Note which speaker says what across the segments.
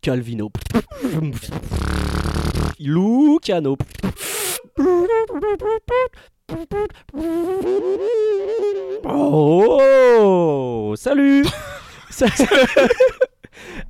Speaker 1: Calvino. Lucano. Oh Salut Ça-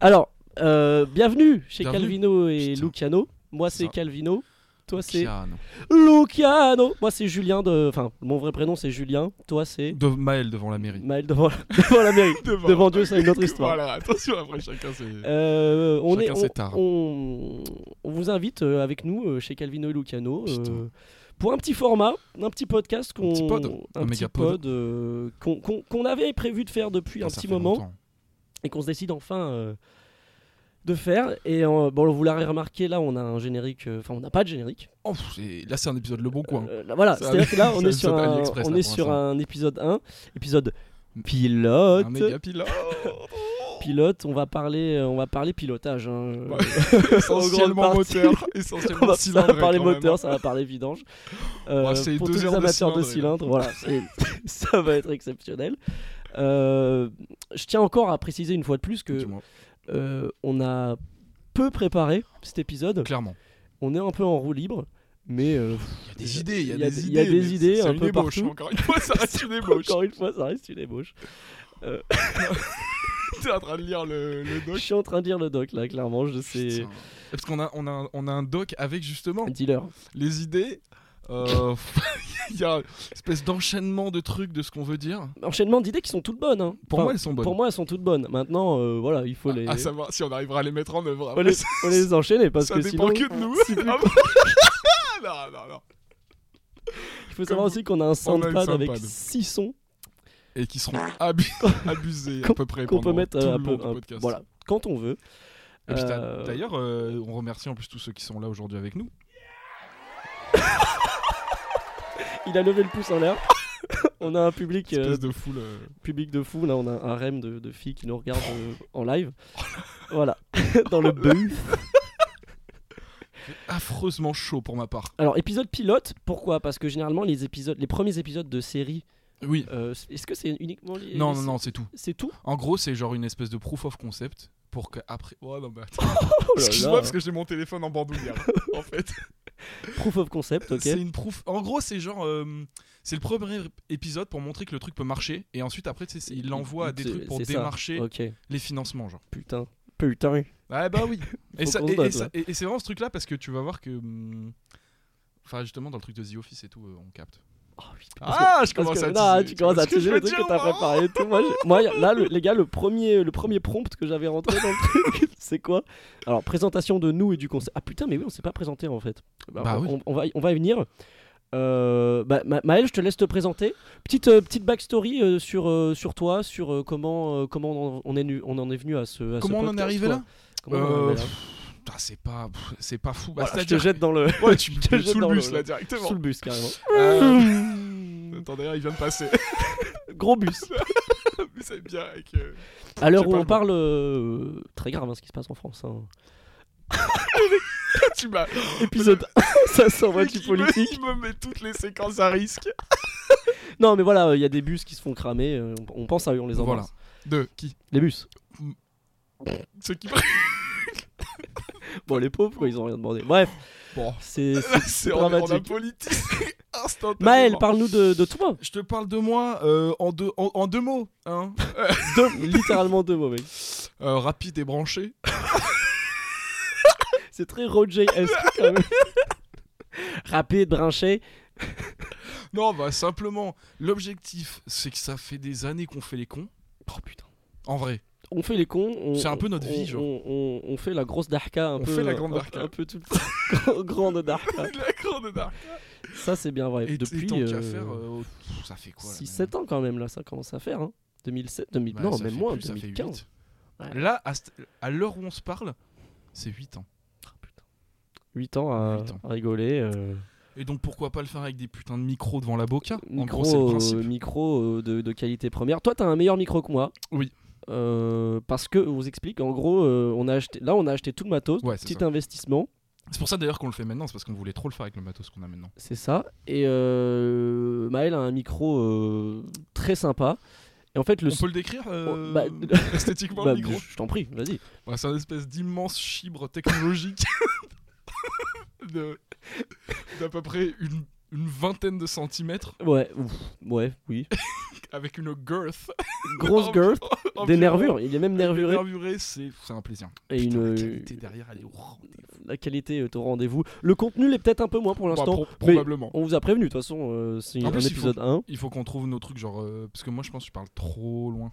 Speaker 1: Alors, euh, bienvenue chez
Speaker 2: Bienvenue.
Speaker 1: Calvino et
Speaker 2: Putain.
Speaker 1: Lucano. Moi, c'est
Speaker 2: Ça.
Speaker 1: Calvino. Toi, c'est
Speaker 2: Kian.
Speaker 1: Lucano. Moi, c'est Julien de... Enfin, mon vrai prénom, c'est Julien. Toi, c'est...
Speaker 2: De Maël devant la mairie.
Speaker 1: Maël devant, devant la mairie. Devant Dieu, c'est une autre histoire.
Speaker 2: Voilà, attention après chacun c'est.
Speaker 1: Euh, on,
Speaker 2: Chacun
Speaker 1: est,
Speaker 2: ses
Speaker 1: on,
Speaker 2: tares.
Speaker 1: on- on vous invite euh, avec nous euh, chez Calvino et Lucano euh,
Speaker 2: Putain.
Speaker 1: pour un petit format, un petit podcast qu'on
Speaker 2: petit pod,
Speaker 1: un
Speaker 2: un
Speaker 1: petit
Speaker 2: mégapod.
Speaker 1: pod, euh, qu'on qu'on- qu'on avait prévu de faire depuis un
Speaker 2: Ah, Ça
Speaker 1: petit
Speaker 2: fait
Speaker 1: moment
Speaker 2: longtemps.
Speaker 1: et qu'on se décide enfin euh, de faire. Et euh, bon, vous l'avez remarqué, là, on a un générique, euh, enfin, on n'a pas de générique.
Speaker 2: Oh, pff, c'est- là c'est un épisode Le Bon Coin.
Speaker 1: Euh, là, voilà,
Speaker 2: Ça-
Speaker 1: c'est-à-dire que là, on
Speaker 2: ça-
Speaker 1: est sur,
Speaker 2: ça va
Speaker 1: un,
Speaker 2: AliExpress,
Speaker 1: on
Speaker 2: là,
Speaker 1: est
Speaker 2: pour
Speaker 1: sur
Speaker 2: l'instant.
Speaker 1: un épisode 1, épisode
Speaker 2: Un
Speaker 1: pilote.
Speaker 2: méga Oh, pilote.
Speaker 1: Pilote, on va parler, euh, on va parler pilotage. hein.
Speaker 2: Ouais.
Speaker 1: En grande
Speaker 2: essentiellement
Speaker 1: partie.
Speaker 2: moteur,
Speaker 1: On
Speaker 2: essentiellement
Speaker 1: va- ça
Speaker 2: cylindré.
Speaker 1: va parler
Speaker 2: quand même. hein.
Speaker 1: moteur, ça va parler vidange. Euh,
Speaker 2: Ouais, c'est
Speaker 1: pour
Speaker 2: deux
Speaker 1: tous les
Speaker 2: heures de
Speaker 1: amateurs de
Speaker 2: cylindre,
Speaker 1: cylindres, voilà, c'est- ça va être exceptionnel. Euh, je tiens encore à préciser une fois de plus que
Speaker 2: Dis-moi,
Speaker 1: euh, on a peu préparé cet épisode.
Speaker 2: Clairement.
Speaker 1: On est un peu en roue libre, mais euh,
Speaker 2: Il y a des idées, il y a
Speaker 1: Il y a
Speaker 2: des
Speaker 1: des-
Speaker 2: idées.
Speaker 1: il y a des
Speaker 2: mais c'est-
Speaker 1: idées
Speaker 2: c'est
Speaker 1: un
Speaker 2: une
Speaker 1: peu
Speaker 2: ébauche,
Speaker 1: partout.
Speaker 2: Encore une fois, ça reste une ébauche.
Speaker 1: encore une fois, ça reste une ébauche.
Speaker 2: T'es en train de lire le, le
Speaker 1: Je
Speaker 2: doc.
Speaker 1: suis en train de dire le doc là, clairement, je sais.
Speaker 2: Putain. Parce qu'on a, on a, un- on a un doc avec justement
Speaker 1: Dealer.
Speaker 2: les idées. euh, Il y a une espèce d'enchaînement de trucs de ce qu'on veut dire.
Speaker 1: Enchaînement d'idées qui sont toutes bonnes. hein.
Speaker 2: Pour
Speaker 1: Enfin,
Speaker 2: moi, elles sont bonnes. Ah,
Speaker 1: pour moi, elles sont toutes bonnes. Maintenant, euh, voilà, il faut les.
Speaker 2: À savoir si on arrivera à les mettre en œuvre.
Speaker 1: faut
Speaker 2: après,
Speaker 1: les,
Speaker 2: ça-
Speaker 1: faut les enchaîner parce
Speaker 2: ça
Speaker 1: que sinon
Speaker 2: dépend que de nous.
Speaker 1: si plus-
Speaker 2: Ah bon non, non, non.
Speaker 1: il faut savoir
Speaker 2: Comme-
Speaker 1: aussi qu'on a un soundpad avec
Speaker 2: soundpad.
Speaker 1: 6 sons
Speaker 2: Et qui seront abu- abusés à
Speaker 1: Qu'on-
Speaker 2: peu près
Speaker 1: qu'on peut
Speaker 2: pendant
Speaker 1: mettre
Speaker 2: tout
Speaker 1: euh, un
Speaker 2: le
Speaker 1: peu-
Speaker 2: long du
Speaker 1: un-
Speaker 2: podcast.
Speaker 1: voilà quand on veut
Speaker 2: Et puis t'as-
Speaker 1: Euh,
Speaker 2: d'ailleurs, euh, on remercie en plus tous ceux qui sont là aujourd'hui avec nous.
Speaker 1: il a levé le pouce en l'air on a un public euh,
Speaker 2: Espèce de foule. euh,
Speaker 1: public de fou là on a un rem de, de filles qui nous regardent euh, en live
Speaker 2: Oh
Speaker 1: voilà dans le bœuf
Speaker 2: affreusement chaud pour ma part.
Speaker 1: alors épisode pilote pourquoi parce que généralement les épisodes les premiers épisodes de série
Speaker 2: Oui.
Speaker 1: euh, est-ce que c'est uniquement les
Speaker 2: Non,
Speaker 1: les-
Speaker 2: non, non, c'est tout.
Speaker 1: c'est tout
Speaker 2: En gros, c'est genre une espèce de proof of concept pour que après. Oh non, mais attends.
Speaker 1: oh là là.
Speaker 2: Excuse-moi parce que j'ai mon téléphone en bandoulière. en fait,
Speaker 1: proof of concept ok
Speaker 2: c'est une proof. En gros, c'est genre. euh, c'est le premier épisode pour montrer que le truc peut marcher. Et ensuite, après, tu sais, c'est- il l'envoie à des
Speaker 1: C'est-
Speaker 2: trucs pour
Speaker 1: c'est ça.
Speaker 2: démarcher
Speaker 1: ok
Speaker 2: les financements, genre.
Speaker 1: putain putain
Speaker 2: Ah bah oui. et
Speaker 1: Faut
Speaker 2: ça-
Speaker 1: qu'on
Speaker 2: et-
Speaker 1: se batte,
Speaker 2: et ça-
Speaker 1: là.
Speaker 2: et- et c'est vraiment ce truc-là parce que tu vas voir que. hum, Enfin, justement, dans le truc de The Office et tout, euh, on capte.
Speaker 1: Oh, oui, parce que-
Speaker 2: Ah, je
Speaker 1: Parce
Speaker 2: commence
Speaker 1: que-
Speaker 2: à
Speaker 1: non,
Speaker 2: teaser,
Speaker 1: tu commences
Speaker 2: vois
Speaker 1: à
Speaker 2: ce que je
Speaker 1: teaser
Speaker 2: veux
Speaker 1: le truc
Speaker 2: dire,
Speaker 1: que t'as
Speaker 2: moi
Speaker 1: préparé et tout. Moi, j'ai- moi, là, le- les gars, le premier, le premier prompt que j'avais rentré dans le truc, c'est quoi Alors, présentation de nous et du concept. Ah putain, mais oui, on s'est pas présenté en fait. Bah,
Speaker 2: Bah
Speaker 1: on,
Speaker 2: oui.
Speaker 1: on- on va, y- on va y venir. Euh, bah, Ma- Maël, je te laisse te présenter. Petite, euh, petite backstory euh, sur, euh, sur toi, sur euh, comment, euh, comment on, en- on est, nu- on en est venu à ce. à ce
Speaker 2: Comment on en est
Speaker 1: podcast,
Speaker 2: arrivé
Speaker 1: quoi.
Speaker 2: là
Speaker 1: Comment on en est arrivé
Speaker 2: Euh,
Speaker 1: là
Speaker 2: Putain, c'est pas, pff, c'est pas fou. Bah,
Speaker 1: Voilà, Je te
Speaker 2: c'est-à-dire-
Speaker 1: jette dans le,
Speaker 2: Ouais, tu me
Speaker 1: je te
Speaker 2: mets
Speaker 1: jette
Speaker 2: sous
Speaker 1: dans
Speaker 2: le
Speaker 1: le-
Speaker 2: bus là
Speaker 1: sous
Speaker 2: directement.
Speaker 1: le bus carrément.
Speaker 2: Euh, Attendez, il vient de passer.
Speaker 1: Gros bus.
Speaker 2: Vous savez bien avec. euh,
Speaker 1: À l'heure
Speaker 2: J'ai
Speaker 1: où
Speaker 2: pas
Speaker 1: on
Speaker 2: le
Speaker 1: parle, euh, très grave hein, ce qui se passe en France. hein.
Speaker 2: tu m'as.
Speaker 1: Épisode 1, ça s'envoie
Speaker 2: Mec,
Speaker 1: du
Speaker 2: il me-
Speaker 1: politique.
Speaker 2: Il me met toutes les séquences à risque.
Speaker 1: Non, mais voilà, il y a des bus qui se font cramer. euh, on- on pense à eux, on les embrasse.
Speaker 2: Voilà. De qui
Speaker 1: Les bus.
Speaker 2: Ceux qui.
Speaker 1: Bon, les pauvres, quoi, ils ont rien demandé. Bref,
Speaker 2: Bon,
Speaker 1: c'est. c'est-
Speaker 2: c'est on est- on a
Speaker 1: dramatique.
Speaker 2: politique instantanément.
Speaker 1: Maël, parle-nous de, de toi.
Speaker 2: Je te parle de moi euh, en, deux, en, en deux mots, hein.
Speaker 1: Deux, littéralement deux mots, mec.
Speaker 2: Euh, rapide et branché.
Speaker 1: C'est très Roger-esque, quand même. Rapide, branché.
Speaker 2: Non, bah simplement, l'objectif, c'est que ça fait des années qu'on fait les cons.
Speaker 1: Oh putain.
Speaker 2: En vrai.
Speaker 1: On fait les cons. on-
Speaker 2: C'est un peu notre
Speaker 1: on-
Speaker 2: vie, genre.
Speaker 1: On, on- on fait la grosse darka un
Speaker 2: On
Speaker 1: peu.
Speaker 2: fait la
Speaker 1: euh,
Speaker 2: grande
Speaker 1: un-
Speaker 2: darka.
Speaker 1: Un, peu tout le temps. grande darka.
Speaker 2: La grande dark.
Speaker 1: Ça, c'est bien vrai.
Speaker 2: Et,
Speaker 1: Depuis.
Speaker 2: et tant qu'à
Speaker 1: euh,
Speaker 2: faire, euh, pff, ça fait quoi là, maintenant
Speaker 1: 6-7 ans quand même là, ça commence à faire. Hein. 2007, 2000,
Speaker 2: Bah,
Speaker 1: non,
Speaker 2: ça
Speaker 1: même
Speaker 2: fait
Speaker 1: moins,
Speaker 2: plus, ça fait
Speaker 1: 2015.
Speaker 2: huit.
Speaker 1: Ouais.
Speaker 2: Là, à, cette- à l'heure où on se parle, c'est 8 ans.
Speaker 1: 8 ans à,
Speaker 2: Ah, Huit ans.
Speaker 1: à rigoler. euh,
Speaker 2: Et donc pourquoi pas le faire avec des putains de micros devant la boca En
Speaker 1: micro,
Speaker 2: gros, c'est le
Speaker 1: euh,
Speaker 2: principe.
Speaker 1: micro euh, de, de qualité première. Toi, t'as un meilleur micro que moi.
Speaker 2: Oui.
Speaker 1: Euh, parce que, on vous explique, en gros, euh, on a acheté, là, on a acheté tout le matos,
Speaker 2: Ouais, c'est
Speaker 1: petit
Speaker 2: ça.
Speaker 1: investissement,
Speaker 2: C'est pour ça d'ailleurs qu'on le fait maintenant, c'est parce qu'on voulait trop le faire avec le matos qu'on a maintenant.
Speaker 1: c'est ça. Et euh, Maël a un micro euh, très sympa. Et en fait, le.
Speaker 2: On peut le décrire euh,
Speaker 1: bah,
Speaker 2: esthétiquement
Speaker 1: Bah,
Speaker 2: le micro
Speaker 1: je t'en prie, vas-y.
Speaker 2: Bah, C'est un espèce d'immense chibre technologique de- d'à peu près une, une vingtaine de centimètres
Speaker 1: Ouais, ouf, ouais, oui.
Speaker 2: avec une girth.
Speaker 1: Grosse girth, des
Speaker 2: environ.
Speaker 1: nervures, il est même
Speaker 2: Avec Oh, des
Speaker 1: nervuré.
Speaker 2: nervurés, c'est c'est un plaisir.
Speaker 1: Et
Speaker 2: Putain,
Speaker 1: une- euh,
Speaker 2: la qualité derrière, elle est au rendez-vous.
Speaker 1: La qualité est au rendez-vous. Le contenu l'est peut-être un peu moins pour
Speaker 2: Bah,
Speaker 1: l'instant.
Speaker 2: pro-
Speaker 1: mais
Speaker 2: probablement.
Speaker 1: On vous a prévenu, de toute façon, euh, c'est
Speaker 2: En
Speaker 1: un
Speaker 2: plus, il
Speaker 1: épisode 1.
Speaker 2: Il faut qu'on trouve nos trucs, genre. euh, parce que moi, je pense que je parle trop loin.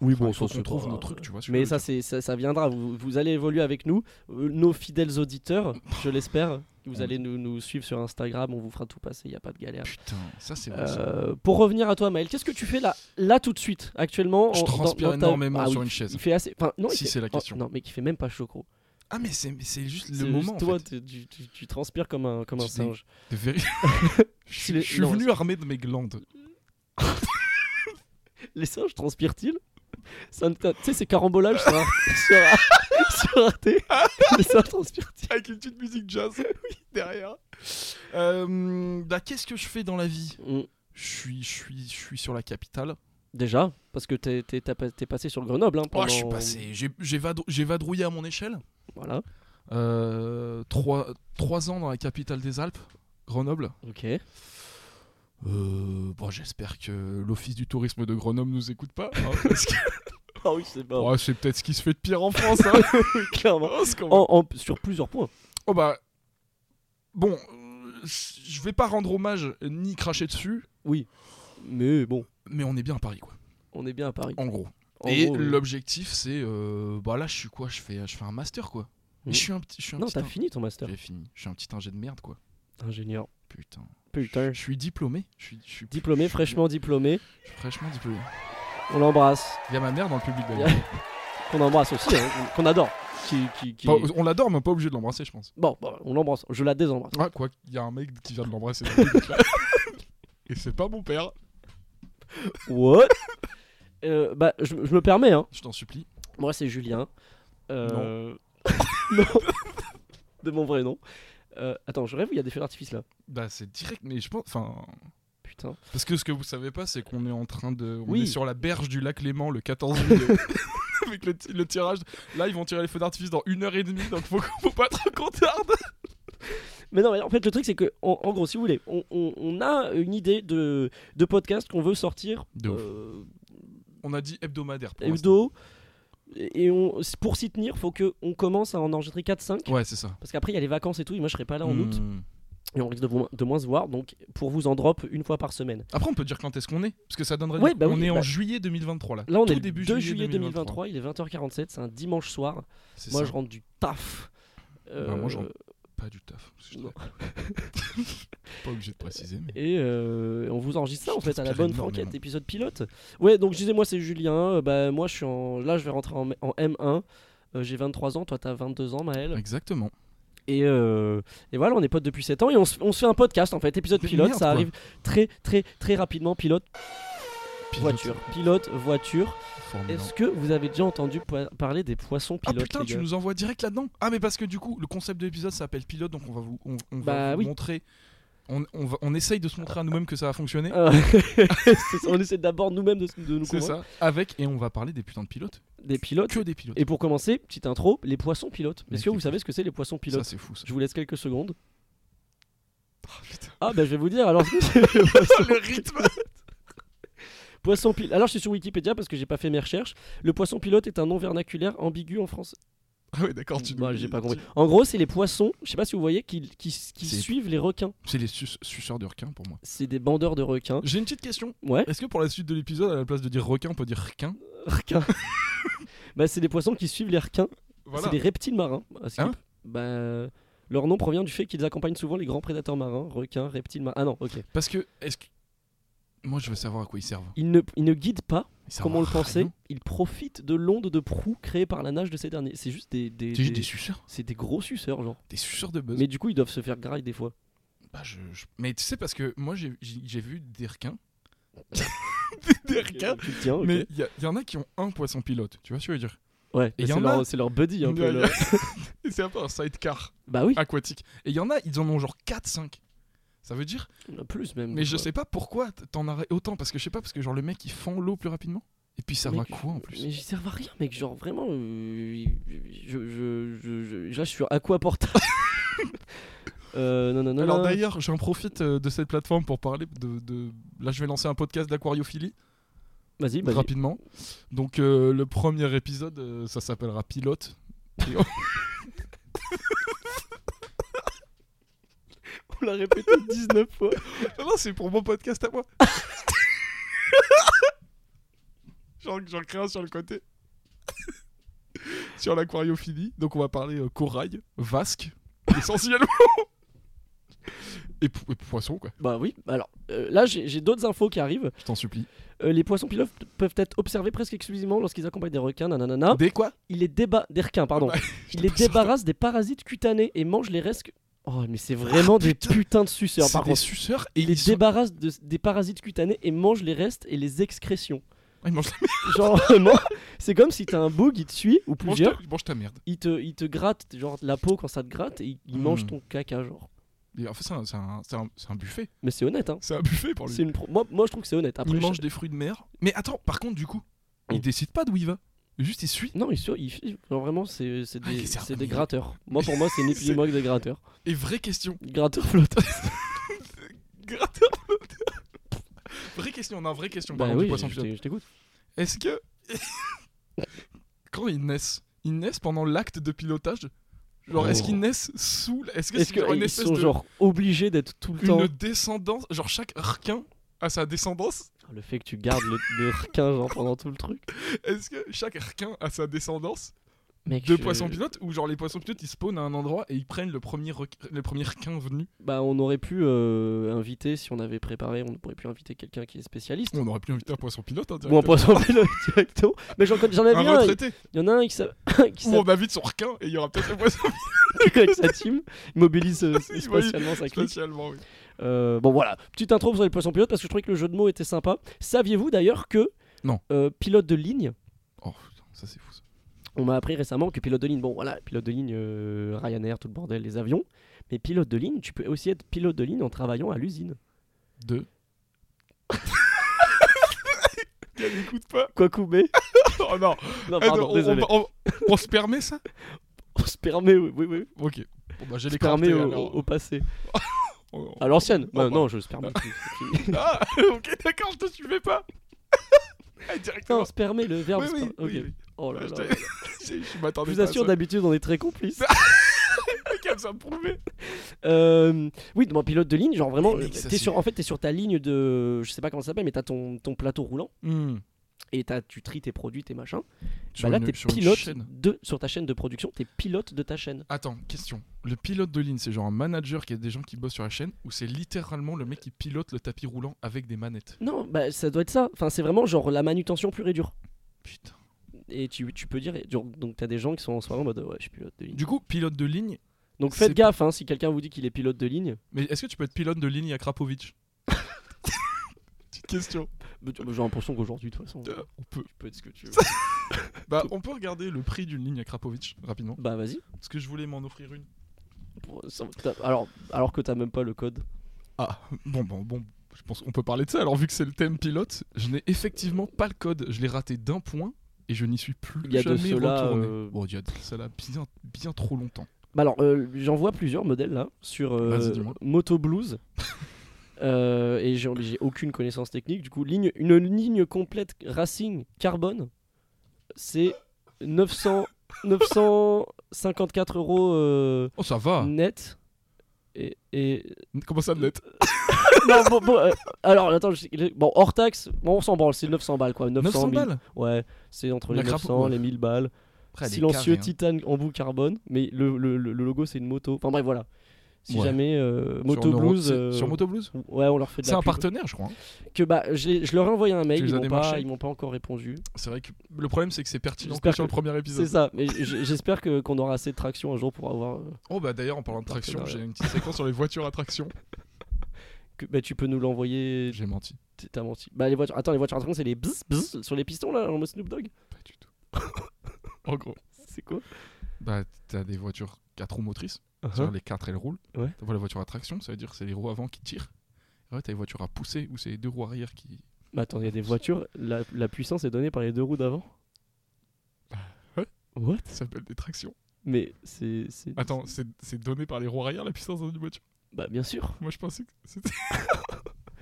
Speaker 1: Oui,
Speaker 2: Enfin,
Speaker 1: bon,
Speaker 2: il faut
Speaker 1: ça,
Speaker 2: qu'on
Speaker 1: c'est
Speaker 2: trouve
Speaker 1: pas-
Speaker 2: nos trucs, tu vois. sur
Speaker 1: Mais
Speaker 2: le-
Speaker 1: ça, c'est, ça, ça viendra. Vous, vous allez évoluer avec nous, Euh, nos fidèles auditeurs, je l'espère. Vous allez nous, nous suivre sur Instagram, on vous fera tout passer, il n'y a pas de galère.
Speaker 2: Putain, ça, c'est vrai. ça.
Speaker 1: Euh, pour revenir à toi, Maël, qu'est-ce que tu fais là, là tout de suite, actuellement en-
Speaker 2: Je
Speaker 1: dans-
Speaker 2: transpire
Speaker 1: dans ta-
Speaker 2: énormément
Speaker 1: Ah
Speaker 2: sur
Speaker 1: oui,
Speaker 2: une chaise.
Speaker 1: Il fait assez. Enfin, non, il
Speaker 2: Si
Speaker 1: fait-
Speaker 2: c'est la
Speaker 1: oh,
Speaker 2: question.
Speaker 1: non, mais qui fait même pas chaud, gros.
Speaker 2: Ah, mais c'est mais c'est juste
Speaker 1: C'est
Speaker 2: le
Speaker 1: juste
Speaker 2: moment. en
Speaker 1: Toi,
Speaker 2: fait.
Speaker 1: tu- tu, tu- tu transpires comme un, comme un
Speaker 2: Tu sais-
Speaker 1: singe.
Speaker 2: De vérité. Je
Speaker 1: le-
Speaker 2: suis- je suis
Speaker 1: non,
Speaker 2: venu armé de mes glandes.
Speaker 1: Les singes transpirent-ils Ça ne t'a- Tu sais, c'est carambolage sur, Ar- sur, Ar- sur Arte. Les singes transpirent-ils
Speaker 2: Avec une petite musique jazz derrière. Euh, bah, qu'est-ce que je fais dans la vie
Speaker 1: Mm.
Speaker 2: Je suis, je suis, je suis sur la capitale.
Speaker 1: Déjà, parce que t'es, t'es- t'as pas- t'es passé sur Grenoble. Hein,
Speaker 2: Oh, je suis
Speaker 1: pendant-
Speaker 2: passé. J'ai, j'ai, vadrou- j'ai vadrouillé à mon échelle.
Speaker 1: Voilà,
Speaker 2: Euh, trois, trois ans dans la capitale des Alpes, Grenoble.
Speaker 1: ok.
Speaker 2: Euh, bon, j'espère que l'Office du tourisme de Grenoble nous écoute pas. hein, parce que-
Speaker 1: Ah oui, c'est bon,
Speaker 2: Ouais, c'est peut-être ce qui se fait de pire en France. hein. Oh,
Speaker 1: clairement.
Speaker 2: Parce qu'on-
Speaker 1: En- en- sur plusieurs points.
Speaker 2: Oh bah. Bon, euh, je vais pas rendre hommage ni cracher dessus,
Speaker 1: Mais bon,
Speaker 2: mais on est bien à Paris, quoi.
Speaker 1: on est bien à Paris.
Speaker 2: En gros.
Speaker 1: En
Speaker 2: Et
Speaker 1: gros, euh,
Speaker 2: l'objectif, c'est. euh, bah là, je suis quoi je fais, je fais un master, quoi.
Speaker 1: Mm.
Speaker 2: Et Je suis un petit. Je suis un
Speaker 1: Non,
Speaker 2: petit
Speaker 1: t'as
Speaker 2: in-
Speaker 1: fini ton master.
Speaker 2: J'ai fini. Je suis un petit ingé de merde, quoi.
Speaker 1: Ingénieur.
Speaker 2: Putain.
Speaker 1: Putain.
Speaker 2: Je suis diplômé. Je suis, je suis-
Speaker 1: Diplômé,
Speaker 2: je suis-
Speaker 1: fraîchement diplômé.
Speaker 2: je suis fraîchement diplômé.
Speaker 1: On l'embrasse.
Speaker 2: Il y a ma mère dans le public,
Speaker 1: Il y a-
Speaker 2: d'ailleurs.
Speaker 1: Qu'on embrasse aussi, hein, qu'on adore. Qui, qui, qui-
Speaker 2: Enfin, on l'adore, mais pas obligé de l'embrasser, je pense.
Speaker 1: Bon, bon, on l'embrasse. Je la désembrasse.
Speaker 2: Ouais, quoi. Il y a un mec qui vient de l'embrasser. dans le public, là. Et c'est pas mon père.
Speaker 1: What Euh, Bah, je, je me permets, hein.
Speaker 2: Je t'en supplie.
Speaker 1: Moi, c'est Julien. Euh... Non. De mon vrai nom. Euh, attends, je rêve ou il y a des feux d'artifice là
Speaker 2: Bah, c'est direct, mais je pense. Enfin.
Speaker 1: Putain.
Speaker 2: Parce que ce que vous savez pas, c'est qu'on est en train de. On
Speaker 1: Oui.
Speaker 2: est sur la berge du lac Léman le 14 juillet. Avec le, ti- le tirage. Là, ils vont tirer les feux d'artifice dans une heure et demie, donc faut, qu'on- faut pas trop qu'on tarde.
Speaker 1: Mais non, mais en fait, le truc, c'est que, en, en gros, si vous voulez, on, on- on a une idée de, de podcast qu'on veut sortir.
Speaker 2: De ouf.
Speaker 1: euh,
Speaker 2: On a dit hebdomadaire. Pour l'instant.
Speaker 1: hebdo. Et et on, pour s'y tenir, faut que on commence à en enregistrer 4-5.
Speaker 2: Ouais, c'est ça.
Speaker 1: Parce qu'après, il y a les vacances et tout. Et moi, je serai pas là en août.
Speaker 2: Hmm.
Speaker 1: Et on risque de, vous- de moins se voir. Donc, pour vous en drop une fois par semaine.
Speaker 2: Après, on peut dire quand est-ce qu'on est. Parce que ça donnerait.
Speaker 1: Ouais, bah
Speaker 2: on
Speaker 1: oui,
Speaker 2: est
Speaker 1: bah-
Speaker 2: en juillet 2023, là.
Speaker 1: Là, on
Speaker 2: Tout
Speaker 1: est le
Speaker 2: début
Speaker 1: 2
Speaker 2: juillet
Speaker 1: juillet 2023. Il est 20h47. C'est un dimanche soir.
Speaker 2: C'est
Speaker 1: Moi,
Speaker 2: ça.
Speaker 1: je rentre du taf.
Speaker 2: Bah, moi, je
Speaker 1: Euh,
Speaker 2: rentre. Pas du taf. parce que je
Speaker 1: Non.
Speaker 2: travaille. pas obligé de préciser, mais.
Speaker 1: Et euh, on vous enregistre ça
Speaker 2: Je
Speaker 1: en fait à la
Speaker 2: transpire
Speaker 1: bonne franquette,
Speaker 2: énormément.
Speaker 1: épisode pilote. Ouais, donc je disais, moi c'est Julien, euh, bah, moi je suis en. Là je vais rentrer en, en M1, euh, j'ai 23 ans, toi t'as 22 ans Maël.
Speaker 2: Exactement.
Speaker 1: Et, euh, et voilà, on est potes depuis 7 ans et on se, on se fait un podcast en fait, épisode
Speaker 2: Mais
Speaker 1: pilote,
Speaker 2: merde,
Speaker 1: ça
Speaker 2: quoi.
Speaker 1: arrive très très très rapidement, pilote,
Speaker 2: Pilote,
Speaker 1: voiture. Pilote, voiture.
Speaker 2: Formule un.
Speaker 1: Est-ce que vous avez déjà entendu po- parler des poissons
Speaker 2: Ah
Speaker 1: pilotes
Speaker 2: putain,
Speaker 1: les
Speaker 2: tu
Speaker 1: gars
Speaker 2: nous envoies direct là-dedans Ah mais parce que du coup, le concept de l'épisode s'appelle pilote, donc on va vous, on, on
Speaker 1: Bah
Speaker 2: va vous
Speaker 1: oui.
Speaker 2: montrer. On, on, va- on essaye de se montrer à nous-mêmes que ça va fonctionner.
Speaker 1: Euh, c'est- on essaie d'abord nous-mêmes de, de nous
Speaker 2: C'est
Speaker 1: convaincre
Speaker 2: ça. Avec et on va parler des putains de pilotes.
Speaker 1: des pilotes.
Speaker 2: Que des pilotes.
Speaker 1: Et pour commencer, petite intro, les poissons pilotes.
Speaker 2: Mec,
Speaker 1: Est-ce que vous
Speaker 2: c'est-
Speaker 1: savez ce que c'est les poissons pilotes
Speaker 2: Ça c'est fou. Ça.
Speaker 1: Je vous laisse quelques secondes.
Speaker 2: Ah, putain.
Speaker 1: Ah bah je vais vous dire alors.
Speaker 2: le rythme.
Speaker 1: poisson pilote. Alors je suis sur Wikipédia parce que j'ai pas fait mes recherches. Le poisson pilote est un nom vernaculaire ambigu en France.
Speaker 2: Ah ouais d'accord. Tu. nous-
Speaker 1: Bah, j'ai pas
Speaker 2: tu-
Speaker 1: compris. En gros, c'est les poissons. Je sais pas si vous voyez qui, qui, qui
Speaker 2: C'est-
Speaker 1: suivent les requins.
Speaker 2: C'est les su- suceurs de requins pour moi.
Speaker 1: C'est des bandeurs de requins.
Speaker 2: J'ai une petite question.
Speaker 1: Ouais.
Speaker 2: Est-ce que pour la suite de l'épisode, à la place de dire requin, on peut dire requin
Speaker 1: Requins. bah c'est des poissons qui suivent les requins.
Speaker 2: Voilà.
Speaker 1: C'est des reptiles marins. à Skip.
Speaker 2: Hein
Speaker 1: bah leur nom provient du fait qu'ils accompagnent souvent les grands prédateurs marins, requins, reptiles marins. Ah non, ok.
Speaker 2: Parce que est-ce que moi je veux savoir à quoi ils servent.
Speaker 1: Ils ne, ils ne guident pas,
Speaker 2: Ils servent
Speaker 1: comme on
Speaker 2: à
Speaker 1: le pensait.
Speaker 2: rien.
Speaker 1: Ils profitent de l'onde de proue créée par la nage de ces derniers. C'est juste des, des,
Speaker 2: C'est juste
Speaker 1: des-
Speaker 2: des suceurs,
Speaker 1: C'est des gros suceurs, genre.
Speaker 2: des suceurs de buzz.
Speaker 1: Mais du coup, ils doivent se faire graille des fois.
Speaker 2: Bah, je, je- Mais tu sais, parce que moi, j'ai- j'ai j'ai vu des requins. des requins.
Speaker 1: Euh, Tu te tiens, ok.
Speaker 2: Mais il y, a- y en a qui ont un poisson pilote, tu vois ce que je veux dire
Speaker 1: Ouais,
Speaker 2: Et
Speaker 1: mais
Speaker 2: y
Speaker 1: c'est
Speaker 2: en
Speaker 1: leur,
Speaker 2: a-
Speaker 1: c'est leur buddy un peu.
Speaker 2: Ouais,
Speaker 1: leur-
Speaker 2: Et C'est un peu un sidecar
Speaker 1: Bah oui,
Speaker 2: aquatique. Et il y en a, ils en ont genre 4-5. Ça veut dire
Speaker 1: plus même.
Speaker 2: Mais je
Speaker 1: quoi.
Speaker 2: sais pas pourquoi t- t'en as autant, parce que je sais pas, parce que genre le mec il fend l'eau plus rapidement. Et puis ça va
Speaker 1: Mec,
Speaker 2: quoi en plus
Speaker 1: Mais j'y servent à rien, mec. Genre, vraiment, euh, je, je, je, je- là, je suis à quoi euh, Non, non, non.
Speaker 2: Alors
Speaker 1: non.
Speaker 2: d'ailleurs, j'en profite euh, de cette plateforme pour parler de, de- Là, je vais lancer un podcast d'aquariophilie
Speaker 1: Vas-y, vas-y.
Speaker 2: rapidement. Donc euh, le premier épisode, euh, ça s'appellera Pilote. Et on-
Speaker 1: On l'a répété 19 fois.
Speaker 2: non, non, c'est pour mon podcast à moi. J'en j'en crée un sur le côté. sur l'aquariophilie. Donc on va parler euh, corail, vasque, essentiellement. et, po- et poisson, quoi.
Speaker 1: Bah oui, alors euh, là, j'ai j'ai d'autres infos qui arrivent.
Speaker 2: Je t'en supplie.
Speaker 1: Euh, les poissons pilotes peuvent être observés presque exclusivement lorsqu'ils accompagnent des requins, nanana.
Speaker 2: Des quoi
Speaker 1: Ils les débat des requins, pardon.
Speaker 2: Ouais,
Speaker 1: Ils les
Speaker 2: pas sûr.
Speaker 1: débarrassent des parasites cutanés et mangent les restes. Oh, mais c'est vraiment des putains de suceurs,
Speaker 2: Ah, C'est
Speaker 1: par
Speaker 2: des
Speaker 1: contre.
Speaker 2: suceurs et
Speaker 1: Ils les
Speaker 2: ils, sont-
Speaker 1: débarrassent de- des parasites cutanés et mangent les restes et les excrétions.
Speaker 2: Ah, ils mangent la
Speaker 1: Genre vraiment, c'est comme si t'as un bug, il te suit, ou
Speaker 2: Mange ta,
Speaker 1: plusieurs,
Speaker 2: mange ta merde.
Speaker 1: il te, il te gratte genre la peau quand ça te gratte et il, il
Speaker 2: Hmm.
Speaker 1: mange ton caca genre.
Speaker 2: Et en fait, c'est un, c'est un- c'est un- c'est un buffet.
Speaker 1: Mais c'est honnête hein.
Speaker 2: C'est un buffet pour lui.
Speaker 1: C'est une pro- moi, moi je trouve que c'est honnête. Après,
Speaker 2: Oh, il
Speaker 1: je-
Speaker 2: mange des fruits de mer. Mais attends, par contre, du coup,
Speaker 1: Mm.
Speaker 2: il décide pas d'où il va. Juste, il suit.
Speaker 1: Non, il, se- il- il- genre, vraiment c'est c'est
Speaker 2: Ah,
Speaker 1: des,
Speaker 2: il sert
Speaker 1: c'est
Speaker 2: pas
Speaker 1: des
Speaker 2: de-
Speaker 1: gratteurs. Moi pour moi c'est ni plus ni
Speaker 2: C'est-
Speaker 1: moins que des gratteurs.
Speaker 2: Et vraie question.
Speaker 1: Gratteurs flottants.
Speaker 2: Gratteur Vraie question, non, vraie question.
Speaker 1: bah
Speaker 2: pardon, du
Speaker 1: oui,
Speaker 2: poisson
Speaker 1: je
Speaker 2: pilote.
Speaker 1: t'ai- je t'écoute.
Speaker 2: Est-ce que. Quand ils naissent, ils naissent pendant l'acte de pilotage Genre, est-ce
Speaker 1: Oh.
Speaker 2: qu'ils naissent sous. Est-ce que
Speaker 1: Est-ce
Speaker 2: c'est genre une
Speaker 1: qu'ils
Speaker 2: espèce
Speaker 1: sont
Speaker 2: de.
Speaker 1: genre obligés d'être tout le temps
Speaker 2: Une descendance Genre, chaque requin a sa descendance
Speaker 1: Ah, Le fait que tu gardes le, le requin genre pendant tout le truc.
Speaker 2: Est-ce que chaque requin a sa descendance
Speaker 1: Mec,
Speaker 2: Deux
Speaker 1: je-
Speaker 2: poissons pilotes ou genre les poissons pilotes ils spawnent à un endroit et ils prennent le premier requ- le premier requin venu.
Speaker 1: Bah on aurait pu euh, inviter si on avait préparé, on aurait pu inviter quelqu'un qui est spécialiste.
Speaker 2: On aurait pu inviter un poisson pilote hein,
Speaker 1: Ou un
Speaker 2: directement.
Speaker 1: poisson pilote directement. Mais j'en connais- j'en avais
Speaker 2: un
Speaker 1: un.
Speaker 2: retraité.
Speaker 1: Il y en a un qui s'a- qui
Speaker 2: Ou
Speaker 1: s'appelle
Speaker 2: on invite son requin et il y aura peut-être un poisson
Speaker 1: avec sa team, il mobilise euh,
Speaker 2: Oui,
Speaker 1: spatialement sa clique.
Speaker 2: spécialement. oui.
Speaker 1: Euh, bon voilà, petite intro sur les poissons pilotes parce que je trouvais que le jeu de mots était sympa. Saviez-vous d'ailleurs que
Speaker 2: Non.
Speaker 1: euh, pilote de ligne,
Speaker 2: Oh putain, ça c'est fou ça.
Speaker 1: on m'a appris récemment que pilote de ligne, bon voilà, pilote de ligne euh, Ryanair, tout le bordel, les avions, mais pilote de ligne, tu peux aussi être pilote de ligne en travaillant à l'usine.
Speaker 2: Deux. Elle n'écoute pas.
Speaker 1: Quoi couper
Speaker 2: Oh non.
Speaker 1: Non Ah,
Speaker 2: Eh,
Speaker 1: pardon,
Speaker 2: on- on-
Speaker 1: désolé.
Speaker 2: on, on se permet ça
Speaker 1: On se permet, oui, oui, oui.
Speaker 2: Ok. Bon bah j'ai
Speaker 1: Je
Speaker 2: les
Speaker 1: permets
Speaker 2: cartes,
Speaker 1: au,
Speaker 2: alors.
Speaker 1: au passé.
Speaker 2: On-
Speaker 1: À l'ancienne
Speaker 2: Oh, bah.
Speaker 1: Bah, Non, je se permets.
Speaker 2: Ah, ok d'accord, je te suivais pas. Ah,
Speaker 1: Non,
Speaker 2: Directement.
Speaker 1: se permet le verbe.
Speaker 2: oui,
Speaker 1: se
Speaker 2: oui,
Speaker 1: permet.
Speaker 2: oui,
Speaker 1: Ok.
Speaker 2: oui.
Speaker 1: Oh là
Speaker 2: Ouais,
Speaker 1: là.
Speaker 2: je t'ai- Je je
Speaker 1: Je
Speaker 2: m'attendais
Speaker 1: vous
Speaker 2: pas à ça.
Speaker 1: assure, d'habitude, on est très complices.
Speaker 2: Comme ça me prouvait.
Speaker 1: Euh, oui, mon pilote de ligne, genre vraiment,
Speaker 2: Mais mec,
Speaker 1: euh,
Speaker 2: ça,
Speaker 1: t'es
Speaker 2: c'est-
Speaker 1: sur, en fait, t'es sur ta ligne de, je sais pas comment ça s'appelle, mais t'as ton, ton plateau roulant
Speaker 2: Hmm.
Speaker 1: et t'as- tu tries tes produits, tes machins.
Speaker 2: Sur
Speaker 1: Bah là,
Speaker 2: une-
Speaker 1: t'es
Speaker 2: sur une
Speaker 1: pilote
Speaker 2: chaîne.
Speaker 1: de, sur ta chaîne de production, t'es pilote de ta chaîne.
Speaker 2: Attends, question. Le pilote de ligne, c'est genre un manager qui a des gens qui bossent sur la chaîne ou c'est littéralement le mec qui pilote le tapis roulant avec des manettes
Speaker 1: Non, bah ça doit être ça. Enfin, c'est vraiment genre la manutention pure et dure.
Speaker 2: Putain.
Speaker 1: Et tu, tu peux dire, et genre, donc t'as des gens qui sont en soirée en mode, ouais, je suis pilote de ligne.
Speaker 2: Du coup, pilote de ligne,
Speaker 1: Donc
Speaker 2: c'est-
Speaker 1: faites gaffe, hein, si quelqu'un vous dit qu'il est pilote de ligne,
Speaker 2: mais est-ce que tu peux être pilote de ligne à Krapovic Petite question.
Speaker 1: bah, tu- bah, j'ai l'impression qu'aujourd'hui, de toute façon,
Speaker 2: Euh, on peut.
Speaker 1: tu peux être ce que tu veux.
Speaker 2: Bah, on peut regarder le prix d'une ligne à Krapovic rapidement.
Speaker 1: bah vas-y.
Speaker 2: Parce que je voulais m'en offrir une.
Speaker 1: Pour- ça- t'as- Alors, alors que t'as même pas le code.
Speaker 2: Ah, bon, bon, bon. Je pense qu'on peut parler de ça. Alors, vu que c'est le thème pilote, je n'ai effectivement pas le code. Je l'ai raté d'un point et je n'y suis plus
Speaker 1: Il y a de
Speaker 2: jamais
Speaker 1: cela,
Speaker 2: retourné.
Speaker 1: euh,
Speaker 2: Bon, il y a de cela bien, bien trop longtemps.
Speaker 1: Bah alors, euh, j'en vois plusieurs modèles là sur euh,
Speaker 2: Vas-y, dis-moi.
Speaker 1: Moto Blues. Euh, et j'ai j'ai aucune connaissance technique. Du coup, ligne, une ligne complète Racing Carbone, c'est 900, 954 euros euh,
Speaker 2: Oh, ça va.
Speaker 1: net. Et, et-
Speaker 2: Comment ça, net
Speaker 1: Non, bon, bon, euh, alors attends, je- bon, hors taxe, bon, on s'en branle, c'est 900 balles quoi. 900,
Speaker 2: 900
Speaker 1: 1000.
Speaker 2: balles
Speaker 1: Ouais, c'est entre les
Speaker 2: La crapo-
Speaker 1: 900
Speaker 2: ouais.
Speaker 1: les 1000 balles.
Speaker 2: Après, elle est
Speaker 1: Silencieux
Speaker 2: carrée, hein.
Speaker 1: titane en bout carbone, mais le, le- le- le logo c'est une moto. Enfin bref, voilà. Si
Speaker 2: Ouais.
Speaker 1: jamais euh,
Speaker 2: Sur
Speaker 1: Moto
Speaker 2: Neuro-
Speaker 1: Blues.
Speaker 2: c'est-
Speaker 1: euh,
Speaker 2: Sur Moto Blues
Speaker 1: Ouais, on leur fait de
Speaker 2: C'est
Speaker 1: la
Speaker 2: un
Speaker 1: pub.
Speaker 2: partenaire, je crois. hein.
Speaker 1: Que bah, je, l'ai- je leur ai envoyé un mail,
Speaker 2: les
Speaker 1: ils
Speaker 2: as
Speaker 1: m'ont pas,
Speaker 2: démarchés
Speaker 1: ils m'ont pas encore répondu.
Speaker 2: C'est vrai que le problème, c'est que c'est pertinent
Speaker 1: J'espère
Speaker 2: que sur le
Speaker 1: que-
Speaker 2: premier
Speaker 1: C'est
Speaker 2: épisode.
Speaker 1: ça, mais j- j'espère que qu'on aura assez de traction un jour pour avoir. euh,
Speaker 2: Oh, bah d'ailleurs, en parlant de traction, j'ai
Speaker 1: Partenariat.
Speaker 2: une petite séquence sur les voitures à traction.
Speaker 1: que- bah, tu peux nous l'envoyer.
Speaker 2: J'ai menti.
Speaker 1: T'es- T'as menti. Bah, les voitures. Attends, les voitures à traction, c'est les bzz, bzz sur les pistons là, en mode Snoop Dogg.
Speaker 2: Pas du tout. en gros,
Speaker 1: C'est quoi
Speaker 2: bah t'as des voitures 4 roues motrices. C'est-à-dire les quatre elles roulent.
Speaker 1: Ouais.
Speaker 2: T'as pas la voiture à traction, ça veut dire que c'est les roues avant qui tirent. Ouais, t'as les voitures à pousser où c'est les deux roues arrière qui
Speaker 1: Mais Bah, attends, il y a des voitures, la, la puissance est donnée par les deux roues d'avant
Speaker 2: Bah, ouais.
Speaker 1: What
Speaker 2: Ça s'appelle des tractions.
Speaker 1: Mais c'est. c'est-
Speaker 2: Attends, c'est c'est donné par les roues arrière la puissance d'une voiture
Speaker 1: Bah, bien sûr.
Speaker 2: Moi je pensais que c'était.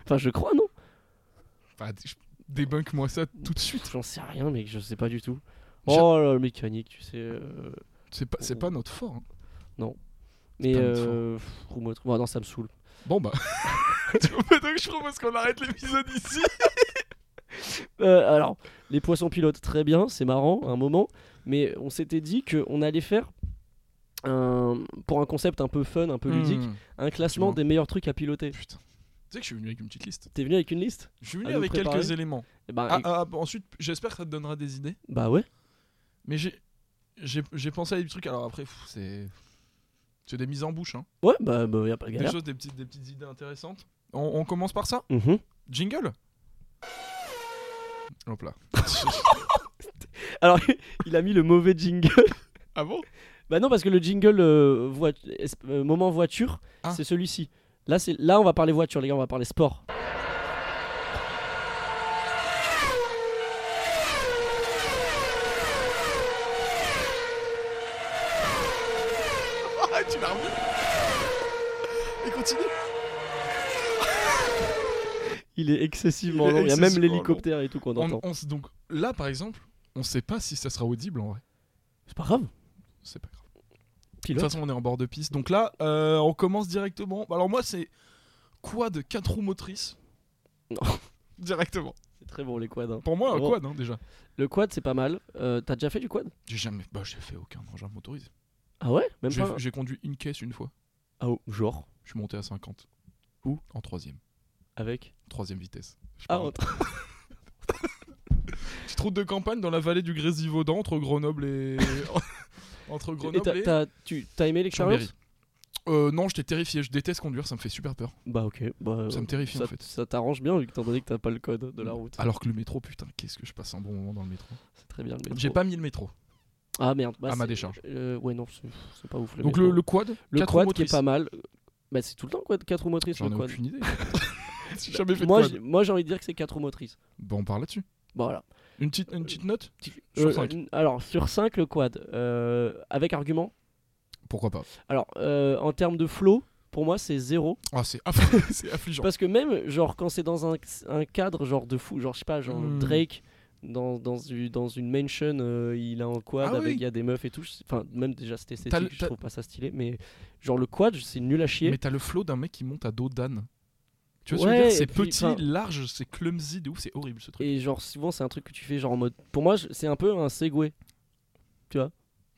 Speaker 1: Enfin, je crois, non
Speaker 2: Bah, dé- débunk-moi ça tout de suite.
Speaker 1: J'en sais rien, mec, je sais pas du tout.
Speaker 2: Je-
Speaker 1: Oh la mécanique, tu sais. euh,
Speaker 2: C'est pas, c'est pas notre fort. hein.
Speaker 1: Mais.
Speaker 2: pas une fois.
Speaker 1: Euh... pff, roue motrice- Bon, non, ça me saoule.
Speaker 2: Bon bah. Tu vois, donc je propose qu'on arrête l'épisode ici.
Speaker 1: Euh, alors, les poissons pilotes, très bien, c'est marrant, un moment. Mais on s'était dit qu'on allait faire, un, pour un concept un peu fun, un peu ludique,
Speaker 2: Hmm.
Speaker 1: un classement
Speaker 2: vois.
Speaker 1: des meilleurs trucs à piloter.
Speaker 2: Putain. Tu sais que je suis venu avec une petite liste.
Speaker 1: T'es venu avec une liste
Speaker 2: Je suis venu
Speaker 1: À nous
Speaker 2: avec quelques
Speaker 1: préparer.
Speaker 2: éléments.
Speaker 1: Eh ben,
Speaker 2: Ah,
Speaker 1: et-
Speaker 2: ah, bah, ensuite, j'espère que ça te donnera des idées.
Speaker 1: Bah ouais.
Speaker 2: Mais j'ai, j'ai, j'ai pensé à des trucs. Alors après, pff, c'est, c'est des mises en bouche. Hein.
Speaker 1: Ouais, bah, bah y a pas de
Speaker 2: Des
Speaker 1: galère.
Speaker 2: choses, des petites, des petites idées intéressantes. On, on commence par ça.
Speaker 1: Mhm.
Speaker 2: Jingle. Hop là.
Speaker 1: Alors, il a mis le mauvais jingle.
Speaker 2: ah bon
Speaker 1: Bah non, parce que le jingle euh, voi- es- euh, moment voiture,
Speaker 2: Ah.
Speaker 1: c'est celui-ci. Là, c'est là, on va parler voiture, les gars, on va parler sport.
Speaker 2: Ah, Tu l'as remis. Et continue.
Speaker 1: Il est excessivement
Speaker 2: Il est
Speaker 1: long. Il y a même
Speaker 2: excessivement
Speaker 1: l'hélicoptère et tout qu'on
Speaker 2: On-
Speaker 1: entend.
Speaker 2: on s- donc là, par exemple, on sait pas si ça sera audible en vrai.
Speaker 1: C'est pas grave.
Speaker 2: C'est pas grave. De
Speaker 1: Pilote.
Speaker 2: toute façon, on est en bord de piste. Donc là, euh, on commence directement. Bah, Alors moi, c'est quad de 4 roues motrices.
Speaker 1: Non.
Speaker 2: Directement.
Speaker 1: C'est très bon les quads. hein.
Speaker 2: Pour moi, un
Speaker 1: Bon.
Speaker 2: quad, hein, déjà.
Speaker 1: Le quad, c'est pas mal. Euh, T'as déjà fait du quad
Speaker 2: J'ai jamais. Bah, j'ai fait aucun engin motorisé.
Speaker 1: Ah ouais Même
Speaker 2: J'ai
Speaker 1: pas.
Speaker 2: j'ai conduit une caisse une fois.
Speaker 1: Ah oh, genre
Speaker 2: Je suis monté à 50. Où En troisième.
Speaker 1: avec.
Speaker 2: Troisième vitesse. Je
Speaker 1: Ah
Speaker 2: parle.
Speaker 1: entre-
Speaker 2: Petite route de campagne dans la vallée du Grésivaudan entre Grenoble et. entre
Speaker 1: Et
Speaker 2: Grenoble
Speaker 1: t'as-
Speaker 2: et.
Speaker 1: t'as- tu t'as aimé
Speaker 2: Chambéry.
Speaker 1: l'expérience
Speaker 2: Euh, non, j'étais terrifié. Je déteste conduire, ça me fait super peur.
Speaker 1: Bah ok. Bah,
Speaker 2: Ça me terrifie,
Speaker 1: ça-
Speaker 2: en fait.
Speaker 1: Ça t'arrange bien étant donné que t'as pas le code de la route.
Speaker 2: Alors que le métro, putain, qu'est-ce que je passe un bon moment dans le métro.
Speaker 1: C'est très bien le métro.
Speaker 2: J'ai pas mis le métro.
Speaker 1: Ah merde. bah,
Speaker 2: à ma
Speaker 1: c'est-
Speaker 2: décharge.
Speaker 1: euh, ouais non, c'est c'est pas ouf. Le
Speaker 2: Donc
Speaker 1: métro.
Speaker 2: le, le quad
Speaker 1: Le
Speaker 2: quatre
Speaker 1: quad
Speaker 2: roues
Speaker 1: qui est pas mal. Bah, c'est tout le temps quad, 4 roues motrices.
Speaker 2: J'en
Speaker 1: le
Speaker 2: ai
Speaker 1: quad.
Speaker 2: aucune idée. J'ai jamais fait de
Speaker 1: Moi,
Speaker 2: quad.
Speaker 1: j'ai- moi, j'ai envie de dire que c'est 4 roues motrices.
Speaker 2: Bon, on parle là-dessus.
Speaker 1: Bon, voilà.
Speaker 2: Une petite, une petite note
Speaker 1: Euh,
Speaker 2: Sur cinq.
Speaker 1: euh, alors, sur 5, le quad. Euh, avec argument.
Speaker 2: Pourquoi pas
Speaker 1: Alors, euh, en termes de flow, pour moi, c'est 0.
Speaker 2: Ah, c'est aff- c'est affligeant.
Speaker 1: Parce que même, genre, quand c'est dans un, un cadre, genre de fou, genre, je sais pas, genre
Speaker 2: Hmm.
Speaker 1: Drake. Dans, dans, une- dans une mansion, euh, il a un quad
Speaker 2: Ah
Speaker 1: avec
Speaker 2: oui.
Speaker 1: il y a des meufs et tout. Je sais- Enfin, même déjà, c'était esthétique,
Speaker 2: le-
Speaker 1: je
Speaker 2: t'as-
Speaker 1: trouve pas ça stylé. Mais genre, le quad, c'est nul à chier.
Speaker 2: Mais t'as le flow d'un mec qui monte à dos d'âne. Tu vois ce que
Speaker 1: Ouais,
Speaker 2: je veux dire C'est
Speaker 1: et puis,
Speaker 2: petit,
Speaker 1: enfin-
Speaker 2: large, c'est clumsy de ouf, c'est horrible ce truc.
Speaker 1: Et genre, souvent, c'est un truc que tu fais genre en mode. Pour moi, je- c'est un peu un Segway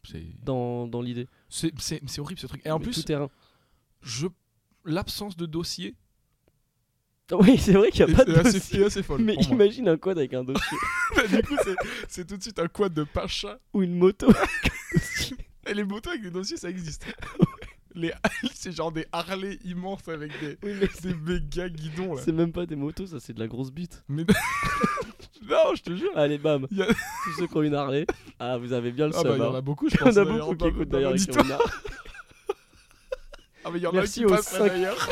Speaker 2: C'est-
Speaker 1: dans, dans l'idée.
Speaker 2: C'est c'est- c'est horrible ce truc. Et en
Speaker 1: Mais
Speaker 2: plus,
Speaker 1: Tout terrain.
Speaker 2: je l'absence de dossier
Speaker 1: Oui, c'est vrai qu'il n'y a pas de
Speaker 2: est assez,
Speaker 1: dossier.
Speaker 2: est assez folle.
Speaker 1: Mais
Speaker 2: pour moi.
Speaker 1: imagine un quad avec un dossier.
Speaker 2: Bah, du coup, c'est- c'est tout de suite un quad de pacha.
Speaker 1: Ou une moto.
Speaker 2: Et les motos avec des dossiers, ça existe. Les- c'est genre des Harley immenses avec des,
Speaker 1: oui, mais c'est-
Speaker 2: des méga guidons là.
Speaker 1: c'est même pas des motos, ça, c'est de la grosse bite.
Speaker 2: Mais- non, je te jure.
Speaker 1: Allez, bam.
Speaker 2: Y a-
Speaker 1: Tous ceux qui ont une Harley. Ah, vous avez bien le
Speaker 2: Ah bah,
Speaker 1: seum,
Speaker 2: il y en
Speaker 1: hein.
Speaker 2: a beaucoup, je
Speaker 1: Il y
Speaker 2: pense.
Speaker 1: en a
Speaker 2: d'ailleurs,
Speaker 1: beaucoup qui
Speaker 2: dans-
Speaker 1: écoutent
Speaker 2: dans
Speaker 1: d'ailleurs et qui ont
Speaker 2: l'auditoire.
Speaker 1: une Harley.
Speaker 2: Ah, mais il y en a
Speaker 1: Merci
Speaker 2: qui
Speaker 1: aux
Speaker 2: passent
Speaker 1: cinq.
Speaker 2: d'ailleurs.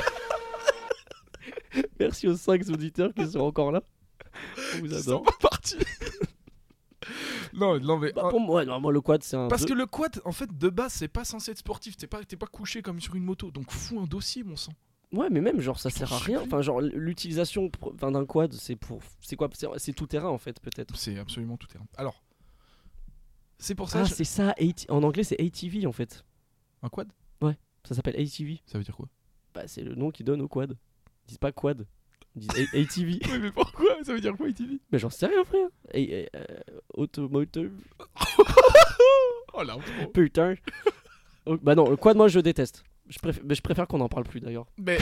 Speaker 1: Merci aux 5 auditeurs qui sont encore là. On vous
Speaker 2: Ils sont
Speaker 1: adore.
Speaker 2: pas partis. non, non, mais.
Speaker 1: Bah, pour moi, non, moi, le quad, c'est un.
Speaker 2: Parce
Speaker 1: deux.
Speaker 2: que le quad, en fait, de base, c'est pas censé être sportif. T'es pas, t'es pas couché comme sur une moto. Donc fous un dossier, mon sang.
Speaker 1: Ouais, mais même, genre, ça
Speaker 2: Je
Speaker 1: sert à
Speaker 2: sais
Speaker 1: rien.
Speaker 2: plus.
Speaker 1: Enfin, genre, l'utilisation pro- enfin, d'un quad, c'est pour. C'est quoi C'est- C'est tout terrain, en fait, peut-être.
Speaker 2: C'est absolument tout terrain. Alors. C'est pour ça.
Speaker 1: Ah,
Speaker 2: je-
Speaker 1: c'est ça. AT En anglais, c'est ATV, en fait.
Speaker 2: Un quad
Speaker 1: Ça s'appelle ATV.
Speaker 2: Ça veut dire quoi
Speaker 1: Bah, c'est le nom qu'ils donnent au quad. Ils disent pas quad. Ils disent A- ATV.
Speaker 2: Oui, mais pourquoi Ça veut dire quoi, ITV
Speaker 1: Mais j'en sais rien, frère. Et, et, euh, automotive.
Speaker 2: Oh la pro.
Speaker 1: Putain. Oh, bah non, le quad, moi, je déteste. Je préfère, mais je préfère qu'on en parle plus d'ailleurs.
Speaker 2: Mais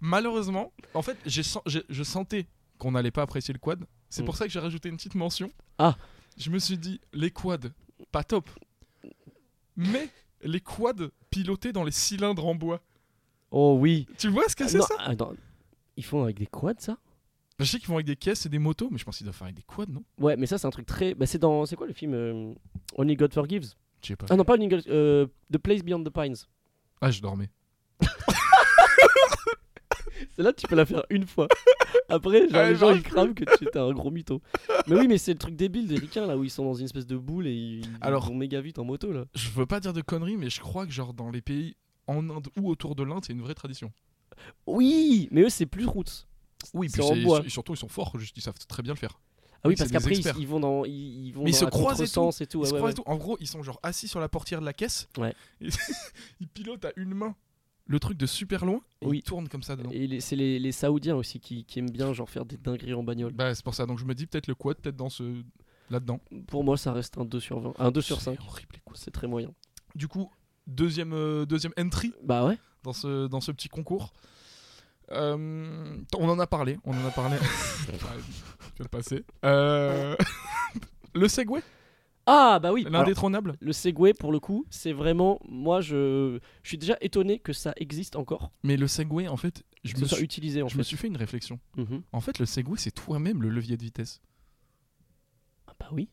Speaker 2: malheureusement, en fait, j'ai sen- j'ai- je sentais qu'on n'allait pas apprécier le quad. C'est
Speaker 1: Mm.
Speaker 2: pour ça que j'ai rajouté une petite mention.
Speaker 1: Ah.
Speaker 2: Je me suis dit, les quads, pas top. Mais les quads pilotés dans les cylindres en bois.
Speaker 1: Oh oui.
Speaker 2: Tu vois ce que
Speaker 1: Ah,
Speaker 2: c'est
Speaker 1: non,
Speaker 2: ça
Speaker 1: ah, non. Ils font avec des quads, ça
Speaker 2: Je sais qu'ils vont avec des caisses et des motos, mais je pense qu'ils doivent faire avec des quads, non
Speaker 1: Ouais, mais ça, c'est un truc très. Bah, c'est dans. C'est quoi le film euh, Only God Forgives
Speaker 2: Je sais pas.
Speaker 1: Ah non, pas Only God. euh, the Place Beyond the Pines.
Speaker 2: Ah, je dormais.
Speaker 1: Celle-là, tu peux la faire une fois. Après, genre,
Speaker 2: Ah,
Speaker 1: les gens,
Speaker 2: j'arrive
Speaker 1: ils crament que tu es un gros mytho. Mais oui, mais c'est le truc débile des ricains, là, où ils sont dans une espèce de boule et ils,
Speaker 2: Alors-
Speaker 1: ils vont méga vite en moto, là.
Speaker 2: Je veux pas dire de conneries, mais je crois que genre dans les pays en Inde ou autour de l'Inde, c'est une vraie tradition.
Speaker 1: Oui, mais eux, c'est plus route.
Speaker 2: Oui,
Speaker 1: C'est
Speaker 2: puis
Speaker 1: en
Speaker 2: c'est-
Speaker 1: bois.
Speaker 2: et surtout ils sont forts, juste ils savent très bien le faire.
Speaker 1: Ah oui,
Speaker 2: C'est
Speaker 1: parce
Speaker 2: des
Speaker 1: qu'après, ils,
Speaker 2: experts.
Speaker 1: ils vont dans. Ils, ils vont
Speaker 2: Mais ils
Speaker 1: dans
Speaker 2: se
Speaker 1: à
Speaker 2: croisent et
Speaker 1: contresens et tout.
Speaker 2: Ils se
Speaker 1: ouais, ouais,
Speaker 2: croisent et tout. En gros, ils sont genre assis sur la portière de la caisse.
Speaker 1: Ouais.
Speaker 2: Et ils pilotent à une main le truc de super loin et
Speaker 1: Oui.
Speaker 2: ils tournent comme ça dedans.
Speaker 1: ouais. Et les- c'est les, les Saoudiens aussi qui, qui aiment bien genre faire des dingueries en bagnole.
Speaker 2: Bah, c'est pour ça. Donc je me dis peut-être le quad, peut-être dans ce là-dedans.
Speaker 1: Pour moi, ça reste un 2 sur 20. Un 2 sur 5.
Speaker 2: C'est horrible, les quads.
Speaker 1: C'est très moyen.
Speaker 2: Du coup, deuxième euh, deuxième entry
Speaker 1: Bah ouais.
Speaker 2: dans ce dans ce petit concours. Euh, on en a parlé, on en a parlé. Ouais, je viens de passer. Euh, le Segway,
Speaker 1: Ah bah oui. alors,
Speaker 2: l'indétrônable.
Speaker 1: le Segway, pour le coup, c'est vraiment. Moi, je, je suis déjà étonné que ça existe encore.
Speaker 2: Mais le Segway, en fait, je,
Speaker 1: que
Speaker 2: me
Speaker 1: ce soit
Speaker 2: suis,
Speaker 1: utilisé en
Speaker 2: je
Speaker 1: fait.
Speaker 2: me suis fait une réflexion.
Speaker 1: Mhm.
Speaker 2: En fait, le Segway, c'est toi-même le levier de vitesse.
Speaker 1: Ah bah oui.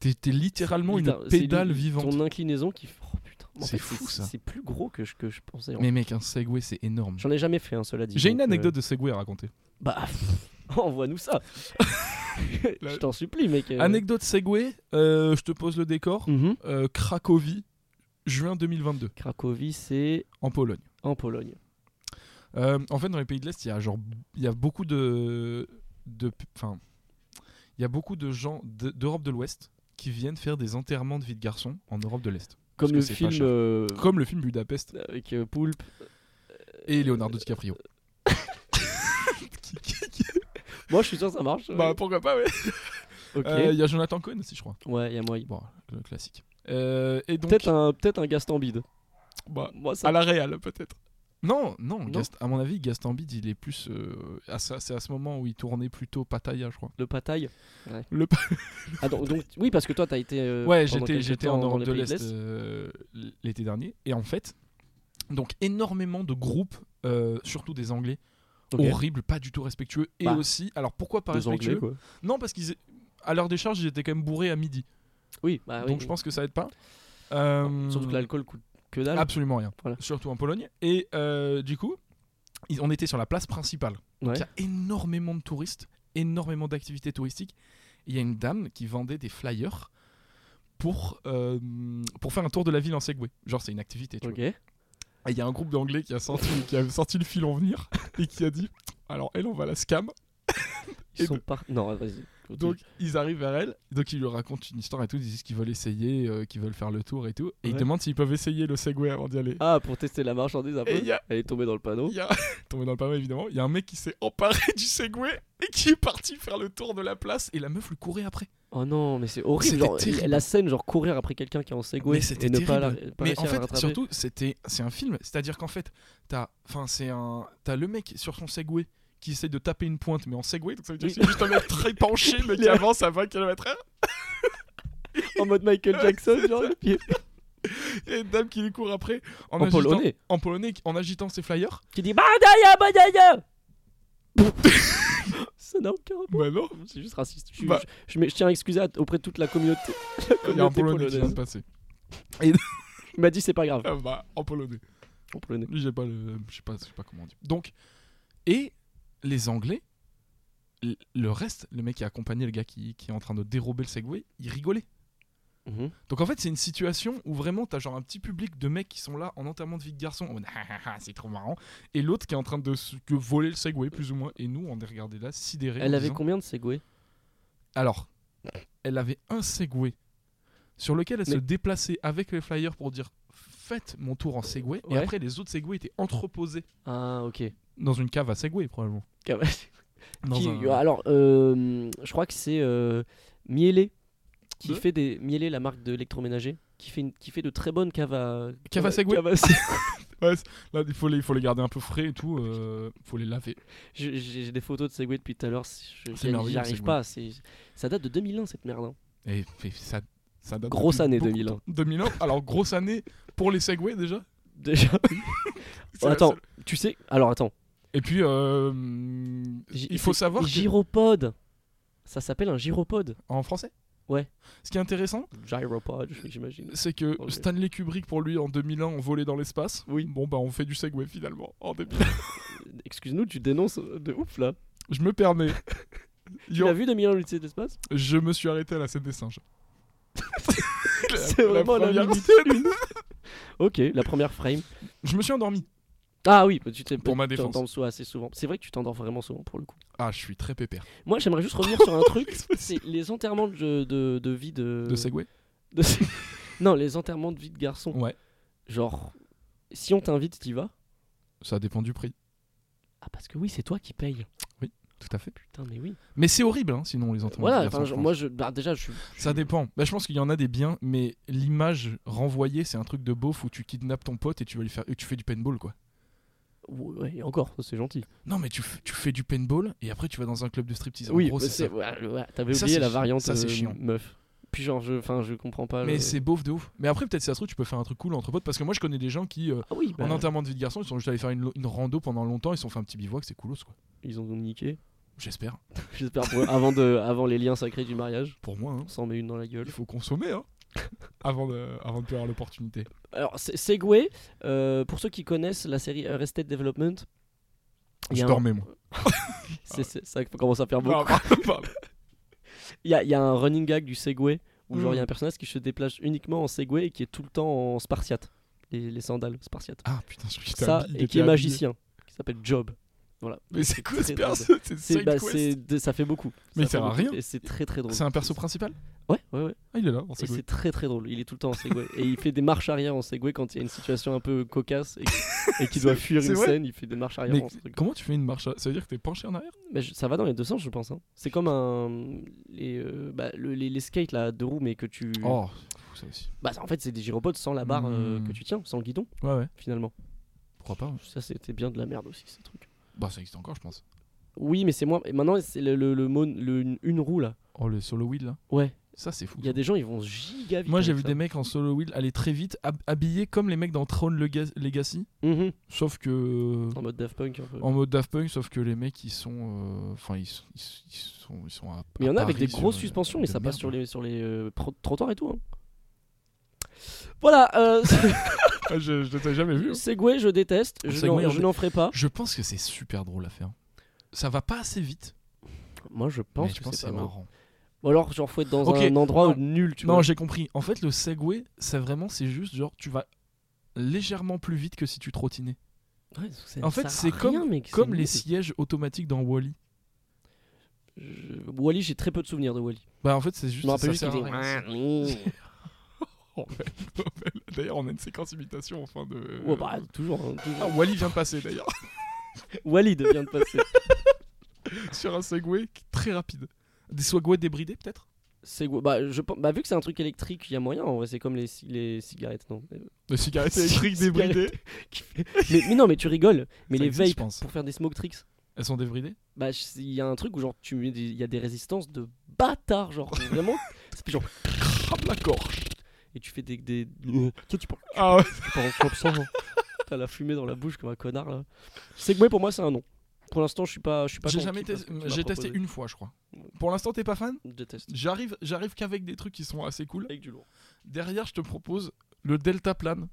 Speaker 2: T'es t'es littéralement une
Speaker 1: Putain, c'est
Speaker 2: pédale
Speaker 1: lui-
Speaker 2: vivante.
Speaker 1: Ton inclinaison qui. Oh putain. En
Speaker 2: C'est
Speaker 1: fait,
Speaker 2: fou, ça.
Speaker 1: C'est plus gros que je, que je pensais. en fait.
Speaker 2: Mais mec, un Segway, c'est énorme.
Speaker 1: J'en ai jamais fait, un cela dit.
Speaker 2: J'ai une
Speaker 1: donc, euh,
Speaker 2: anecdote de Segway à raconter.
Speaker 1: Bah, pff, envoie-nous ça. je t'en supplie, mec. euh.
Speaker 2: Anecdote Segway, euh, je te pose le décor.
Speaker 1: Mhm.
Speaker 2: Euh, Cracovie, juin 2022,
Speaker 1: Cracovie, c'est
Speaker 2: en Pologne.
Speaker 1: en Pologne.
Speaker 2: Euh, en fait, dans les pays de l'Est, il y a genre, il y a beaucoup de, de, enfin, il y a beaucoup de gens de- d'Europe de l'Ouest qui viennent faire des enterrements de vie de garçon en Europe de l'Est.
Speaker 1: Comme
Speaker 2: que
Speaker 1: le
Speaker 2: c'est pas
Speaker 1: film
Speaker 2: cher.
Speaker 1: euh,
Speaker 2: Comme le film Budapest
Speaker 1: avec euh, Poulpe.
Speaker 2: et Leonardo DiCaprio. Qui- qui- qui-
Speaker 1: Moi, je suis sûr que ça marche.
Speaker 2: bah pourquoi pas ouais.
Speaker 1: ok.
Speaker 2: Euh, Il y a Jonathan Cohen aussi je crois.
Speaker 1: Ouais, y a moyen.
Speaker 2: Bon le classique. Euh, et donc
Speaker 1: Peut-être un, peut un Gaston Bide.
Speaker 2: bah,
Speaker 1: Moi, ça.
Speaker 2: à la Real peut-être. Non non,
Speaker 1: Non.
Speaker 2: Gast- à mon avis Gaston Bide il est plus euh, à ça- c'est à ce moment où il tournait plutôt Pattaya je crois.
Speaker 1: Le pataille.
Speaker 2: Le
Speaker 1: Ah, donc, donc- oui, parce que toi, t'as été. euh,
Speaker 2: Ouais,
Speaker 1: pendant
Speaker 2: j'étais
Speaker 1: quelques
Speaker 2: j'étais
Speaker 1: temps
Speaker 2: en
Speaker 1: dans
Speaker 2: Europe
Speaker 1: les
Speaker 2: de
Speaker 1: pays
Speaker 2: l'Est euh, l'été dernier et en fait donc énormément de groupes euh, surtout des anglais euh,
Speaker 1: Ok.
Speaker 2: horribles, pas du tout respectueux et
Speaker 1: Bah.
Speaker 2: aussi alors pourquoi pas
Speaker 1: Deux Anglais,
Speaker 2: respectueux
Speaker 1: quoi.
Speaker 2: Non parce qu'ils à leur décharge, ils étaient quand même bourrés à midi.
Speaker 1: Oui, bah oui.
Speaker 2: donc je pense que ça aide pas. Euh, Ah,
Speaker 1: Surtout que l'alcool coûte que dalle.
Speaker 2: absolument rien,
Speaker 1: Voilà.
Speaker 2: surtout en Pologne et euh, du coup, ils- on était sur la place principale.
Speaker 1: Ouais.
Speaker 2: Il y a énormément de touristes, énormément d'activités touristiques. Et Il y a une dame qui vendait des flyers pour, euh, pour faire un tour de la ville en Segway. Genre, c'est une activité. tu
Speaker 1: Ok.
Speaker 2: vois. Et il y a un groupe d'anglais qui, a sorti- qui a sorti le filon venir et qui a dit Alors, elle, on va la scam.
Speaker 1: Ils
Speaker 2: Et
Speaker 1: sont par. Non, vas-y. continue.
Speaker 2: Donc, ils arrivent vers elle. Donc, ils lui racontent une histoire et tout. Ils disent qu'ils veulent essayer, euh, qu'ils veulent faire le tour et tout. Et ils
Speaker 1: Ouais.
Speaker 2: demandent s'ils peuvent essayer le Segway avant d'y aller.
Speaker 1: Ah, pour tester la marchandise un
Speaker 2: Et
Speaker 1: peu.
Speaker 2: il y a-
Speaker 1: Elle est tombée dans le panneau.
Speaker 2: Il y a, tombé dans le panneau évidemment, il y a un mec qui s'est emparé du Segway et qui est parti faire le tour de la place et la meuf lui courait après.
Speaker 1: Oh non, mais c'est horrible.
Speaker 2: C'était
Speaker 1: genre,
Speaker 2: terrible.
Speaker 1: la scène, genre courir après quelqu'un qui est en Segway
Speaker 2: Mais c'était
Speaker 1: et ne pas, la,
Speaker 2: terrible.
Speaker 1: pas
Speaker 2: mais
Speaker 1: réussir
Speaker 2: en
Speaker 1: à la
Speaker 2: fait,
Speaker 1: rattraper.
Speaker 2: surtout, c'était, c'est un film. C'est-à-dire qu'en fait, t'as, enfin, c'est un, t'as le mec sur son Segway qui essaie de taper une pointe, mais en Segway, donc ça veut dire que c'est juste un mec très penché, mais qui avance à 20 km/h.
Speaker 1: en mode Michael Jackson, genre le pied.
Speaker 2: Et une dame qui lui court après en,
Speaker 1: En
Speaker 2: agitant,
Speaker 1: polonais.
Speaker 2: en polonais, en agitant ses flyers.
Speaker 1: Qui dit Bah, Badaya, Badaya Ça n'a aucun rapport.
Speaker 2: Bah non,
Speaker 1: C'est juste raciste. Je, suis-
Speaker 2: Bah.
Speaker 1: je- je mets- je tiens à excuser à- auprès de toute la communauté. La
Speaker 2: il y a un
Speaker 1: communauté
Speaker 2: polonais qui vient
Speaker 1: polonaise.
Speaker 2: de passer.
Speaker 1: Il m'a dit c'est pas grave.
Speaker 2: Ah bah, en polonais.
Speaker 1: En polonais.
Speaker 2: Lui, j'ai pas le. Je sais pas, je sais pas comment on dit. Donc, et les Anglais, l- le reste, le mec qui a accompagné le gars qui, qui est en train de dérober le Segway, il rigolait.
Speaker 1: Mhm.
Speaker 2: Donc en fait, c'est une situation où vraiment t'as genre un petit public de mecs qui sont là en enterrement de vie de garçon, en mode, Ah, ah, ah, c'est trop marrant, et l'autre qui est en train de se- que voler le Segway plus ou moins. Et nous, on est regardé là, sidérés.
Speaker 1: Elle
Speaker 2: en
Speaker 1: avait
Speaker 2: disant-
Speaker 1: combien de Segway
Speaker 2: Alors, elle avait un Segway sur lequel elle
Speaker 1: Mais-
Speaker 2: se déplaçait avec les flyers pour dire faites mon tour en Segway. Et
Speaker 1: Ouais.
Speaker 2: après, les autres Segway étaient entreposés
Speaker 1: Ah, ok.
Speaker 2: dans une cave à Segway probablement. Dans
Speaker 1: Qui-
Speaker 2: un-
Speaker 1: Alors, euh, je crois que c'est euh, Miele qui
Speaker 2: De
Speaker 1: fait des Miele, la marque de l'électroménager, qui fait une- qui fait de très bonnes caves à
Speaker 2: Caves à Segway.
Speaker 1: caves à Segway.
Speaker 2: Ouais, c'est- là, il faut, les, il faut les garder un peu frais et tout. euh, faut les laver.
Speaker 1: Je- J'ai j'ai des photos de Segway depuis tout à l'heure. je-
Speaker 2: C'est
Speaker 1: j'y-
Speaker 2: merveilleux,
Speaker 1: J'y arrive
Speaker 2: Segway.
Speaker 1: pas. c'est- Ça date de 2001 cette merde. hein.
Speaker 2: Et, et ça, ça date
Speaker 1: Grosse
Speaker 2: depuis
Speaker 1: année
Speaker 2: beaucoup
Speaker 1: 2001.
Speaker 2: de temps. 2001. Alors, grosse année pour les Segway déjà.
Speaker 1: Déjà.
Speaker 2: C'est-
Speaker 1: attends,
Speaker 2: c'est-
Speaker 1: tu sais. Alors attends.
Speaker 2: Et puis, euh,
Speaker 1: J-
Speaker 2: il faut
Speaker 1: c'est-
Speaker 2: savoir. que-
Speaker 1: Gyropode. Ça s'appelle un gyropode.
Speaker 2: En français
Speaker 1: Ouais.
Speaker 2: Ce qui est intéressant,
Speaker 1: Gyropode, j'imagine.
Speaker 2: c'est que
Speaker 1: Ok.
Speaker 2: Stanley Kubrick, pour lui, en 2001, on volait dans l'espace.
Speaker 1: Oui.
Speaker 2: Bon, bah, on fait du Segway finalement. En 2000.
Speaker 1: Excuse-nous, tu dénonces de ouf là.
Speaker 2: Je me permets.
Speaker 1: Tu
Speaker 2: Yo,
Speaker 1: l'as vu 2001 l'Odyssée de l'espace
Speaker 2: je me suis arrêté à la scène des singes. La-
Speaker 1: C'est vraiment la
Speaker 2: première
Speaker 1: minute
Speaker 2: scène.
Speaker 1: Ok, la première frame.
Speaker 2: Je me suis endormi.
Speaker 1: Ah oui, bah, tu t'es-
Speaker 2: Pour ma
Speaker 1: tu
Speaker 2: défense.
Speaker 1: t'endors soit assez souvent. C'est vrai que tu t'endors vraiment souvent pour le coup.
Speaker 2: Ah, je suis très pépère.
Speaker 1: Moi, j'aimerais juste revenir sur un truc. C'est les enterrements de, de, de vie de.
Speaker 2: De Segway
Speaker 1: de- non, les enterrements de vie de garçon.
Speaker 2: Ouais,
Speaker 1: Genre, si on t'invite, t'y vas
Speaker 2: ça dépend du prix.
Speaker 1: Ah, parce que oui, c'est toi qui payes.
Speaker 2: Tout à fait.
Speaker 1: Putain, mais oui.
Speaker 2: Mais c'est horrible, hein, sinon les entend.
Speaker 1: Voilà, enfin, je- moi, je, bah, déjà, je suis.
Speaker 2: Ça dépend. Bah, je pense qu'il y en a des biens, mais l'image renvoyée, c'est un truc de beauf où tu kidnappes ton pote et tu vas lui faire, et tu fais du paintball quoi.
Speaker 1: Ouais, et encore, ça, c'est gentil.
Speaker 2: Non, mais tu, f- tu fais du paintball et après tu vas dans un club de striptease. En
Speaker 1: oui,
Speaker 2: gros,
Speaker 1: bah,
Speaker 2: c'est ça.
Speaker 1: c'est- ouais, ouais, t'avais
Speaker 2: Ça,
Speaker 1: oublié
Speaker 2: c'est
Speaker 1: la
Speaker 2: chi-
Speaker 1: variante
Speaker 2: ça, c'est
Speaker 1: euh,
Speaker 2: chiant.
Speaker 1: meuf. Puis, genre, je, enfin, je comprends pas.
Speaker 2: Mais
Speaker 1: le-
Speaker 2: c'est beauf de ouf. Mais après, peut-être si ça se trouve, tu peux faire un truc cool entre potes parce que moi je connais des gens qui, euh,
Speaker 1: Ah oui, bah,
Speaker 2: en enterrement de vie de garçon, ils sont juste allés faire une, lo- une rando pendant longtemps, ils se sont fait un petit bivouac, c'est coolos quoi.
Speaker 1: ils ont niqué.
Speaker 2: J'espère.
Speaker 1: J'espère pour eux, avant, de, avant les liens sacrés du mariage.
Speaker 2: Pour moi, hein.
Speaker 1: On s'en met une dans la gueule.
Speaker 2: il faut consommer hein. avant, de, avant de plus avoir l'opportunité.
Speaker 1: Alors, Se- Segway, euh, pour ceux qui connaissent la série Arrested Development, il y
Speaker 2: Je
Speaker 1: a un- Ah,
Speaker 2: dormais moi.
Speaker 1: c'est- c'est- ça commence à faire beaucoup.
Speaker 2: Pardon, pardon.
Speaker 1: Il y, a- il y a un running gag du Segway où genre il y a
Speaker 2: Mm.
Speaker 1: un personnage qui se déplace uniquement en Segway et qui est tout le temps en spartiate, les, les sandales spartiates.
Speaker 2: Ah putain, je suis
Speaker 1: Ça,
Speaker 2: habillé,
Speaker 1: et qui est
Speaker 2: habillé.
Speaker 1: magicien, qui s'appelle Job.
Speaker 2: Mais c'est quoi ce
Speaker 1: C'est
Speaker 2: perso C'est
Speaker 1: C'est
Speaker 2: side
Speaker 1: bah,
Speaker 2: quest
Speaker 1: c'est- de- ça fait beaucoup.
Speaker 2: Mais
Speaker 1: ça
Speaker 2: il
Speaker 1: fait
Speaker 2: sert à
Speaker 1: beaucoup,
Speaker 2: rien.
Speaker 1: Et c'est très très drôle.
Speaker 2: C'est un perso principal
Speaker 1: Ouais, ouais, ouais.
Speaker 2: Ah, il est là, on
Speaker 1: Et
Speaker 2: sait quoi.
Speaker 1: c'est très très drôle. Il est tout le temps en Segway. et il fait des marches arrière en Segway quand il y a une situation un peu cocasse et, et qu'il doit
Speaker 2: C'est-
Speaker 1: fuir
Speaker 2: c'est
Speaker 1: une
Speaker 2: vrai
Speaker 1: scène. Il fait des marches arrière
Speaker 2: Mais
Speaker 1: en Segway.
Speaker 2: comment tu fais une marche à- Ça veut dire que t'es penché en arrière
Speaker 1: Mais je- ça va dans les deux sens, je pense. hein. C'est comme un les, euh, bah, le- les, les skates là de roues, mais que tu.
Speaker 2: Oh, fou, ça aussi.
Speaker 1: Bah, en fait, c'est des gyropodes sans la barre euh,
Speaker 2: Mm.
Speaker 1: que tu tiens, sans le guidon
Speaker 2: Ouais, ouais.
Speaker 1: finalement.
Speaker 2: Pourquoi pas ouais.
Speaker 1: Ça, c'était bien de la merde aussi, ces trucs.
Speaker 2: Bah, ça existe encore, je pense.
Speaker 1: Oui, mais c'est moins. Et maintenant, c'est le, le, le mon- le- une, une roue là.
Speaker 2: Oh, le solo wheel là
Speaker 1: Ouais.
Speaker 2: Ça, c'est fou.
Speaker 1: Il y a des gens, ils vont giga vite.
Speaker 2: Moi, j'ai
Speaker 1: avec
Speaker 2: vu
Speaker 1: ça.
Speaker 2: des mecs en solo wheel aller très vite, hab- habillés comme les mecs dans Tron Lega- Legacy,
Speaker 1: Mhm.
Speaker 2: sauf que. euh,
Speaker 1: En mode Daft Punk un peu.
Speaker 2: En mode Daft Punk, sauf que les mecs ils sont. euh, Enfin, ils, sont- ils sont- ils sont. Ils sont à,
Speaker 1: Mais il y en a
Speaker 2: à
Speaker 1: avec des
Speaker 2: Paris sur,
Speaker 1: grosses
Speaker 2: euh,
Speaker 1: suspensions, mais
Speaker 2: de
Speaker 1: ça passe
Speaker 2: merde.
Speaker 1: sur les, sur les euh, pro- trottoirs et tout. hein. Voilà, euh,
Speaker 2: Ah, je je t'ai jamais vu. hein.
Speaker 1: Segway, je déteste. Je n'en-
Speaker 2: Segway, on
Speaker 1: je
Speaker 2: dé-
Speaker 1: n'en ferai pas.
Speaker 2: Je pense que c'est super drôle à faire. Ça va pas assez vite,
Speaker 1: Moi, je
Speaker 2: mais
Speaker 1: pense
Speaker 2: je
Speaker 1: que
Speaker 2: pense que
Speaker 1: c'est
Speaker 2: c'est
Speaker 1: pas
Speaker 2: marrant.
Speaker 1: Ou alors, genre, faut être dans
Speaker 2: Ok,
Speaker 1: un endroit
Speaker 2: non.
Speaker 1: où nul, tu
Speaker 2: non,
Speaker 1: vois.
Speaker 2: j'ai compris. En fait, le Segway, c'est vraiment, c'est juste genre, tu vas légèrement plus vite que si tu trottinais.
Speaker 1: Ouais, c'est-
Speaker 2: En
Speaker 1: ça
Speaker 2: fait,
Speaker 1: sert
Speaker 2: c'est
Speaker 1: à rien,
Speaker 2: comme,
Speaker 1: mec, c'est
Speaker 2: comme les
Speaker 1: nul.
Speaker 2: sièges automatiques dans Wally.
Speaker 1: Je- Wally, j'ai très peu de souvenirs de Wally.
Speaker 2: Bah, en fait, c'est juste.
Speaker 1: Je me rappelle
Speaker 2: ça
Speaker 1: juste
Speaker 2: sert
Speaker 1: qu'il
Speaker 2: à rien.
Speaker 1: disait.
Speaker 2: Oh, belle, belle. D'ailleurs, on a une séquence imitation en fin de.
Speaker 1: Ouais, bah, toujours. hein, toujours.
Speaker 2: Euh, Ah, Wally vient de passer d'ailleurs
Speaker 1: Wally devient de passer.
Speaker 2: sur un Segway qui est très rapide. Des Segway débridés peut-être
Speaker 1: Segway- bah, je pense- bah, vu que c'est un truc électrique, il y a moyen. En vrai, c'est comme les, ci- les cigarettes, non
Speaker 2: Des cigarettes
Speaker 1: Cigarette.
Speaker 2: électriques débridées.
Speaker 1: mais, mais non, mais tu rigoles. Mais
Speaker 2: Ça
Speaker 1: les
Speaker 2: existe, je
Speaker 1: vapes
Speaker 2: pense.
Speaker 1: pour faire des smoke tricks,
Speaker 2: Elles sont débridées
Speaker 1: bah, je- il y a un truc où genre tu mets des- il y a des résistances de bâtard, genre vraiment. C'est genre
Speaker 2: Crape la gorge
Speaker 1: et tu fais des, des... tu sais, tu parles-
Speaker 2: Ah ouais.
Speaker 1: tu parles comme ça. hein. T'as la fumée dans la bouche comme un connard là. Segway pour moi c'est un nom. Pour l'instant, je suis pas, je suis pas.
Speaker 2: J'ai
Speaker 1: conquis
Speaker 2: jamais
Speaker 1: parce
Speaker 2: testé.
Speaker 1: que tu m'as
Speaker 2: J'ai testé
Speaker 1: proposé.
Speaker 2: une fois, je crois. Pour l'instant, t'es pas fan
Speaker 1: Je déteste.
Speaker 2: J'arrive, j'arrive qu'avec des trucs qui sont assez cool.
Speaker 1: Avec du lourd.
Speaker 2: Derrière, je te propose le delta plane.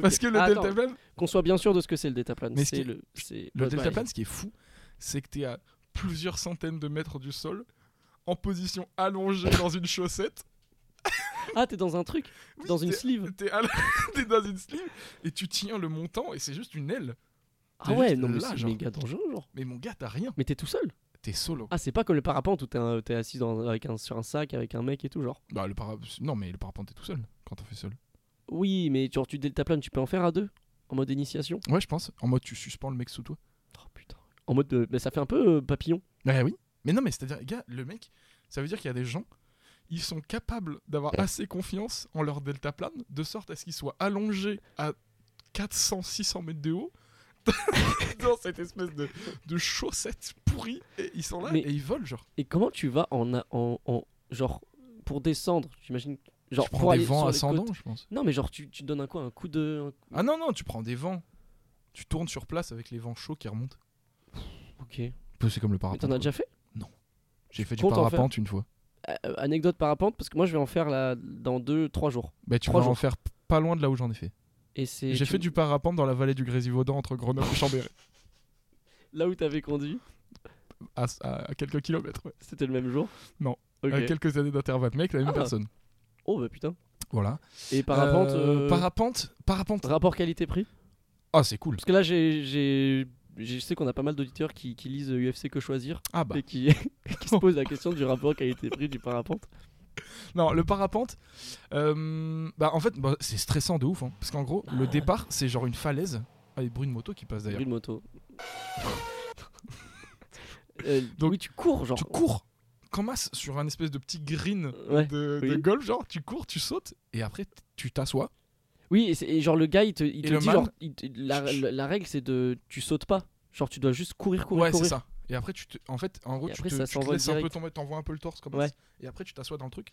Speaker 2: Parce que le
Speaker 1: Ah,
Speaker 2: delta
Speaker 1: attends.
Speaker 2: plane,
Speaker 1: Qu'on soit bien sûr de ce que c'est le deltaplane.
Speaker 2: Mais ce
Speaker 1: c'est
Speaker 2: qui-
Speaker 1: le, c'est
Speaker 2: le
Speaker 1: ouais,
Speaker 2: delta
Speaker 1: bah,
Speaker 2: plane, ce qui est fou, c'est que t'es à plusieurs centaines de mètres du sol, en position allongée dans une chaussette.
Speaker 1: Ah, t'es dans un truc,
Speaker 2: Oui,
Speaker 1: dans une
Speaker 2: t'es-
Speaker 1: sleeve.
Speaker 2: T'es à la- t'es dans une sleeve et tu tiens le montant et c'est juste une aile.
Speaker 1: Ah ouais,
Speaker 2: juste
Speaker 1: non mais
Speaker 2: là,
Speaker 1: c'est
Speaker 2: genre.
Speaker 1: méga dangereux genre.
Speaker 2: Mais mon gars, t'as rien.
Speaker 1: Mais t'es tout seul.
Speaker 2: T'es solo.
Speaker 1: Ah, c'est pas comme le parapente où t'es un- t'es assis dans- avec un, sur un sac avec un mec et tout genre.
Speaker 2: Bah, le para- Non, mais le parapente, t'es tout seul quand t'en fais seul.
Speaker 1: Oui, mais genre tu deltaplanes, tu peux en faire à deux en mode initiation.
Speaker 2: Ouais, je pense. En mode, tu suspends le mec sous toi.
Speaker 1: Oh putain. En mode, euh, bah, ça fait un peu euh, papillon.
Speaker 2: Ouais, oui. Mais non, mais c'est-à-dire, gars, le mec, ça veut dire qu'il y a des gens, ils sont capables d'avoir assez confiance en leur deltaplane, de sorte à ce qu'ils soient allongés à 400, 600 mètres de haut, dans cette espèce de, de chaussette pourrie, et ils sont là
Speaker 1: Mais-
Speaker 2: et ils volent, genre.
Speaker 1: Et comment tu vas en, a- en, en- genre pour descendre, j'imagine. Genre
Speaker 2: tu prends
Speaker 1: pour
Speaker 2: des
Speaker 1: aller
Speaker 2: vents
Speaker 1: sur les
Speaker 2: ascendants,
Speaker 1: côtes.
Speaker 2: je pense.
Speaker 1: Non mais genre tu, tu donnes un quoi, un coup de.
Speaker 2: Ah non, non, tu prends des vents. Tu tournes sur place avec les vents chauds qui remontent.
Speaker 1: Ok. Mais
Speaker 2: Bah, C'est comme le parapente.
Speaker 1: t'en as
Speaker 2: quoi.
Speaker 1: déjà fait?
Speaker 2: J'ai fait du
Speaker 1: comptes en faire
Speaker 2: parapente une fois.
Speaker 1: Euh, anecdote parapente parce que moi je vais en faire là, dans 2-3 jours.
Speaker 2: Bah, tu
Speaker 1: Trois
Speaker 2: vas en
Speaker 1: jours.
Speaker 2: faire p- pas loin de là où j'en ai fait.
Speaker 1: Et c'est.
Speaker 2: J'ai
Speaker 1: tu-
Speaker 2: fait du parapente dans la vallée du Grésivaudan entre Grenoble et Chambéry.
Speaker 1: là où t'avais conduit,
Speaker 2: à, à- à quelques kilomètres, ouais.
Speaker 1: c'était le même jour
Speaker 2: Non.
Speaker 1: Ok.
Speaker 2: à Euh, quelques années d'intervalle, mec, la même
Speaker 1: Ah.
Speaker 2: personne.
Speaker 1: Oh bah putain.
Speaker 2: Voilà.
Speaker 1: Et parapente,
Speaker 2: Euh,
Speaker 1: euh,
Speaker 2: Parapente, parapente.
Speaker 1: rapport qualité-prix
Speaker 2: Ah, c'est cool.
Speaker 1: Parce que là, j'ai, j'ai- j'ai- je sais qu'on a pas mal d'auditeurs qui, qui lisent UFC Que Choisir
Speaker 2: Ah bah.
Speaker 1: et qui, qui se posent la question du rapport qualité-prix du parapente.
Speaker 2: Non, le parapente, euh, bah en fait, bah, c'est stressant de ouf. hein. parce qu'en gros, le départ, c'est genre une falaise. Ah, il y a Brune Moto qui passe d'ailleurs.
Speaker 1: Une moto. Euh,
Speaker 2: Donc,
Speaker 1: oui, tu cours, genre.
Speaker 2: Tu cours comme as sur un espèce de petit green
Speaker 1: Ouais.
Speaker 2: de,
Speaker 1: oui.
Speaker 2: de golf, genre tu cours, tu sautes, et après t- tu t'assois.
Speaker 1: Oui, et, c'est- et genre le gars, il te, il
Speaker 2: Et
Speaker 1: te
Speaker 2: le
Speaker 1: dit,
Speaker 2: man
Speaker 1: genre, il te- la,
Speaker 2: Chut, chut.
Speaker 1: la- la règle, c'est de. Tu sautes pas. Genre, tu dois juste courir, courir,
Speaker 2: ouais, c'est
Speaker 1: courir.
Speaker 2: ça. Et après, tu te, en fait, en gros,
Speaker 1: Et
Speaker 2: tu
Speaker 1: après,
Speaker 2: te,
Speaker 1: ça
Speaker 2: tu te
Speaker 1: s'envole
Speaker 2: laisses un peu
Speaker 1: direct.
Speaker 2: tomber, t'envoies un peu le torse comme
Speaker 1: Ouais.
Speaker 2: ça. Et après, tu t'assois dans le truc.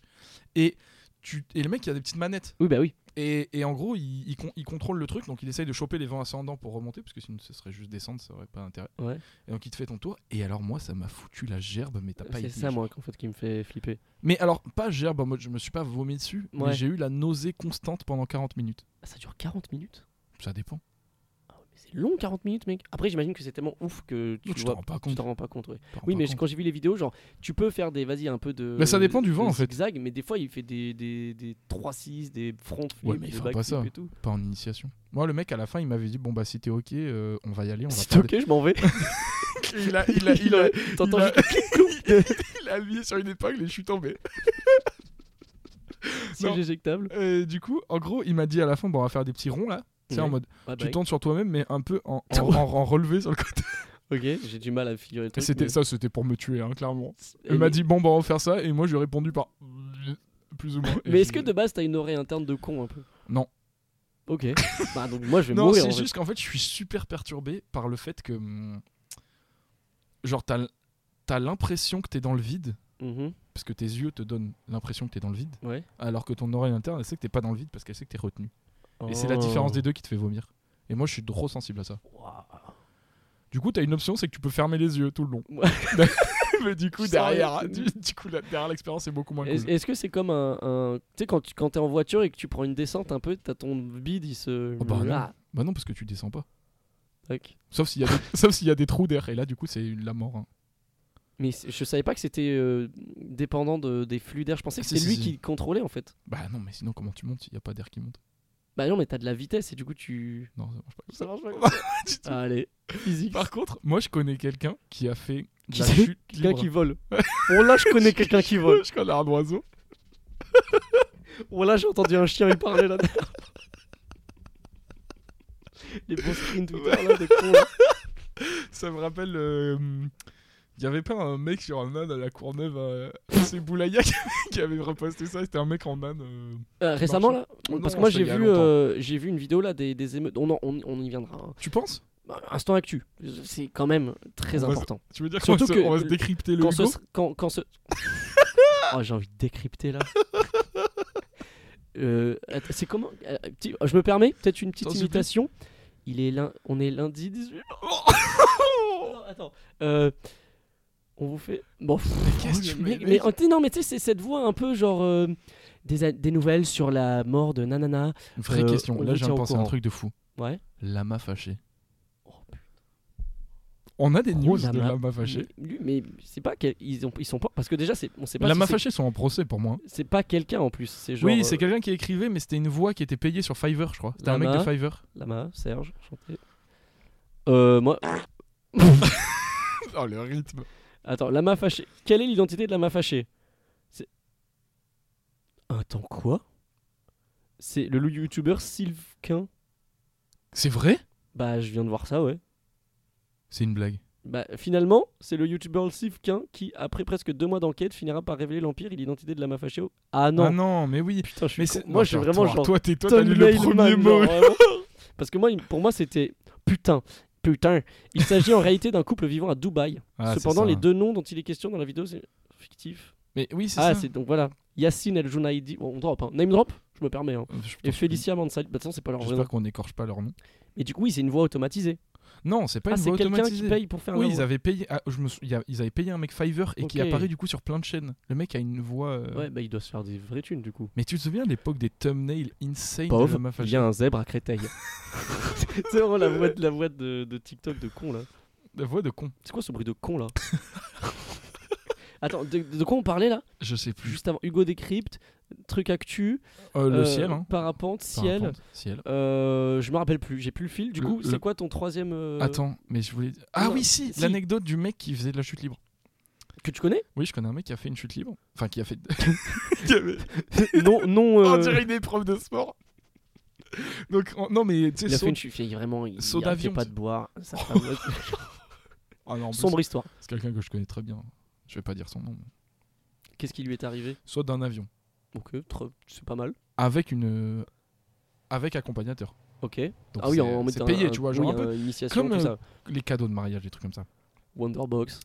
Speaker 2: Et, tu, et le mec, il a des petites manettes.
Speaker 1: Oui, bah oui.
Speaker 2: Et, et en gros, il, il con- il contrôle le truc, donc il essaye de choper les vents ascendants pour remonter, parce que sinon ce serait juste descendre, ça aurait pas d'intérêt.
Speaker 1: Ouais.
Speaker 2: Et donc il te fait ton tour, et alors moi ça m'a foutu la gerbe, mais t'as pas
Speaker 1: C'est
Speaker 2: idée,
Speaker 1: ça,
Speaker 2: genre.
Speaker 1: moi, en fait, qui me fait flipper.
Speaker 2: Mais alors, pas gerbe, en mode je me suis pas vomi dessus,
Speaker 1: Ouais.
Speaker 2: mais j'ai eu la nausée constante pendant 40 minutes.
Speaker 1: Ah, Ça dure 40 minutes
Speaker 2: Ça dépend.
Speaker 1: Ah ouais, mais C'est long 40 minutes, mec. Après, j'imagine que c'est tellement ouf que tu,
Speaker 2: Non, tu
Speaker 1: vois-
Speaker 2: t'en rends pas
Speaker 1: tu
Speaker 2: compte.
Speaker 1: t'en rends pas compte. ouais.
Speaker 2: T'en rends
Speaker 1: Oui,
Speaker 2: pas
Speaker 1: mais
Speaker 2: compte.
Speaker 1: quand j'ai vu les vidéos, genre, tu peux faire des, vas-y, un peu de.
Speaker 2: Mais ça dépend du vent,
Speaker 1: de
Speaker 2: en fait.
Speaker 1: Zigzag, mais des fois, il fait des, des, des 3-6, des front flips,
Speaker 2: Ouais, mais il
Speaker 1: des
Speaker 2: fera
Speaker 1: back
Speaker 2: pas
Speaker 1: flips
Speaker 2: ça.
Speaker 1: et tout.
Speaker 2: Pas en initiation. Moi, le mec à la fin, il m'avait dit Bon, bah, si t'es ok, euh, on va y aller. On va
Speaker 1: Si t'es
Speaker 2: faire
Speaker 1: ok, je m'en vais.
Speaker 2: des- il, a, il, a, il, a,
Speaker 1: T'entends
Speaker 2: il a-
Speaker 1: juste le clic-clou
Speaker 2: il a appuyé sur une épingle et je suis tombé.
Speaker 1: C'est
Speaker 2: Non.
Speaker 1: éjectable.
Speaker 2: Euh, du coup, en gros, il m'a dit à la fin Bon, on va faire des petits ronds là. Tu sais, en
Speaker 1: Ouais.
Speaker 2: mode
Speaker 1: Ah,
Speaker 2: Tu
Speaker 1: bah,
Speaker 2: tournes sur toi-même, mais un peu en, en, en- en relevé sur le côté.
Speaker 1: Ok, j'ai du mal à figurer le truc.
Speaker 2: C'était
Speaker 1: mais-
Speaker 2: Ça, c'était pour me tuer, hein, clairement.
Speaker 1: Et-
Speaker 2: Il m'a dit Bon, bah, on va faire ça. Et moi, je lui ai répondu par Plus ou moins. Et
Speaker 1: Mais est-ce
Speaker 2: je-
Speaker 1: que de base t'as une oreille interne de con un peu
Speaker 2: Non.
Speaker 1: Ok. bah donc moi je vais
Speaker 2: Non,
Speaker 1: mourir.
Speaker 2: c'est
Speaker 1: en fait.
Speaker 2: juste qu'en fait, je suis super perturbé par le fait que. hum, Genre, t'as l- t'as l'impression que t'es dans le vide,
Speaker 1: Mhm,
Speaker 2: parce que tes yeux te donnent l'impression que t'es dans le vide,
Speaker 1: Ouais.
Speaker 2: alors que ton oreille interne, elle sait que t'es pas dans le vide parce qu'elle sait que t'es retenu. Et c'est la
Speaker 1: Oh.
Speaker 2: différence des deux qui te fait vomir. Et moi, je suis trop sensible à ça.
Speaker 1: Ouah.
Speaker 2: Du coup, t'as une option, c'est que tu peux fermer les yeux tout le long.
Speaker 1: Ouais.
Speaker 2: Mais du coup,
Speaker 1: Tu sens
Speaker 2: derrière,
Speaker 1: rien.
Speaker 2: du, du coup, là, derrière l'expérience est beaucoup moins
Speaker 1: Est-ce
Speaker 2: cool.
Speaker 1: est-ce que c'est comme un. un- Tu sais, quand, tu- quand t'es en voiture et que tu prends une descente un peu, t'as ton bide, il se.
Speaker 2: Oh bah non.
Speaker 1: Ah,
Speaker 2: Bah non, parce que tu descends pas.
Speaker 1: ok.
Speaker 2: Sauf s'il y, a des- sauf s'il y a des trous d'air. Et là, du coup, c'est la mort. hein.
Speaker 1: Mais c'est- je savais pas que c'était euh, dépendant de- des flux d'air. Je pensais que
Speaker 2: Ah,
Speaker 1: c'était
Speaker 2: si,
Speaker 1: lui
Speaker 2: si,
Speaker 1: qui contrôlait en fait.
Speaker 2: Bah non, mais sinon, comment tu montes s'il y a pas d'air qui monte
Speaker 1: Bah non, mais t'as de la vitesse et du coup tu.
Speaker 2: Non, ça marche pas.
Speaker 1: Ça marche pas.
Speaker 2: Du tout.
Speaker 1: Allez, physique.
Speaker 2: Par contre, moi je connais quelqu'un qui a fait de
Speaker 1: Qui
Speaker 2: la
Speaker 1: c'est
Speaker 2: chute
Speaker 1: Quelqu'un
Speaker 2: libre.
Speaker 1: qui vole. Bon là, je connais quelqu'un qui vole.
Speaker 2: Je connais un oiseau.
Speaker 1: Voilà, j'ai entendu un chien y parler là dedans Les bons screens Twitter là, des cons. là.
Speaker 2: Ça me rappelle. euh, Il y avait pas un mec sur un âne à la Courneuve, euh, c'est Boulaya qui avait- qui avait reposté ça. C'était un mec en âne. euh.
Speaker 1: Euh, récemment là,
Speaker 2: Oh non,
Speaker 1: parce que moi j'ai
Speaker 2: c'était il y a
Speaker 1: vu,
Speaker 2: longtemps.
Speaker 1: euh, j'ai vu une vidéo là des, des émeutes. On, en- on, on y viendra. hein.
Speaker 2: Tu penses
Speaker 1: Bah, Instant actu, c'est quand même très
Speaker 2: On va se-
Speaker 1: important.
Speaker 2: Tu veux dire qu'on va,
Speaker 1: Surtout
Speaker 2: se-
Speaker 1: que
Speaker 2: on va se
Speaker 1: le-
Speaker 2: décrypter le
Speaker 1: Quand ce,
Speaker 2: Hugo
Speaker 1: quand, quand ce... oh j'ai envie de décrypter là. Euh, att- c'est comment euh, petit- Je me permets peut-être une petite
Speaker 2: T'en supplie.
Speaker 1: imitation. Il est lin- on est lundi 18.
Speaker 2: Oh
Speaker 1: Non, attends. Euh, on vous fait. Bon. pff,
Speaker 2: qu'est-ce que
Speaker 1: oh,
Speaker 2: tu
Speaker 1: mais,
Speaker 2: mets,
Speaker 1: mais-
Speaker 2: mec
Speaker 1: oh, t'sais, non, mais tu sais, c'est cette voix un peu genre euh, des, a- des nouvelles sur la mort de Nanana.
Speaker 2: Vraie
Speaker 1: Euh,
Speaker 2: question.
Speaker 1: on
Speaker 2: Là,
Speaker 1: vous
Speaker 2: j'ai
Speaker 1: tient au
Speaker 2: pensé à un
Speaker 1: courant.
Speaker 2: truc de fou.
Speaker 1: Ouais.
Speaker 2: Lama fâché.
Speaker 1: Oh, putain.
Speaker 2: On a des
Speaker 1: Gros
Speaker 2: news de
Speaker 1: lama.
Speaker 2: Lama fâché.
Speaker 1: Lui, mais c'est pas quel- ils, ont, ils sont pas parce que déjà c'est on sait pas.
Speaker 2: Lama
Speaker 1: si
Speaker 2: fâché sont en procès pour moi.
Speaker 1: c'est- C'est pas quelqu'un en plus. C'est genre.
Speaker 2: oui, c'est
Speaker 1: euh,
Speaker 2: quelqu'un qui écrivait, mais c'était une voix qui était payée sur Fiverr, je crois. C'était un mec de
Speaker 1: Lama.
Speaker 2: Fiverr.
Speaker 1: Lama, Serge, chanté. Euh, moi.
Speaker 2: Oh, le rythme.
Speaker 1: Attends, Lama fâché. Quelle est l'identité de Lama fâché C'est. Attends quoi C'est le youtubeur Sylvain.
Speaker 2: C'est vrai
Speaker 1: Bah, je viens de voir ça, ouais.
Speaker 2: C'est une blague.
Speaker 1: Bah, finalement, c'est le youtubeur Sivkin qui, après presque deux mois d'enquête, finira par révéler l'empire et l'identité de Lama Fascio. Ah non,
Speaker 2: Ah non, mais oui.
Speaker 1: putain, je suis
Speaker 2: Mais
Speaker 1: con.
Speaker 2: c'est-
Speaker 1: Moi,
Speaker 2: non,
Speaker 1: je suis
Speaker 2: toi,
Speaker 1: vraiment
Speaker 2: toi,
Speaker 1: genre.
Speaker 2: Toi, t'es toi, t'as
Speaker 1: Tom
Speaker 2: lu le premier
Speaker 1: Mailman,
Speaker 2: mot.
Speaker 1: genre, vraiment. Parce que moi, il- pour moi, c'était putain, putain. Il s'agit en réalité d'un couple vivant à Dubaï.
Speaker 2: Ah, c'est
Speaker 1: Cependant,
Speaker 2: ça.
Speaker 1: les deux noms dont il est question dans la vidéo, c'est fictif.
Speaker 2: Mais oui, c'est
Speaker 1: Ah,
Speaker 2: ça.
Speaker 1: c'est donc voilà. Yacine El Jounaidi, on drop, hein. name drop, je me permets. hein.
Speaker 2: Euh, je-
Speaker 1: Et Félicia Mansali, bah, de toute façon, c'est pas leur vrai nom.
Speaker 2: J'espère qu'on n'écorche pas leur nom.
Speaker 1: Mais du coup, oui, c'est une voix automatisée.
Speaker 2: Non, c'est
Speaker 1: Ah,
Speaker 2: pas une
Speaker 1: c'est
Speaker 2: voix
Speaker 1: quelqu'un qui
Speaker 2: automatisée.
Speaker 1: paye pour faire
Speaker 2: oui,
Speaker 1: la
Speaker 2: ils
Speaker 1: voix.
Speaker 2: avaient payé. ah, je me sou- il y a- Ils avaient payé un mec Fiverr et qui
Speaker 1: Ok.
Speaker 2: apparaît du coup sur plein de chaînes. Le mec a une voix. euh,
Speaker 1: Ouais, bah, il doit se faire des vraies thunes du coup.
Speaker 2: Mais tu te souviens de l'époque des thumbnails insane de
Speaker 1: Pauvre,
Speaker 2: Lama
Speaker 1: il
Speaker 2: Fage
Speaker 1: y a un zèbre à Créteil. c'est vraiment la voix, de, la voix de, de TikTok de con là.
Speaker 2: La voix de con.
Speaker 1: C'est quoi ce bruit de con là Attends, de, de quoi on parlait là
Speaker 2: Je sais plus.
Speaker 1: Juste avant, Hugo décrypte, truc actu,
Speaker 2: Euh, le
Speaker 1: euh,
Speaker 2: ciel, hein.
Speaker 1: parapente, ciel.
Speaker 2: Parapente, ciel.
Speaker 1: Euh, je me rappelle plus, j'ai plus le fil. Du
Speaker 2: Le-
Speaker 1: coup,
Speaker 2: le-
Speaker 1: c'est quoi ton troisième euh,
Speaker 2: Attends, mais je voulais. Ah
Speaker 1: non,
Speaker 2: oui, si,
Speaker 1: si.
Speaker 2: l'anecdote du mec qui faisait de la chute libre.
Speaker 1: que tu connais
Speaker 2: Oui, je connais un mec qui a fait une chute libre. Enfin, qui a fait. Qui avait-
Speaker 1: Non, non.
Speaker 2: Oh, On
Speaker 1: euh,
Speaker 2: dirait une épreuve de sport. Donc, en- non, mais tu
Speaker 1: Il a
Speaker 2: sais,
Speaker 1: fait
Speaker 2: son...
Speaker 1: une chute, il- vraiment, il
Speaker 2: saut
Speaker 1: arrêtait
Speaker 2: d'avion,
Speaker 1: pas
Speaker 2: tu-
Speaker 1: de boire. sa fameuse-
Speaker 2: Ah non, en plus,
Speaker 1: Sombre histoire.
Speaker 2: c'est quelqu'un que je connais très bien. Je vais pas dire son nom. mais-
Speaker 1: Qu'est-ce qui lui est arrivé
Speaker 2: Soit d'un avion.
Speaker 1: Ok, tr- c'est pas mal.
Speaker 2: Avec une. euh, Avec accompagnateur.
Speaker 1: Ok.
Speaker 2: Donc
Speaker 1: ah oui,
Speaker 2: c'est-
Speaker 1: en- en
Speaker 2: C'est
Speaker 1: mettant
Speaker 2: payé,
Speaker 1: un-
Speaker 2: tu vois, genre
Speaker 1: oui,
Speaker 2: un peu
Speaker 1: un- initiation,
Speaker 2: comme,
Speaker 1: tout
Speaker 2: euh,
Speaker 1: ça.
Speaker 2: les cadeaux de mariage, des trucs comme ça.
Speaker 1: Wonderbox.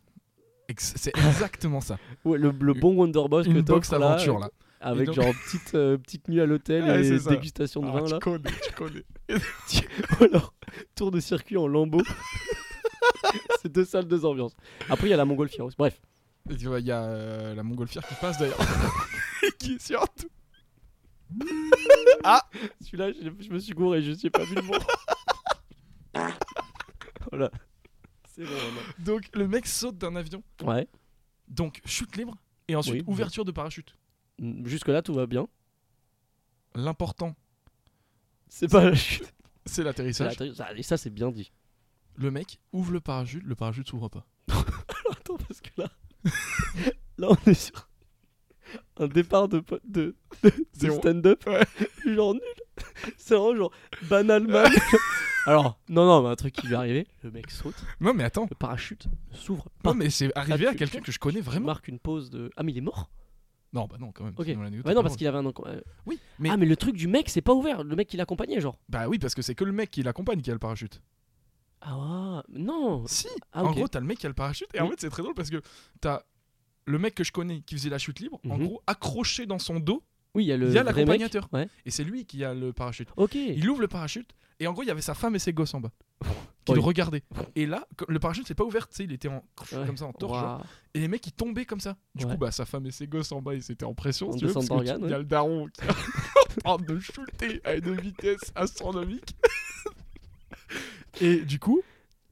Speaker 2: Ex- C'est exactement ça.
Speaker 1: Ouais, le, le bon Wonderbox que
Speaker 2: Une box
Speaker 1: t'offres là,
Speaker 2: aventure là.
Speaker 1: avec
Speaker 2: Et donc-
Speaker 1: genre petite euh, petite nuit à l'hôtel
Speaker 2: Ouais,
Speaker 1: et
Speaker 2: c'est ça.
Speaker 1: dégustation de
Speaker 2: Ah,
Speaker 1: vin là.
Speaker 2: tu connais, tu connais.
Speaker 1: Ou alors tour de circuit en lambeau. c'est deux salles, deux ambiances. Après, il y a la montgolfière aussi. Bref.
Speaker 2: Et tu vois, Il y a euh, la montgolfière qui passe d'ailleurs. Et qui est sur tout.
Speaker 1: Ah. Celui-là, je, je me suis gouré, je suis pas vu le mot. voilà. C'est bon, maintenant.
Speaker 2: Donc le mec saute d'un avion.
Speaker 1: Ouais.
Speaker 2: Donc chute libre. Et ensuite
Speaker 1: Oui.
Speaker 2: ouverture de parachute.
Speaker 1: Mm, Jusque-là, tout va bien.
Speaker 2: L'important,
Speaker 1: C'est pas la chute.
Speaker 2: c'est
Speaker 1: C'est la
Speaker 2: l'atterrissage.
Speaker 1: atterri- ça- Et ça, c'est bien dit.
Speaker 2: Le mec ouvre le parachute. Le parachute s'ouvre pas.
Speaker 1: Attends, parce que là. là, on est sur un départ de, po- de, de- de
Speaker 2: Zéro.
Speaker 1: stand-up.
Speaker 2: Ouais.
Speaker 1: Genre nul. C'est vraiment genre banal man. Alors, non, non, mais un truc qui lui est arrivé. Le mec saute,
Speaker 2: Non mais attends.
Speaker 1: le parachute ne s'ouvre pas.
Speaker 2: Non mais c'est arrivé
Speaker 1: Ah,
Speaker 2: à
Speaker 1: tu-
Speaker 2: quelqu'un
Speaker 1: tu-
Speaker 2: que je connais
Speaker 1: Il
Speaker 2: vraiment.
Speaker 1: marque une pause de. Ah, mais il est mort
Speaker 2: Non bah non quand même.
Speaker 1: Ok.
Speaker 2: sinon l'anecdote
Speaker 1: Ouais,
Speaker 2: est
Speaker 1: non,
Speaker 2: pas
Speaker 1: parce
Speaker 2: drôle.
Speaker 1: qu'il avait un. encom- euh,
Speaker 2: Oui. Mais
Speaker 1: Ah, mais le truc du mec, c'est pas ouvert. Le mec qui l'accompagnait, genre.
Speaker 2: bah oui parce que c'est que le mec qui l'accompagne qui a le parachute.
Speaker 1: Ah, ouais. non.
Speaker 2: Si.
Speaker 1: Ah,
Speaker 2: En
Speaker 1: ok. Mm.
Speaker 2: gros, t'as le mec qui a le parachute, et en
Speaker 1: Oui.
Speaker 2: fait, c'est très drôle parce que t'as le mec que je connais qui faisait la chute libre, en
Speaker 1: Mhm.
Speaker 2: gros, accroché dans son dos,
Speaker 1: oui, il y a le
Speaker 2: il y a
Speaker 1: vrai mec.
Speaker 2: l'accompagnateur.
Speaker 1: ouais.
Speaker 2: Et c'est lui qui a le parachute.
Speaker 1: Ok.
Speaker 2: Il ouvre le parachute, et en gros, il y avait sa femme et ses gosses en bas qui
Speaker 1: Oui.
Speaker 2: le regardaient. Et là, co- le parachute, c'est pas ouvert, tu sais, il était en,
Speaker 1: Ouais.
Speaker 2: comme ça, en torche. genre.
Speaker 1: Ouah.
Speaker 2: Et les mecs, ils tombaient comme ça. Du
Speaker 1: Ouais.
Speaker 2: coup, bah, sa femme et ses gosses en bas, ils étaient en pression.
Speaker 1: En
Speaker 2: si tu veux,
Speaker 1: descente
Speaker 2: parce que tu-
Speaker 1: d'organes,
Speaker 2: Il y a le daron qui est en train de shooter à une vitesse astronomique. et du coup,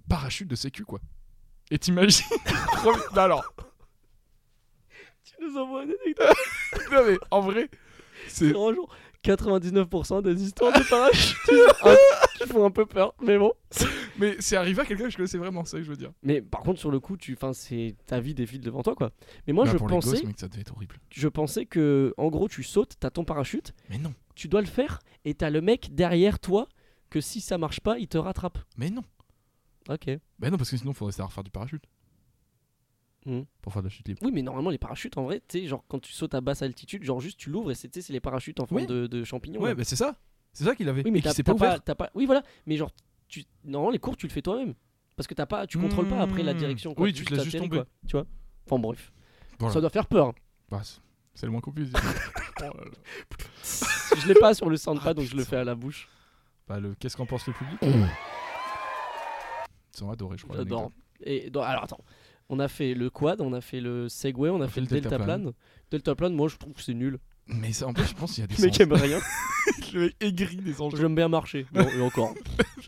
Speaker 2: parachute de sécu, quoi. Et t'imagines. Premier- non, alors,
Speaker 1: Tu nous envoies un anecdote.
Speaker 2: non, mais en vrai, c'est.
Speaker 1: Vraiment, genre, 99% des histoires de parachutistes hein, qui font un peu peur. Mais bon.
Speaker 2: Mais c'est arrivé à quelqu'un que je connaissais vraiment, c'est ça que je veux dire.
Speaker 1: Mais par contre, sur le coup, tu, enfin, c'est ta vie défile devant toi, quoi. Mais
Speaker 2: Bah,
Speaker 1: moi, je pensais,
Speaker 2: mec, ça devait être horrible.
Speaker 1: je pensais que, en gros, tu sautes, t'as ton parachute,
Speaker 2: Mais non,
Speaker 1: tu dois le faire, et t'as le mec derrière toi que si ça marche pas, il te rattrape.
Speaker 2: mais non.
Speaker 1: Ok.
Speaker 2: Mais non, parce que sinon, faudrait savoir faire du parachute.
Speaker 1: Mhm.
Speaker 2: Pour faire de la chute libre.
Speaker 1: Oui, mais normalement, les parachutes, en vrai, tu sais, genre quand tu sautes à basse altitude, genre juste tu l'ouvres et c'est tu sais, c'est les parachutes en forme
Speaker 2: Oui.
Speaker 1: de, de champignons.
Speaker 2: Ouais,
Speaker 1: là.
Speaker 2: bah, c'est ça. C'est ça qu'il avait.
Speaker 1: oui, mais
Speaker 2: Et qu'il
Speaker 1: t'as
Speaker 2: s'est
Speaker 1: t'as
Speaker 2: pas
Speaker 1: pas,
Speaker 2: ouvert.
Speaker 1: t'as pas. Oui, voilà, mais genre, tu... normalement, les cours, tu le fais toi-même. Parce que t'as pas, tu contrôles pas après la
Speaker 2: Mmh.
Speaker 1: direction. quoi,
Speaker 2: Oui, tu te laisses juste
Speaker 1: t'atterris,
Speaker 2: tomber.
Speaker 1: quoi, tu vois Enfin, bref.
Speaker 2: Voilà.
Speaker 1: Ça doit faire peur. hein.
Speaker 2: Bah, c'est- c'est le moins qu'on puisse dire. Oh là là.
Speaker 1: je l'ai pas sur le soundpad,
Speaker 2: Ah,
Speaker 1: donc je le
Speaker 2: putain.
Speaker 1: fais à la bouche.
Speaker 2: Bah, le qu'est-ce qu'en pense le public
Speaker 1: Oh.
Speaker 2: Ils ont adoré, je crois.
Speaker 1: J'adore.
Speaker 2: l'anecdote.
Speaker 1: Et donc, alors, attends. On a fait le quad, on a fait le Segway, on a fait le deltaplane. Deltaplane, moi, je trouve que c'est nul.
Speaker 2: Mais ça, en plus, je pense qu'il y a des
Speaker 1: Le mec
Speaker 2: anges.
Speaker 1: aime rien.
Speaker 2: Le mec aigri des anges.
Speaker 1: J'aime bien marcher. Bon, et encore,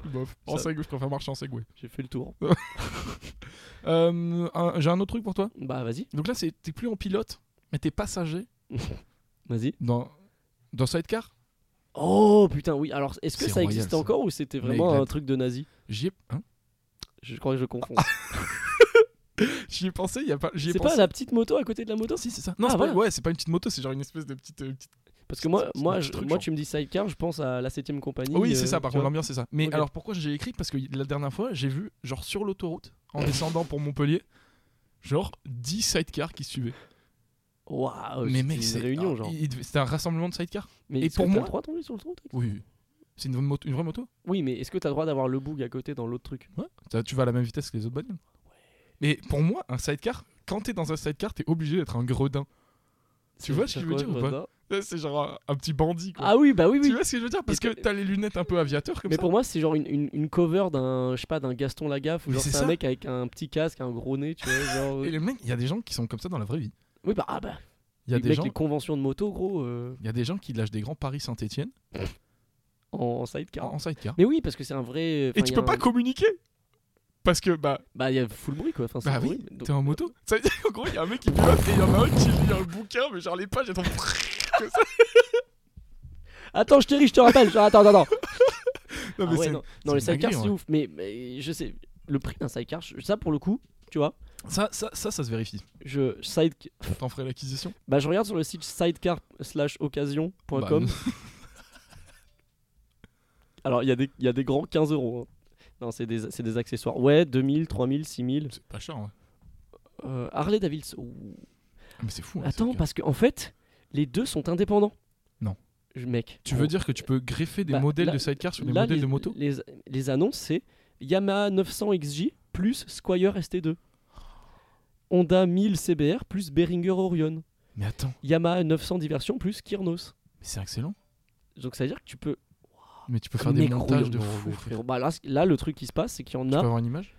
Speaker 2: Bof. En
Speaker 1: Ça-
Speaker 2: Segway, je préfère marcher en Segway.
Speaker 1: j'ai fait le tour.
Speaker 2: Euh, un- J'ai un autre truc pour toi.
Speaker 1: Bah, vas-y,
Speaker 2: Donc là, c'est- t'es plus en pilote, mais t'es passager
Speaker 1: vas-y.
Speaker 2: dans, dans Sidecar.
Speaker 1: Oh putain, oui. Alors, est-ce que
Speaker 2: C'est
Speaker 1: ça
Speaker 2: royal,
Speaker 1: existe
Speaker 2: ça.
Speaker 1: encore ou c'était
Speaker 2: Mec,
Speaker 1: vraiment
Speaker 2: là-
Speaker 1: un truc de nazi
Speaker 2: J'y ai, hein
Speaker 1: Je crois que je confonds.
Speaker 2: J'y ai pensé, il y a pas. J'y ai
Speaker 1: c'est
Speaker 2: Ah, pensé.
Speaker 1: pas la petite moto à côté de la moto
Speaker 2: Si, c'est ça. Non,
Speaker 1: Ah,
Speaker 2: c'est
Speaker 1: voilà.
Speaker 2: pas, ouais, c'est pas une petite moto, c'est genre une espèce de petite. euh, petite-
Speaker 1: Parce que moi,
Speaker 2: C'est- c'est un
Speaker 1: moi,
Speaker 2: petit
Speaker 1: je-
Speaker 2: truc,
Speaker 1: moi
Speaker 2: genre.
Speaker 1: tu me dis sidecar, je pense à la 7ème compagnie.
Speaker 2: oui,
Speaker 1: euh,
Speaker 2: c'est ça, par
Speaker 1: tu
Speaker 2: contre,
Speaker 1: vois.
Speaker 2: l'ambiance, c'est ça. Mais
Speaker 1: Ok.
Speaker 2: alors pourquoi j'ai écrit Parce que la dernière fois, j'ai vu, genre sur l'autoroute, en descendant pour Montpellier, genre 10 sidecars qui suivaient.
Speaker 1: Waouh,
Speaker 2: mais mec,
Speaker 1: c'est
Speaker 2: c'est
Speaker 1: Ah une réunion, genre.
Speaker 2: il- il- C'était un rassemblement de sidecars
Speaker 1: Mais
Speaker 2: et
Speaker 1: est-ce
Speaker 2: pour
Speaker 1: que t'as
Speaker 2: moi-
Speaker 1: le droit de tomber sur le truc
Speaker 2: Oui. C'est une, vraie moto- une vraie moto
Speaker 1: Oui, mais est-ce que t'as le droit d'avoir le bug à côté dans l'autre truc
Speaker 2: Ouais. Ça, Tu vas à la même vitesse que les autres bagnoles. Mais pour moi, un sidecar, quand t'es dans un sidecar, t'es obligé d'être un gredin. Tu vois ce que je veux dire ou pas Ouais, C'est genre un, un petit bandit, quoi.
Speaker 1: Ah oui, bah oui,
Speaker 2: Tu
Speaker 1: oui.
Speaker 2: vois ce que je veux dire Parce
Speaker 1: Mais
Speaker 2: que
Speaker 1: t'as-
Speaker 2: t'as les lunettes un peu aviateur comme
Speaker 1: Mais
Speaker 2: ça.
Speaker 1: pour moi, c'est genre une, une, une cover d'un, je sais pas, d'un Gaston Lagaffe ou
Speaker 2: Mais
Speaker 1: genre
Speaker 2: c'est
Speaker 1: c'est un
Speaker 2: ça.
Speaker 1: mec avec un petit casque, un gros nez, tu vois. Genre...
Speaker 2: Et les mecs, il y a des gens qui sont comme ça dans la vraie vie.
Speaker 1: Oui, bah, ah bah,
Speaker 2: Il y a
Speaker 1: les
Speaker 2: des
Speaker 1: mecs,
Speaker 2: gens
Speaker 1: les conventions de moto, gros, euh,
Speaker 2: Il y a des gens qui lâchent des grands paris Saint-Etienne
Speaker 1: en, en sidecar.
Speaker 2: en sidecar.
Speaker 1: Mais oui, parce que c'est un vrai. euh, enfin,
Speaker 2: Et tu
Speaker 1: y a
Speaker 2: peux
Speaker 1: un-
Speaker 2: pas communiquer Parce que, bah,
Speaker 1: Bah, il y a full bruit quoi. Enfin, c'est
Speaker 2: bah oui,
Speaker 1: horrible. Donc-
Speaker 2: t'es en moto. Ça veut dire qu'en gros, il y a un mec qui pilote et il y en a un qui lit un bouquin, mais genre les pages, elles sont.
Speaker 1: Attends, je t'ai je te rappelle. Genre, attends, attends, attends.
Speaker 2: Non,
Speaker 1: Ah
Speaker 2: mais
Speaker 1: ouais,
Speaker 2: c'est-
Speaker 1: non. Non, les
Speaker 2: c'est une
Speaker 1: sidecars,
Speaker 2: dinguerie,
Speaker 1: c'est
Speaker 2: ouais.
Speaker 1: ouf. Mais, mais je sais, le prix d'un sidecar, je- ça pour le coup, tu vois,
Speaker 2: ça, ça, ça, ça se vérifie.
Speaker 1: je side,
Speaker 2: T'en ferais l'acquisition
Speaker 1: bah je regarde sur le site sidecar slash occasion.com.
Speaker 2: Bah,
Speaker 1: Alors il y, a des- il y a des grands 15 euros. hein. Non, c'est des, c'est des accessoires. Ouais, 2000, 3000, 6000.
Speaker 2: C'est pas cher, ouais.
Speaker 1: Euh, Harley Davidson. Ouh.
Speaker 2: Mais c'est fou. hein,
Speaker 1: Attends,
Speaker 2: c'est-
Speaker 1: parce que en fait, les deux sont indépendants.
Speaker 2: Non.
Speaker 1: Je- Mec.
Speaker 2: Tu veux dire que tu peux greffer des
Speaker 1: Bah,
Speaker 2: modèles
Speaker 1: là-
Speaker 2: de sidecar sur des
Speaker 1: là,
Speaker 2: modèles
Speaker 1: les,
Speaker 2: de moto
Speaker 1: les, les annonces, c'est Yamaha 900 XJ plus Squire ST2. Honda 1000 CBR plus Behringer Orion.
Speaker 2: Mais attends,
Speaker 1: Yamaha 900 Diversion plus Kyrnos.
Speaker 2: mais c'est excellent.
Speaker 1: Donc ça veut dire que tu peux
Speaker 2: Ah, Mais tu peux faire des
Speaker 1: Mais gros,
Speaker 2: montages de
Speaker 1: non,
Speaker 2: fou.
Speaker 1: mais
Speaker 2: frère.
Speaker 1: frérot. Bah là, c- là, le truc qui se passe, c'est qu'il y en
Speaker 2: Tu peux
Speaker 1: a.
Speaker 2: avoir une image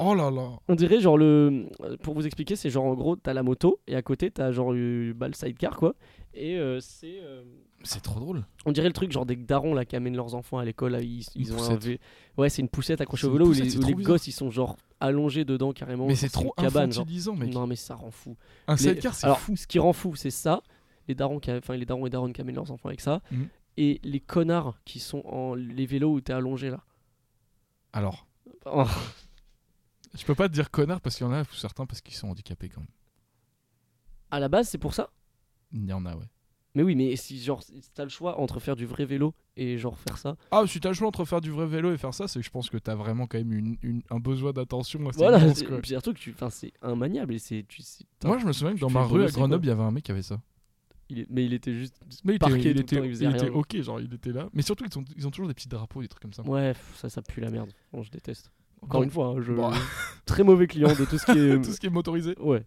Speaker 2: Oh là là
Speaker 1: On dirait genre le. euh, Pour vous expliquer, c'est genre en gros, t'as la moto et à côté, t'as genre euh, bah, le sidecar quoi. Et euh, c'est. euh,
Speaker 2: C'est trop drôle.
Speaker 1: On dirait le truc genre des darons là qui amènent leurs enfants à l'école. là, Ils,
Speaker 2: Une
Speaker 1: ils ont un
Speaker 2: poussette.
Speaker 1: vé- Ouais, c'est une poussette accrochée
Speaker 2: C'est
Speaker 1: au
Speaker 2: une
Speaker 1: vélo où
Speaker 2: poussette,
Speaker 1: les,
Speaker 2: c'est
Speaker 1: où
Speaker 2: trop
Speaker 1: les
Speaker 2: bizarre.
Speaker 1: gosses ils sont genre allongés dedans carrément.
Speaker 2: Mais c'est
Speaker 1: genre,
Speaker 2: trop
Speaker 1: une cabane. genre.
Speaker 2: infantilisant, mec.
Speaker 1: Non, mais ça rend fou.
Speaker 2: Un
Speaker 1: Les-
Speaker 2: sidecar, c'est
Speaker 1: Alors,
Speaker 2: fou.
Speaker 1: ce qui rend fou, c'est ça, les darons, qui a- enfin les darons et darons qui amènent leurs enfants avec ça,
Speaker 2: Mhm.
Speaker 1: et les connards qui sont en les vélos où t'es allongé là.
Speaker 2: Alors,
Speaker 1: Oh,
Speaker 2: je peux pas te dire connard parce qu'il y en a certains parce qu'ils sont handicapés quand même.
Speaker 1: À la base, c'est pour ça.
Speaker 2: Il y en a, ouais.
Speaker 1: Mais oui, mais si genre si t'as le choix entre faire du vrai vélo et genre faire ça.
Speaker 2: Ah, si t'as le choix entre faire du vrai vélo et faire ça, c'est que je pense que t'as vraiment quand même une, une- un besoin d'attention. assez
Speaker 1: Voilà,
Speaker 2: immense,
Speaker 1: c'est-
Speaker 2: quoi.
Speaker 1: puis surtout que tu, enfin c'est immaniable et c'est tu c'est- putain,
Speaker 2: Moi, je me souviens que
Speaker 1: Tu
Speaker 2: dans
Speaker 1: fais
Speaker 2: ma
Speaker 1: le
Speaker 2: rue à
Speaker 1: bosser, quoi.
Speaker 2: Grenoble, il y avait un mec qui avait ça.
Speaker 1: il est- mais il était juste
Speaker 2: Mais il était,
Speaker 1: parqué
Speaker 2: il
Speaker 1: tout le
Speaker 2: était-
Speaker 1: temps, il faisait
Speaker 2: il était
Speaker 1: rien.
Speaker 2: ok, genre il était là. Mais surtout, ils ont, ils ont toujours des petits drapeaux, des trucs comme ça.
Speaker 1: Ouais, pff, ça ça pue la merde. Bon, je déteste. Encore
Speaker 2: Dans-
Speaker 1: une fois, hein, je
Speaker 2: Bon.
Speaker 1: très mauvais client de tout ce qui
Speaker 2: tout
Speaker 1: est
Speaker 2: ce qui est motorisé.
Speaker 1: ouais.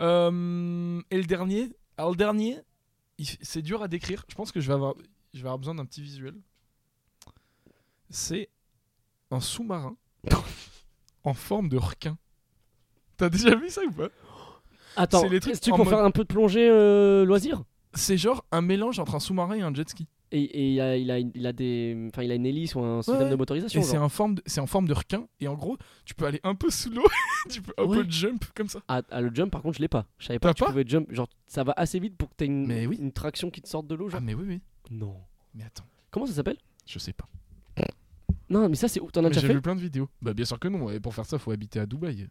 Speaker 2: Euh, et le dernier, alors le dernier, il f- c'est dur à décrire. Je pense que je vais avoir, je vais avoir besoin d'un petit visuel. C'est un sous-marin en forme de requin. T'as déjà vu ça ou pas
Speaker 1: Attends,
Speaker 2: C'est les trucs
Speaker 1: est-ce que
Speaker 2: en
Speaker 1: pour
Speaker 2: mode-
Speaker 1: faire un peu de plongée euh, loisir
Speaker 2: C'est genre un mélange entre un sous-marin et un jet ski.
Speaker 1: et, et il, a, il, a, une- il a des enfin il a une hélice ou un système
Speaker 2: Ouais.
Speaker 1: de
Speaker 2: Et
Speaker 1: motorisation
Speaker 2: c'est
Speaker 1: genre.
Speaker 2: en forme, de- c'est en forme de requin. Et en gros, tu peux aller un peu sous l'eau, tu peux un
Speaker 1: Ouais.
Speaker 2: peu jump comme ça.
Speaker 1: Ah, ah, le jump par contre, je l'ai pas. Je savais pas
Speaker 2: T'as
Speaker 1: que tu
Speaker 2: pas
Speaker 1: pouvais jump, genre ça va assez vite pour que t'aies une,
Speaker 2: Mais oui.
Speaker 1: une traction qui te sorte de l'eau genre.
Speaker 2: Ah mais oui oui.
Speaker 1: Non.
Speaker 2: Mais attends,
Speaker 1: Comment ça s'appelle
Speaker 2: je sais pas.
Speaker 1: Non, mais ça c'est ouf, t'en as
Speaker 2: Mais
Speaker 1: déjà
Speaker 2: J'ai
Speaker 1: fait
Speaker 2: vu plein de vidéos. Bah bien sûr que non. Et pour faire ça, faut habiter à Dubaï.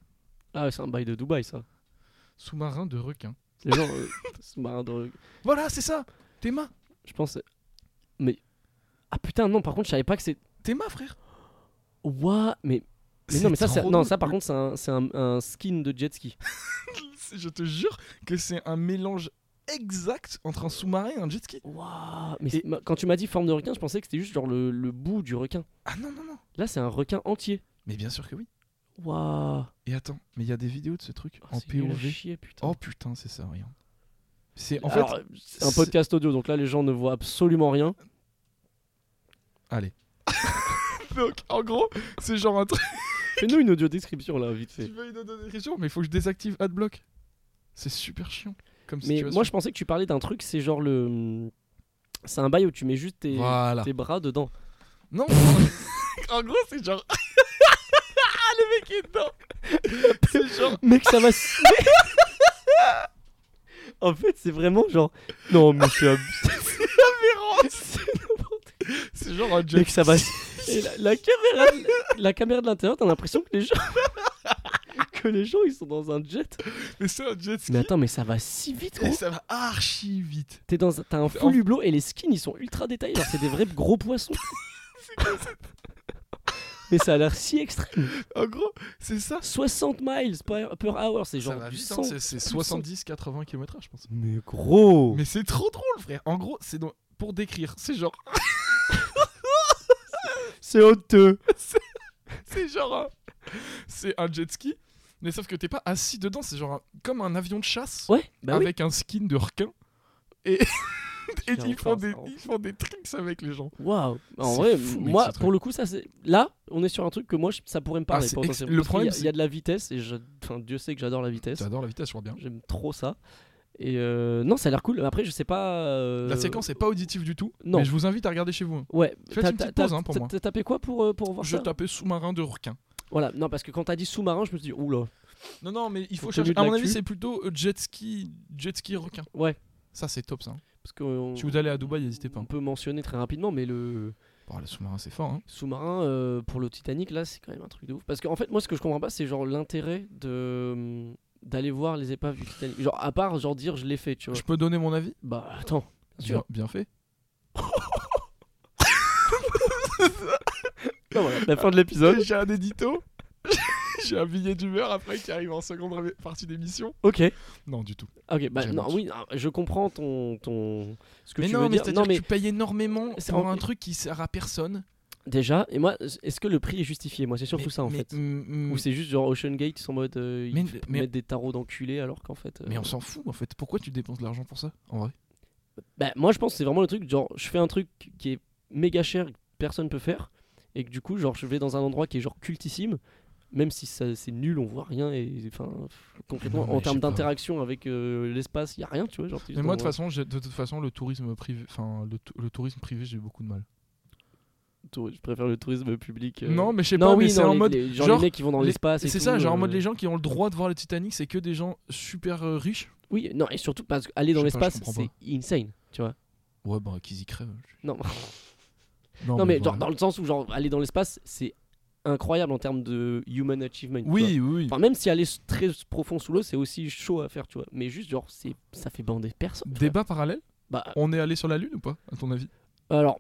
Speaker 1: Ah, c'est un bail de Dubaï, ça.
Speaker 2: Sous-marin de requin.
Speaker 1: Les gens, euh, c'est marrant de-
Speaker 2: Voilà, c'est ça. Tes mains.
Speaker 1: Je pense. euh, Mais. Ah putain, non, par contre, je savais pas que c'est.
Speaker 2: Tes mains, frère.
Speaker 1: Ouah, mais. Mais non, mais ça, c'est. Non, ça, par contre, c'est un, c'est un- un skin de jet ski.
Speaker 2: Je te jure que c'est un mélange exact entre un sous-marin et un jet ski.
Speaker 1: Ouah, mais c'est- ma- quand tu m'as dit forme de requin, je pensais que c'était juste genre le, le bout du requin.
Speaker 2: Ah non, non, non.
Speaker 1: Là, c'est un requin entier.
Speaker 2: Mais bien sûr que oui.
Speaker 1: Ouah.
Speaker 2: Et attends, mais il y a des vidéos de ce truc
Speaker 1: Oh,
Speaker 2: en
Speaker 1: c'est nul à
Speaker 2: POV.
Speaker 1: chier, putain.
Speaker 2: Oh putain, c'est ça, regarde. C'est en
Speaker 1: Alors,
Speaker 2: fait.
Speaker 1: c'est un podcast audio, donc là, les gens ne voient absolument rien.
Speaker 2: Allez. Donc, en gros, c'est genre un truc.
Speaker 1: Fais-nous une audio description là, vite fait.
Speaker 2: Tu veux une autodérision, mais faut que je désactive Adblock. C'est super chiant. Comme
Speaker 1: Mais
Speaker 2: situation.
Speaker 1: moi, je pensais que tu parlais d'un truc, c'est genre le. hmm, C'est un bail où tu mets juste tes,
Speaker 2: Voilà.
Speaker 1: tes bras dedans.
Speaker 2: Non. en gros, c'est genre.
Speaker 1: Ah,
Speaker 2: Le mec est dedans. C'est genre.
Speaker 1: Mec, ça va. s- en fait, c'est vraiment genre. Non, mais c'est abusé. C'est n'importe quoi.
Speaker 2: C'est genre un jet
Speaker 1: Mec, ça va. s- Et la, la caméra, la caméra de l'intérieur, t'as l'impression que les gens. que les gens, ils sont dans un jet.
Speaker 2: Mais c'est un jet ski.
Speaker 1: Mais attends, mais ça va si vite,
Speaker 2: Et
Speaker 1: gros.
Speaker 2: ça va archi vite.
Speaker 1: T'es dans, un- t'as un
Speaker 2: En-
Speaker 1: full hublot et les skins, ils sont ultra détaillés. Alors, c'est des vrais gros poissons. mais ça a l'air si extrême.
Speaker 2: En gros, c'est ça.
Speaker 1: 60 miles per, per hour, c'est
Speaker 2: Ça
Speaker 1: genre
Speaker 2: va
Speaker 1: du
Speaker 2: vite, hein,
Speaker 1: sang.
Speaker 2: c'est- C'est 70-80 km/h, je pense.
Speaker 1: Mais gros.
Speaker 2: Mais c'est trop drôle, frère. En gros, c'est donc- pour décrire, c'est genre,
Speaker 1: C'est honteux.
Speaker 2: c'est genre, un- c'est un jet ski. Mais sauf que t'es pas assis dedans, c'est genre un- comme un avion de chasse
Speaker 1: Ouais, bah oui.
Speaker 2: avec un skin de requin. Et, et
Speaker 1: Putain,
Speaker 2: ils, font
Speaker 1: enfin,
Speaker 2: des,
Speaker 1: ça rend
Speaker 2: ils font des tricks avec les gens.
Speaker 1: Waouh. En
Speaker 2: C'est
Speaker 1: vrai,
Speaker 2: fou, mec, ce
Speaker 1: moi,
Speaker 2: truc. Ah,
Speaker 1: pour le coup, ça c'est. Là, on est sur un truc que moi, je- ça pourrait me parler.
Speaker 2: c'est
Speaker 1: pour le
Speaker 2: ex-
Speaker 1: coup,
Speaker 2: le
Speaker 1: parce qu'il
Speaker 2: problème,
Speaker 1: y a- il y,
Speaker 2: c'est-
Speaker 1: a de la vitesse et je- enfin, Dieu sait que j'adore la vitesse.
Speaker 2: J'adore la vitesse, je vois bien.
Speaker 1: J'aime trop ça. Et euh, non, ça a l'air cool. Après, je sais pas. euh,
Speaker 2: La séquence est pas auditive du tout,
Speaker 1: non.
Speaker 2: mais je vous invite à regarder chez vous. hein.
Speaker 1: Ouais.
Speaker 2: Faites
Speaker 1: T'as-
Speaker 2: une petite
Speaker 1: t'as-
Speaker 2: pause, hein, pour
Speaker 1: t'as-
Speaker 2: moi.
Speaker 1: T'as tapé quoi pour, euh, pour voir
Speaker 2: Je
Speaker 1: ça
Speaker 2: tapais sous-marin de requin.
Speaker 1: Voilà, non, parce que quand t'as dit sous-marin, je me suis dit, oula,
Speaker 2: Non, non, mais il faut
Speaker 1: Compte
Speaker 2: chercher.
Speaker 1: tenu de
Speaker 2: À mon avis,
Speaker 1: l'actu.
Speaker 2: c'est plutôt euh, jet ski, jet ski requin.
Speaker 1: ouais.
Speaker 2: Ça, c'est top, ça. hein.
Speaker 1: Parce que on,
Speaker 2: Si vous allez à Dubaï, n'hésitez pas.
Speaker 1: on peut mentionner très rapidement, mais le
Speaker 2: Oh, le sous-marin, c'est fort. hein.
Speaker 1: sous-marin euh, pour le Titanic, là, c'est quand même un truc de ouf. Parce qu'en fait, moi, ce que je comprends pas, c'est genre l'intérêt de hum, d'aller voir les épaves du Titanic. Genre, à part, genre, dire je l'ai fait, tu vois.
Speaker 2: Je peux donner mon avis
Speaker 1: Bah, attends. Bien sûr.
Speaker 2: Bien, bien fait.
Speaker 1: Non, voilà, la fin de l'épisode.
Speaker 2: J'ai un édito. J'ai un billet d'humeur après qui arrive en seconde ré- partie d'émission.
Speaker 1: Ok.
Speaker 2: Non, du tout.
Speaker 1: Ok, bah
Speaker 2: J'ai
Speaker 1: non,
Speaker 2: menti.
Speaker 1: oui, non, je comprends ton, ton... ce que
Speaker 2: mais
Speaker 1: tu
Speaker 2: non,
Speaker 1: veux
Speaker 2: mais
Speaker 1: dire.
Speaker 2: c'est-à-dire
Speaker 1: Non, mais
Speaker 2: que tu payes énormément
Speaker 1: C'est
Speaker 2: pour
Speaker 1: en-
Speaker 2: un truc qui sert à personne.
Speaker 1: déjà, et moi, est-ce que le prix est justifié Moi, c'est surtout
Speaker 2: Mais-
Speaker 1: ça en
Speaker 2: mais-
Speaker 1: fait.
Speaker 2: mm, mm,
Speaker 1: Ou c'est juste genre Ocean Gate, ils sont en mode. euh, ils
Speaker 2: Mais-
Speaker 1: f-
Speaker 2: mais-
Speaker 1: mettent des tarots d'enculés alors qu'en fait. euh,
Speaker 2: mais on s'en fout en fait. Pourquoi tu dépenses de l'argent pour ça En vrai
Speaker 1: Bah, moi, je pense que c'est vraiment le truc, genre, je fais un truc qui est méga cher, que personne peut faire, et que du coup, genre, je vais dans un endroit qui est genre cultissime, même si ça- c'est nul, on voit rien, et enfin, pff, concrètement,
Speaker 2: Non, mais
Speaker 1: en
Speaker 2: je sais
Speaker 1: termes
Speaker 2: pas.
Speaker 1: d'interaction avec euh, l'espace, il y a rien, tu vois. Genre, t'es
Speaker 2: Mais
Speaker 1: juste
Speaker 2: moi,
Speaker 1: en
Speaker 2: de toute
Speaker 1: mode-
Speaker 2: façon, j'ai- de toute façon, le tourisme privé, enfin, le, tou- le tourisme privé, j'ai beaucoup de mal.
Speaker 1: Tour- Je préfère le tourisme public. euh,
Speaker 2: Non, mais je sais
Speaker 1: Non,
Speaker 2: pas.
Speaker 1: oui,
Speaker 2: mais c'est
Speaker 1: non,
Speaker 2: en
Speaker 1: les-
Speaker 2: mode,
Speaker 1: les- genre,
Speaker 2: genre,
Speaker 1: les mecs qui vont dans
Speaker 2: les-
Speaker 1: l'espace. et
Speaker 2: c'est
Speaker 1: tout,
Speaker 2: ça. Genre en mode,
Speaker 1: euh,
Speaker 2: les gens qui ont le droit de voir le Titanic, c'est que des gens super euh, riches.
Speaker 1: Oui, non, et surtout parce qu'aller dans
Speaker 2: Je sais pas,
Speaker 1: l'espace,
Speaker 2: je comprends
Speaker 1: c'est insane, tu vois.
Speaker 2: Ouais, bah qu'ils y crèvent.
Speaker 1: Non, non, mais genre,
Speaker 2: voilà.
Speaker 1: dans le sens où, genre, aller dans l'espace, c'est incroyable en termes de human achievement. tu vois.
Speaker 2: Oui, oui. oui.
Speaker 1: Enfin, même si aller s- très profond sous l'eau, c'est aussi chaud à faire, tu vois. Mais juste, genre, c'est ça fait bander personne. frère.
Speaker 2: Débat parallèle.
Speaker 1: Bah,
Speaker 2: On est allé sur la lune ou pas À ton avis
Speaker 1: alors,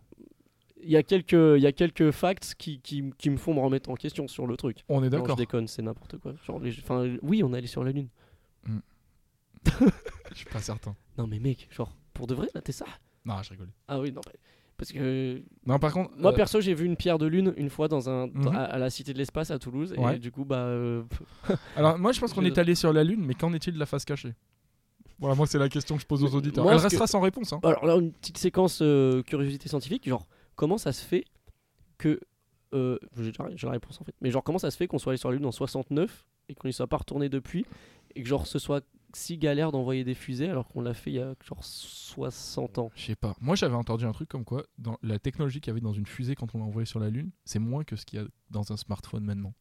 Speaker 1: il y a quelques, il y a quelques facts qui, qui, qui me font me remettre en question sur le truc.
Speaker 2: On est
Speaker 1: Non, je
Speaker 2: d'accord.
Speaker 1: déconne, c'est n'importe quoi. Genre, les- enfin, oui, on est allé sur la lune.
Speaker 2: Je suis pas certain.
Speaker 1: Non, mais mec, genre, pour de vrai, là, t'es ça
Speaker 2: Non, je rigole.
Speaker 1: Ah oui, non, mais- parce que
Speaker 2: Non, par contre.
Speaker 1: Moi
Speaker 2: euh,
Speaker 1: perso j'ai vu une pierre de lune une fois dans un
Speaker 2: Mhm.
Speaker 1: à, à la cité de l'espace à Toulouse et
Speaker 2: Ouais.
Speaker 1: du coup bah euh, pff,
Speaker 2: Alors, moi, je pense qu'on
Speaker 1: je-
Speaker 2: est allé sur la lune, mais qu'en est-il de la face cachée Voilà, moi, c'est la question que je pose aux auditeurs.
Speaker 1: Moi,
Speaker 2: Elle
Speaker 1: ce
Speaker 2: restera sans réponse. Hein.
Speaker 1: alors là une petite séquence euh, curiosité scientifique genre comment ça se fait que euh, j'ai déjà- j'ai la réponse en fait mais genre comment ça se fait qu'on soit allé sur la lune en 69 et qu'on n'y soit pas retourné depuis et que genre ce soit si galère d'envoyer des fusées alors qu'on l'a fait il y a genre 60 ans
Speaker 2: Je sais pas. Moi, j'avais entendu un truc comme quoi dans la technologie qu'il y avait dans une fusée quand on l'a envoyée sur la lune, c'est moins que ce qu'il y a dans un smartphone maintenant.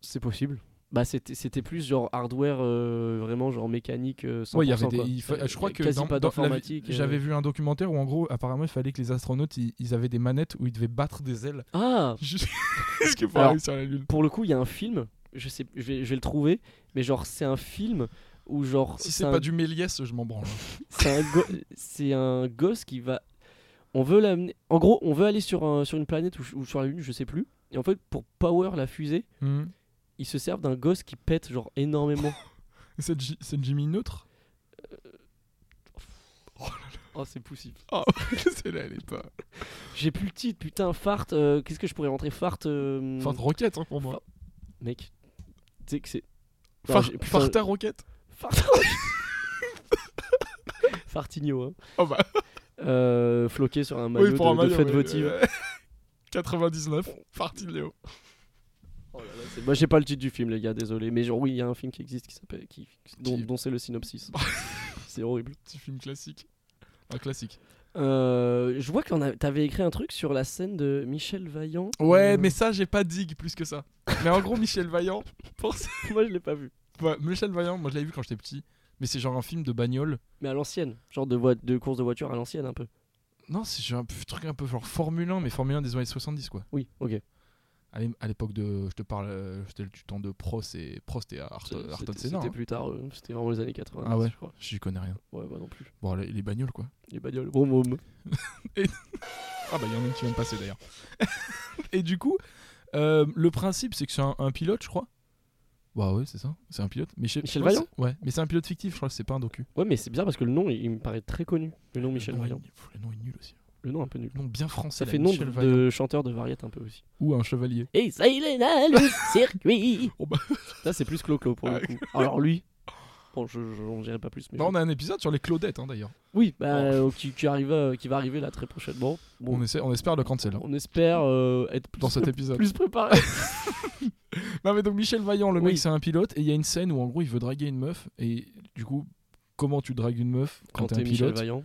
Speaker 1: c'est possible bah c'était c'était plus genre hardware euh, vraiment genre mécanique euh, 100%
Speaker 2: Ouais, il y avait des.
Speaker 1: quoi.
Speaker 2: il fa-
Speaker 1: Euh,
Speaker 2: je crois que
Speaker 1: quasi
Speaker 2: dans-
Speaker 1: pas
Speaker 2: dans la-
Speaker 1: d'informatique euh.
Speaker 2: J'avais vu un documentaire où en gros, apparemment, il fallait que les astronautes, ils, ils avaient des manettes où ils devaient battre des ailes.
Speaker 1: ah
Speaker 2: Est-ce que pour
Speaker 1: Alors-
Speaker 2: aller sur la lune
Speaker 1: pour le coup, il y a un film, je sais, je vais, je vais le trouver, mais genre c'est un film où genre
Speaker 2: Si
Speaker 1: un,
Speaker 2: c'est pas du Méliès, je m'en branle.
Speaker 1: c'est un go- c'est un gosse qui va, on veut l'amener, en gros, on veut aller sur un- sur une planète ou, ou sur la lune, je sais plus, et en fait pour power la fusée,
Speaker 2: Hmm.
Speaker 1: ils se servent d'un gosse qui pète genre énormément.
Speaker 2: C'est Ji- c'est Jimmy Neutre
Speaker 1: oh c'est possible.
Speaker 2: Oh, celle-là, elle est pas.
Speaker 1: J'ai plus le titre, putain, fart. euh, Qu'est-ce que je pourrais rentrer fart euh,
Speaker 2: Enfin, roquette hein, pour moi.
Speaker 1: Mec, tu sais que c'est. Non,
Speaker 2: Far-
Speaker 1: j'ai- putain,
Speaker 2: Farta roquette
Speaker 1: fart- Fartigno, hein.
Speaker 2: Oh bah,
Speaker 1: Euh, floqué sur un maillot de, de
Speaker 2: maillot,
Speaker 1: fête
Speaker 2: ouais,
Speaker 1: votive.
Speaker 2: ouais. 99, partie de Léo.
Speaker 1: Oh là là, c'est- Moi j'ai pas le titre du film les gars, désolé, mais genre oui il y a un film qui existe qui s'appelle qui, dont,
Speaker 2: Qui-
Speaker 1: dont c'est le synopsis. c'est horrible.
Speaker 2: Petit film classique. Un classique.
Speaker 1: Euh, je vois qu'on a t'avais écrit un truc sur la scène de Michel Vaillant.
Speaker 2: Ouais,
Speaker 1: Euh,
Speaker 2: mais ça, j'ai pas digue plus que ça. Mais en gros, Michel Vaillant, pour ça-
Speaker 1: moi je l'ai pas vu.
Speaker 2: Ouais, Michel Vaillant, moi je l'avais vu quand j'étais petit, mais c'est genre un film de bagnole.
Speaker 1: Mais à l'ancienne, genre de voi- de course de voiture à l'ancienne un peu.
Speaker 2: Non, c'est genre un p- truc un peu genre Formule 1, mais Formule 1 des années 70, quoi.
Speaker 1: Oui,
Speaker 2: Euh,
Speaker 1: OK.
Speaker 2: À l'é- à l'époque de. Je te parle euh, c'était du temps de Prost et Prost et Art-
Speaker 1: C'était-
Speaker 2: Ayrton
Speaker 1: C'était
Speaker 2: Senna.
Speaker 1: c'était
Speaker 2: hein.
Speaker 1: plus tard, euh, c'était vraiment les années 80
Speaker 2: Ah ouais.
Speaker 1: je crois.
Speaker 2: J'y connais rien.
Speaker 1: Ouais, bah non plus.
Speaker 2: Bon, les, les bagnoles, quoi.
Speaker 1: Les bagnoles. Bon, bon, bon.
Speaker 2: Ah bah il y en a une qui vient de passer d'ailleurs. et du coup, euh, le principe c'est que c'est un, un pilote, je crois. Bah ouais, c'est ça. C'est un pilote. Mais je sais-
Speaker 1: Michel
Speaker 2: je crois que
Speaker 1: Vaillant
Speaker 2: c'est- Ouais, mais c'est un pilote fictif, je crois que c'est pas un docu.
Speaker 1: Ouais, mais c'est bizarre parce que le nom il, il me paraît très connu, le nom Michel
Speaker 2: le nom,
Speaker 1: Vaillant.
Speaker 2: il- pff, le nom est nul aussi.
Speaker 1: Le nom un peu nul.
Speaker 2: Le nom bien français.
Speaker 1: Ça
Speaker 2: là,
Speaker 1: fait nom
Speaker 2: Michel
Speaker 1: de,
Speaker 2: Vaillant.
Speaker 1: de chanteur de variette un peu aussi.
Speaker 2: Ou un chevalier.
Speaker 1: Et ça, il est là, le circuit.
Speaker 2: Oh bah.
Speaker 1: Ça, c'est plus Clo-Clo pour le
Speaker 2: Ah, Oh.
Speaker 1: coup. Alors lui, bon, je n'en dirai pas plus. Mais
Speaker 2: Non, on a un épisode sur les Claudettes hein, d'ailleurs.
Speaker 1: Oui, bah, euh, qui, qui arrive, euh, qui va arriver là très prochainement. Bon,
Speaker 2: On, essaie- on espère le cancel hein,
Speaker 1: on espère euh, être plus,
Speaker 2: dans cet épisode.
Speaker 1: plus préparé.
Speaker 2: Non mais donc Michel Vaillant, le
Speaker 1: Oui.
Speaker 2: mec c'est un pilote et il y a une scène où en gros il veut draguer une meuf et du coup comment tu dragues une meuf quand, t'es un
Speaker 1: Michel
Speaker 2: pilote
Speaker 1: Vaillant.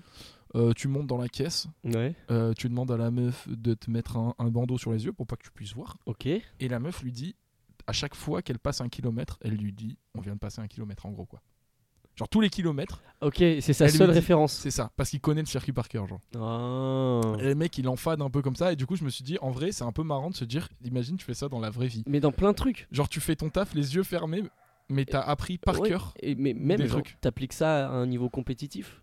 Speaker 2: Euh, Tu montes dans la caisse,
Speaker 1: Ouais.
Speaker 2: euh, tu demandes à la meuf de te mettre un, un bandeau sur les yeux pour pas que tu puisses voir.
Speaker 1: Ok.
Speaker 2: Et la meuf lui dit à chaque fois qu'elle passe un kilomètre, elle lui dit on vient de passer un kilomètre en gros quoi. Genre tous les kilomètres,
Speaker 1: Ok, c'est sa
Speaker 2: Elle lui
Speaker 1: seule
Speaker 2: dit-
Speaker 1: référence.
Speaker 2: c'est ça, parce qu'il connaît le circuit par cœur genre.
Speaker 1: Ah.
Speaker 2: Et le mec il en fade un peu comme ça et du coup je me suis dit en vrai c'est un peu marrant de se dire imagine tu fais ça dans la vraie vie.
Speaker 1: Mais dans plein de trucs.
Speaker 2: Genre tu fais ton taf les yeux fermés mais t'as appris par
Speaker 1: Ouais,
Speaker 2: cœur.
Speaker 1: Et, mais même,
Speaker 2: Des
Speaker 1: genre,
Speaker 2: trucs.
Speaker 1: t'appliques ça à un niveau compétitif.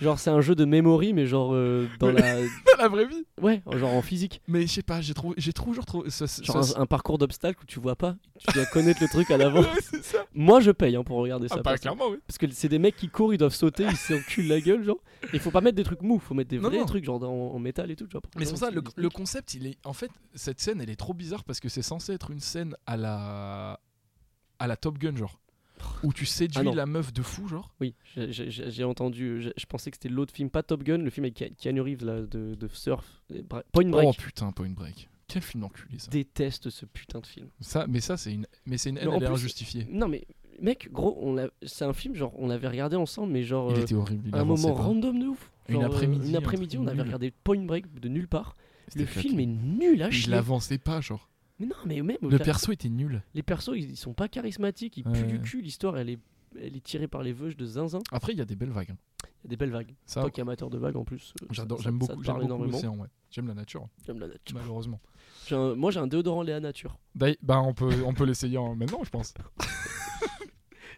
Speaker 1: genre, c'est un jeu de memory, mais genre euh, dans la.
Speaker 2: Dans la vraie vie.
Speaker 1: Ouais, genre en physique.
Speaker 2: Mais je sais pas, j'ai trouvé, j'ai toujours trouvé ça. ça-
Speaker 1: Genre
Speaker 2: ça-
Speaker 1: un, un parcours d'obstacles où tu vois pas. Tu dois connaître le truc à l'avance.
Speaker 2: Ouais, c'est ça.
Speaker 1: Moi, je paye hein, pour regarder ça.
Speaker 2: Ah, pas
Speaker 1: parce-
Speaker 2: clairement, oui.
Speaker 1: Parce que c'est des mecs qui courent, ils doivent sauter, ils s'enculent la gueule, genre. Il faut pas mettre des trucs mous, faut mettre des
Speaker 2: Non,
Speaker 1: vrais
Speaker 2: non.
Speaker 1: trucs, genre dans- en, métal et tout. Genre, pour que
Speaker 2: Mais c'est pour ça, le,
Speaker 1: gens ils
Speaker 2: le concept, il est. En fait, cette scène, elle est trop bizarre parce que c'est censé être une scène à la. à la Top Gun, genre. Où tu séduis
Speaker 1: Ah non.
Speaker 2: la meuf de fou, genre.
Speaker 1: Oui, j'ai- j'ai j'ai- j'ai entendu. j'ai- Je pensais que c'était l'autre film, pas Top Gun, le film avec Ke- Keanu Reeves là, de, de surf. et bra- Point Break.
Speaker 2: Oh putain, Point Break. Quel film d'enculé, ça.
Speaker 1: déteste ce putain de film.
Speaker 2: ça. Mais ça, c'est une. Mais c'est une haine,
Speaker 1: Mais en
Speaker 2: elle est
Speaker 1: plus,
Speaker 2: injustifiée.
Speaker 1: Non mais mec, gros, on l'a- c'est un film genre on l'avait regardé ensemble, mais genre
Speaker 2: Il
Speaker 1: euh,
Speaker 2: était horrible. il
Speaker 1: un
Speaker 2: avançait
Speaker 1: moment
Speaker 2: pas.
Speaker 1: random de ouf.
Speaker 2: Une
Speaker 1: Genre, euh,
Speaker 2: après-midi,
Speaker 1: Une
Speaker 2: un
Speaker 1: après-midi,
Speaker 2: truc
Speaker 1: on avait
Speaker 2: nul.
Speaker 1: regardé Point Break de nulle part.
Speaker 2: C'était
Speaker 1: Le
Speaker 2: claqué.
Speaker 1: film est nul à
Speaker 2: Il
Speaker 1: Ah, chier.
Speaker 2: avançait pas, genre.
Speaker 1: Mais non, mais même au
Speaker 2: Le
Speaker 1: pla-
Speaker 2: perso était nul.
Speaker 1: les persos, ils, ils sont pas charismatiques, ils
Speaker 2: Ouais.
Speaker 1: puent du cul. L'histoire, elle est, elle est tirée par les veuches de zinzin.
Speaker 2: Après, il y a des belles vagues. hein.
Speaker 1: Il y a des belles vagues.
Speaker 2: Ça,
Speaker 1: Toi qui es amateur de vagues en plus, euh,
Speaker 2: Ah, j'adore.
Speaker 1: ça-
Speaker 2: J'aime
Speaker 1: ça te
Speaker 2: beaucoup, j'aime
Speaker 1: parle
Speaker 2: beaucoup hein.
Speaker 1: énormément.
Speaker 2: l'océan, ouais. J'aime la nature,
Speaker 1: J'aime la nature.
Speaker 2: malheureusement.
Speaker 1: J'ai un- moi, j'ai un déodorant Léa Nature.
Speaker 2: D'ailleurs, bah on peut, on peut l'essayer en- maintenant, je pense.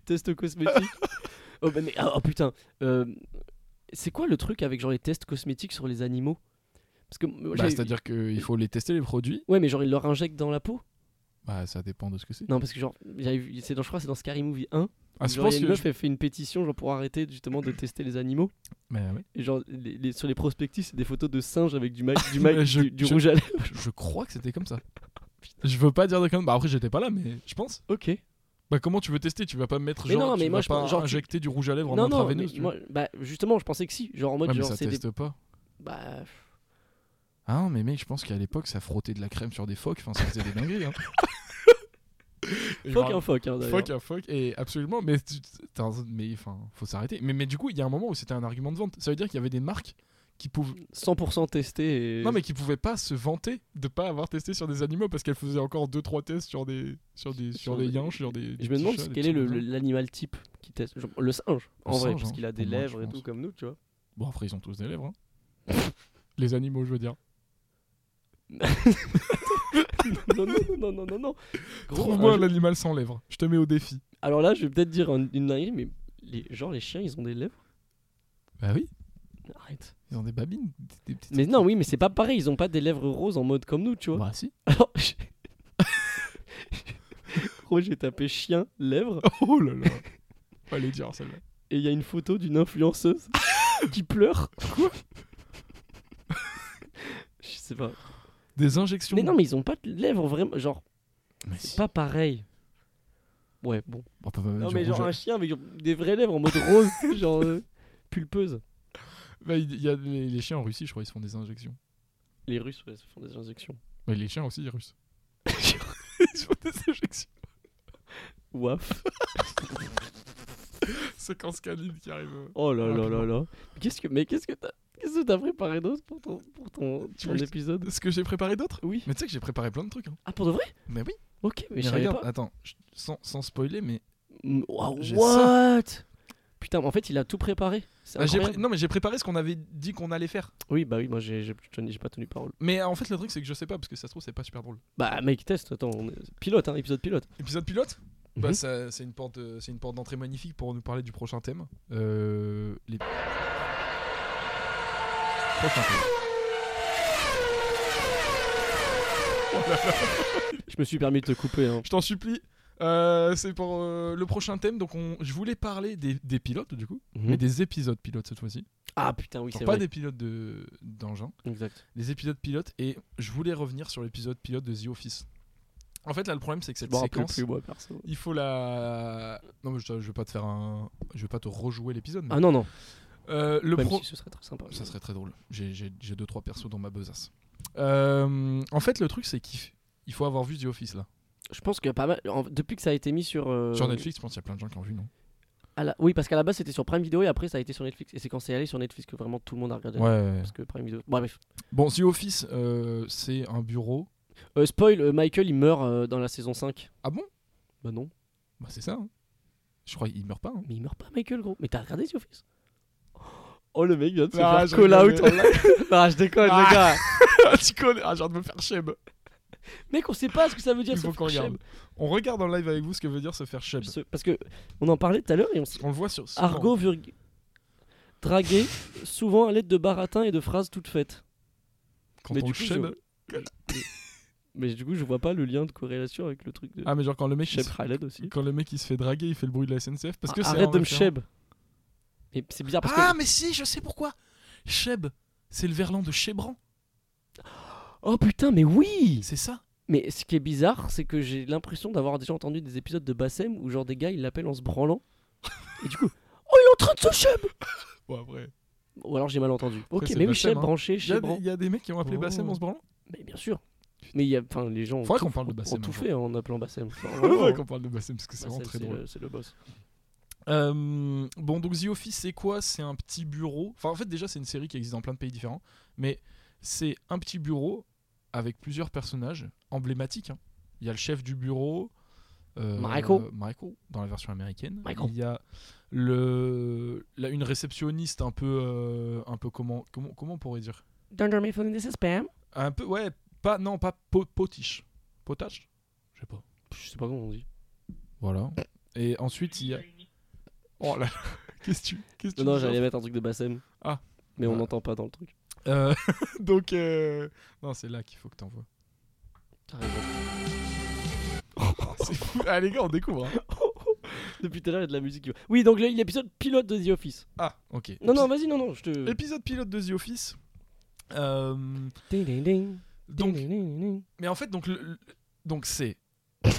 Speaker 1: Test cosmétique. oh, bah, mais, ah, oh, putain. Euh, c'est quoi le truc avec genre les tests cosmétiques sur les animaux Parce que moi,
Speaker 2: Bah,
Speaker 1: j'avais-
Speaker 2: C'est-à-dire qu'il faut les tester les produits.
Speaker 1: Ouais, mais genre ils leur injectent dans la peau
Speaker 2: Bah, ça dépend de ce que c'est.
Speaker 1: Non, parce que genre, j'avais vu- c'est dans, je crois que c'est dans Scary Movie 1.
Speaker 2: Ah, je
Speaker 1: genre, il y
Speaker 2: pense
Speaker 1: a une
Speaker 2: que.
Speaker 1: meuf, elle fait une pétition genre, pour arrêter justement de tester les animaux.
Speaker 2: Mais ouais.
Speaker 1: Et genre, les- les- sur les prospectus, c'est des photos de singes avec du, ma- du, ma-
Speaker 2: Mais je-
Speaker 1: du, du
Speaker 2: je-
Speaker 1: rouge à lèvres.
Speaker 2: Je crois que c'était comme ça. Je veux pas dire de comme. Bah après j'étais pas là, mais je pense.
Speaker 1: Ok.
Speaker 2: Bah comment tu veux tester Tu vas pas mettre
Speaker 1: Mais
Speaker 2: genre,
Speaker 1: non,
Speaker 2: tu
Speaker 1: mais
Speaker 2: vas
Speaker 1: moi, je
Speaker 2: pas
Speaker 1: pense- genre, tu-
Speaker 2: injecter du rouge à lèvres en
Speaker 1: Non, non, mais
Speaker 2: intraveineuse. tu vois.
Speaker 1: moi, bah, justement, je pensais que si. Genre en mode,
Speaker 2: Ouais, mais
Speaker 1: genre,
Speaker 2: ça
Speaker 1: c'est des.
Speaker 2: teste pas.
Speaker 1: Bah, pff,
Speaker 2: Ah non, mais mec, je pense qu'à l'époque ça frottait de la crème sur des phoques. Enfin, ça faisait des dingueries. Hein. Et je me
Speaker 1: fuck un fuck. Hein, d'ailleurs.
Speaker 2: Fuck à fuck, et absolument, mais tu- t'as un- mais enfin, faut s'arrêter. Mais, mais du coup, il y a un moment où c'était un argument de vente. Ça veut dire qu'il y avait des marques qui pouvaient,
Speaker 1: 100% testé. Et...
Speaker 2: non mais qui pouvaient pas se vanter de pas avoir testé sur des animaux parce qu'elles faisaient encore deux trois tests sur des, sur des, sur,
Speaker 1: Sur
Speaker 2: des
Speaker 1: des-
Speaker 2: yinches, sur des. des
Speaker 1: Je me
Speaker 2: petits
Speaker 1: demande
Speaker 2: chats, des
Speaker 1: quel est
Speaker 2: petits
Speaker 1: le-
Speaker 2: cousins.
Speaker 1: le- l'animal type qui teste. Genre, le singe, en vrai,
Speaker 2: singe,
Speaker 1: parce
Speaker 2: hein,
Speaker 1: qu'il a des
Speaker 2: pour moi, je
Speaker 1: lèvres et
Speaker 2: pense.
Speaker 1: tout comme nous, tu vois.
Speaker 2: Bon après ils ont tous des lèvres. hein. Les animaux, je veux dire.
Speaker 1: non, non, non, non, non, non. Gros, euh,
Speaker 2: Trouve-moi
Speaker 1: un-
Speaker 2: l'animal sans lèvres. Je te mets au défi.
Speaker 1: Alors là, je vais peut-être dire un- une dinguerie, mais les... genre les chiens, ils ont des lèvres.
Speaker 2: Bah oui,
Speaker 1: Arrête.
Speaker 2: ils ont des babines, des, des petites.
Speaker 1: Mais non, oui, mais c'est pas pareil, ils ont pas des lèvres roses en mode comme nous, tu vois.
Speaker 2: Bah si.
Speaker 1: Alors, je- Gros, j'ai tapé chien, lèvres,
Speaker 2: Oh là là. Fallait dire celle-là.
Speaker 1: et il y a une photo d'une influenceuse qui pleure. Quoi Je sais pas.
Speaker 2: Des injections.
Speaker 1: Mais non, mais ils ont pas de lèvres vraiment. Genre,
Speaker 2: Mais
Speaker 1: c'est
Speaker 2: si.
Speaker 1: pas pareil. Ouais, bon.
Speaker 2: On peut pas mettre
Speaker 1: Non,
Speaker 2: du
Speaker 1: mais
Speaker 2: rouge
Speaker 1: genre
Speaker 2: à-
Speaker 1: un chien avec genre des vraies lèvres en mode rose, tu sais, genre euh, pulpeuse.
Speaker 2: Bah, il il y a les, les chiens en Russie, je crois, ils se font des injections.
Speaker 1: Les Russes ouais, se font des injections.
Speaker 2: Mais les chiens aussi, les Russes. ils se font des injections.
Speaker 1: Waf.
Speaker 2: Séquence canine qui arrive. euh.
Speaker 1: Oh là là
Speaker 2: Rapidement.
Speaker 1: là là. Qu'est-ce que, mais qu'est-ce que t'as, qu'est-ce que t'as préparé d'autre pour ton, pour ton,
Speaker 2: Tu
Speaker 1: ton
Speaker 2: veux-
Speaker 1: épisode
Speaker 2: Ce que j'ai préparé d'autre
Speaker 1: Oui.
Speaker 2: Mais tu sais que j'ai préparé plein de trucs. Hein.
Speaker 1: Ah pour de vrai
Speaker 2: Mais oui.
Speaker 1: Ok, mais,
Speaker 2: Mais,
Speaker 1: je savais
Speaker 2: regarde,
Speaker 1: pas.
Speaker 2: attends, je- sans, sans spoiler, mais.
Speaker 1: Mm, wow,
Speaker 2: j'ai
Speaker 1: what Putain, mais en fait, il a tout préparé. C'est
Speaker 2: Ah, j'ai
Speaker 1: incroyable.
Speaker 2: pré- Non, mais j'ai préparé ce qu'on avait dit qu'on allait faire.
Speaker 1: Oui, bah oui, moi j'ai, j'ai, j'ai- j'ai pas tenu parole.
Speaker 2: Mais euh, en fait, le truc, c'est que je sais pas, parce que ça se trouve, c'est pas super drôle.
Speaker 1: Bah, mec, test, attends, on est- pilote, hein, épisode pilote.
Speaker 2: Épisode pilote Bah,
Speaker 1: Mhm.
Speaker 2: ça- c'est une porte, euh, c'est une porte d'entrée magnifique pour nous parler du prochain thème. Euh, les. Prochain thème.
Speaker 1: Je me suis permis de te couper. Hein.
Speaker 2: Oh Je t'en supplie. Euh, c'est pour euh, le prochain thème. Donc, on... je voulais parler des, des pilotes, du coup, mais des épisodes pilotes cette fois-ci.
Speaker 1: Ah putain, Mhm. oui,
Speaker 2: Genre
Speaker 1: c'est
Speaker 2: Mhm. pas
Speaker 1: vrai.
Speaker 2: des pilotes de d'engins,
Speaker 1: Exact.
Speaker 2: des épisodes pilotes. Et je voulais revenir sur l'épisode pilote de The Office. En fait, là, le problème, c'est que
Speaker 1: Je
Speaker 2: cette
Speaker 1: m'en rappelle
Speaker 2: séquence,
Speaker 1: plus, moi, perso.
Speaker 2: il faut la. Non, mais je, te- je vais pas te faire un. Je vais pas te rejouer l'épisode. mais-
Speaker 1: Ah non, non.
Speaker 2: Euh, le
Speaker 1: Même
Speaker 2: pro-
Speaker 1: si ce serait très sympa.
Speaker 2: Ça serait très drôle. J'ai- J'ai j'ai deux trois persos dans ma besace. Euh, en fait, le truc, c'est qu'il f- il faut avoir vu The Office là.
Speaker 1: Je pense qu'il y a pas mal. en- Depuis que ça a été mis sur. euh,
Speaker 2: Sur Netflix, je pense qu'il y a plein de gens qui ont vu, non
Speaker 1: à la- Oui, parce qu'à la base c'était sur Prime Video et après ça a été sur Netflix. Et c'est quand c'est allé sur Netflix que vraiment tout le monde a regardé.
Speaker 2: Ouais.
Speaker 1: bah, Parce que Prime Video. Bon, bref.
Speaker 2: Bon, The Office, euh, c'est un bureau.
Speaker 1: Euh, spoil, euh, Michael il meurt euh, dans la saison 5.
Speaker 2: Ah bon
Speaker 1: Bah non.
Speaker 2: Bah, c'est ça. hein. Je crois qu'il meurt pas. hein.
Speaker 1: Mais il meurt pas, Michael, gros. Mais t'as regardé The Office Oh, le mec vient de se faire
Speaker 2: Ah, je
Speaker 1: call out.
Speaker 2: rigolais.
Speaker 1: non, je déconne,
Speaker 2: Ah.
Speaker 1: les gars.
Speaker 2: tu connais. Ah, genre de me faire shame.
Speaker 1: Mec, on sait pas ce que ça veut dire.
Speaker 2: Il
Speaker 1: se
Speaker 2: faut qu'on
Speaker 1: faire shame.
Speaker 2: regarde. On regarde en live avec vous ce que veut dire se faire shame.
Speaker 1: Ce- Parce que on en parlait tout à l'heure et on s-
Speaker 2: On le voit sur.
Speaker 1: Argot Virg... dragué, souvent à l'aide de baratins et de phrases toutes faites.
Speaker 2: Quand
Speaker 1: mais
Speaker 2: on
Speaker 1: du coup,
Speaker 2: shame-
Speaker 1: Mais du coup, je vois pas le lien de corrélation avec le truc de
Speaker 2: Ah, mais genre quand le mec. il
Speaker 1: Sheb
Speaker 2: se-
Speaker 1: Khaled aussi.
Speaker 2: Quand le mec il se fait draguer, il fait le bruit de la SNCF parce que
Speaker 1: Ah,
Speaker 2: c'est
Speaker 1: Arrête
Speaker 2: en
Speaker 1: de me
Speaker 2: référence.
Speaker 1: Sheb. Mais c'est bizarre parce
Speaker 2: Ah, mais si, je sais pourquoi. Sheb, c'est le verlan de Chebran.
Speaker 1: que. Oh putain, mais oui
Speaker 2: C'est ça
Speaker 1: Mais ce qui est bizarre, c'est que j'ai l'impression d'avoir déjà entendu des épisodes de Bassem où genre des gars ils l'appellent en se branlant. Et du coup, oh il est en train de se Sheb
Speaker 2: Ouais, vrai.
Speaker 1: Ou alors j'ai mal entendu. Ok,
Speaker 2: c'est
Speaker 1: mais oui,
Speaker 2: Bassem,
Speaker 1: Sheb
Speaker 2: hein.
Speaker 1: branché,
Speaker 2: Il y, a
Speaker 1: Sheb.
Speaker 2: des- il y a des mecs qui ont appelé
Speaker 1: Oh.
Speaker 2: Bassem en se branlant.
Speaker 1: Mais bien sûr. Mais il y a, enfin, les gens ont
Speaker 2: Faudrait
Speaker 1: tout,
Speaker 2: qu'on parle de Bassem
Speaker 1: ont tout
Speaker 2: un jour.
Speaker 1: fait en appelant Bassem. Enfin, vraiment,
Speaker 2: Faudrait
Speaker 1: hein.
Speaker 2: qu'on parle de Bassem parce que c'est
Speaker 1: Bassem,
Speaker 2: vraiment très
Speaker 1: c'est
Speaker 2: drôle.
Speaker 1: le- C'est le boss.
Speaker 2: Euh, bon, donc The Office, c'est quoi C'est un petit bureau. Enfin, en fait, déjà, c'est une série qui existe dans plein de pays différents. Mais c'est un petit bureau avec plusieurs personnages emblématiques. hein. Il y a le chef du bureau. euh,
Speaker 1: Michael.
Speaker 2: Michael, dans la version américaine.
Speaker 1: Michael.
Speaker 2: Il y a le, la- une réceptionniste un peu. euh, un peu comment, comment, comment on pourrait dire
Speaker 1: Don't drop my phone in this spam.
Speaker 2: Un peu. Ouais, pas. Non, pas po- potiche. Potache Je sais pas.
Speaker 1: Je sais pas comment on dit.
Speaker 2: Voilà. Et ensuite, il y a. Oh là là. Qu'est-ce que tu. qu'est-ce que
Speaker 1: Non,
Speaker 2: tu
Speaker 1: non
Speaker 2: dis,
Speaker 1: j'allais mettre un truc de Bassem.
Speaker 2: Ah.
Speaker 1: Mais on
Speaker 2: Ouais.
Speaker 1: n'entend pas dans le truc.
Speaker 2: Euh, donc, euh, non, c'est là qu'il faut que t'envoies.
Speaker 1: T'as raison.
Speaker 2: C'est fou. Ah, les gars, on découvre. hein.
Speaker 1: Depuis tout à l'heure, il y a de la musique. qui- Oui, donc l- l'épisode pilote de The Office.
Speaker 2: Ah, ok.
Speaker 1: Non, non, vas-y, non, non, je te.
Speaker 2: Épisode pilote de The Office. Euh,
Speaker 1: Ding, ding, ding.
Speaker 2: donc,
Speaker 1: Ding, ding, ding, ding.
Speaker 2: mais en fait, donc, le- le- donc c'est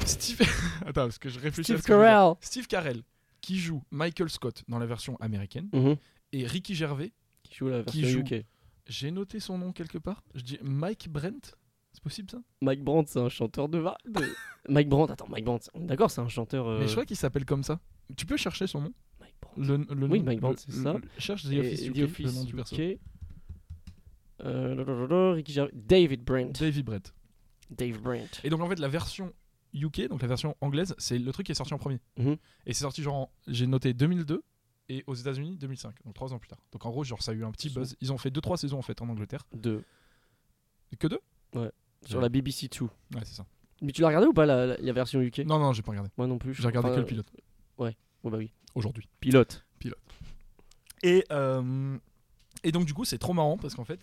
Speaker 2: Steve. Attends, parce que je réfléchis. à
Speaker 1: Steve
Speaker 2: ce que je veux dire.
Speaker 1: Carell.
Speaker 2: Steve Carell qui joue Michael Scott dans la version américaine
Speaker 1: Mhm.
Speaker 2: et Ricky Gervais.
Speaker 1: Qui joue la
Speaker 2: Qui
Speaker 1: version
Speaker 2: joue.
Speaker 1: UK.
Speaker 2: J'ai noté son nom quelque part. Je dis Mike Brent. C'est possible ça
Speaker 1: Mike Brandt, c'est un chanteur de. va- de- Mike Brandt, attends, Mike Brandt, on est d'accord, c'est un chanteur. euh,
Speaker 2: Mais je crois qu'il s'appelle comme ça. Tu peux chercher son nom.
Speaker 1: Mike Brandt.
Speaker 2: Le, le
Speaker 1: Oui,
Speaker 2: nom-
Speaker 1: Mike Brandt,
Speaker 2: le-
Speaker 1: c'est
Speaker 2: le-
Speaker 1: ça.
Speaker 2: le- Cherche The
Speaker 1: Et-
Speaker 2: Office,
Speaker 1: et
Speaker 2: UK,
Speaker 1: The Office
Speaker 2: le nom du perso.
Speaker 1: UK. Euh, la, la, la, la, Ricky Gervais- David Brent.
Speaker 2: Davy Brent.
Speaker 1: Dave Brent.
Speaker 2: Et donc en fait la version UK, donc la version anglaise, c'est le truc qui est sorti en premier.
Speaker 1: Mhm.
Speaker 2: Et c'est sorti genre en- j'ai noté 2002 et aux États-Unis 2005, donc trois ans plus tard. Donc en gros genre ça a eu un petit
Speaker 1: Sous.
Speaker 2: buzz. Ils ont fait deux trois saisons en fait en Angleterre.
Speaker 1: Deux.
Speaker 2: Que deux
Speaker 1: Sur
Speaker 2: Ouais.
Speaker 1: la BBC Two.
Speaker 2: Ouais c'est ça.
Speaker 1: Mais tu l'as regardé ou pas la, la- la version UK
Speaker 2: Non non j'ai pas regardé.
Speaker 1: Moi non plus. je-
Speaker 2: J'ai regardé
Speaker 1: enfin, euh,
Speaker 2: que le pilote
Speaker 1: oh bah oui.
Speaker 2: aujourd'hui.
Speaker 1: Pilote.
Speaker 2: Et euh, et donc du coup c'est trop marrant parce qu'en fait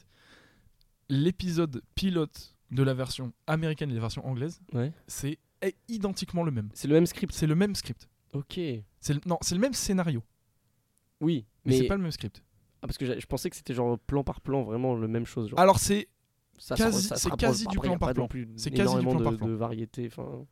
Speaker 2: l'épisode pilote de la version américaine et la version anglaise
Speaker 1: Ouais.
Speaker 2: c'est est identiquement le même.
Speaker 1: C'est le même script.
Speaker 2: C'est le même script.
Speaker 1: Ok.
Speaker 2: C'est le- non c'est le même scénario
Speaker 1: Oui.
Speaker 2: mais,
Speaker 1: Mais,
Speaker 2: c'est pas le même script.
Speaker 1: ah, parce que j'a- je pensais que c'était genre plan par plan, vraiment le même chose. Genre.
Speaker 2: Alors c'est
Speaker 1: Ça se re-
Speaker 2: Ah, quasi-
Speaker 1: ça se
Speaker 2: c'est
Speaker 1: rapproche.
Speaker 2: quasi
Speaker 1: Après,
Speaker 2: du
Speaker 1: y a
Speaker 2: plan par
Speaker 1: pas non
Speaker 2: plan.
Speaker 1: plus
Speaker 2: C'est quasi du
Speaker 1: énormément
Speaker 2: plan par
Speaker 1: de-
Speaker 2: plan.
Speaker 1: De variété. enfin.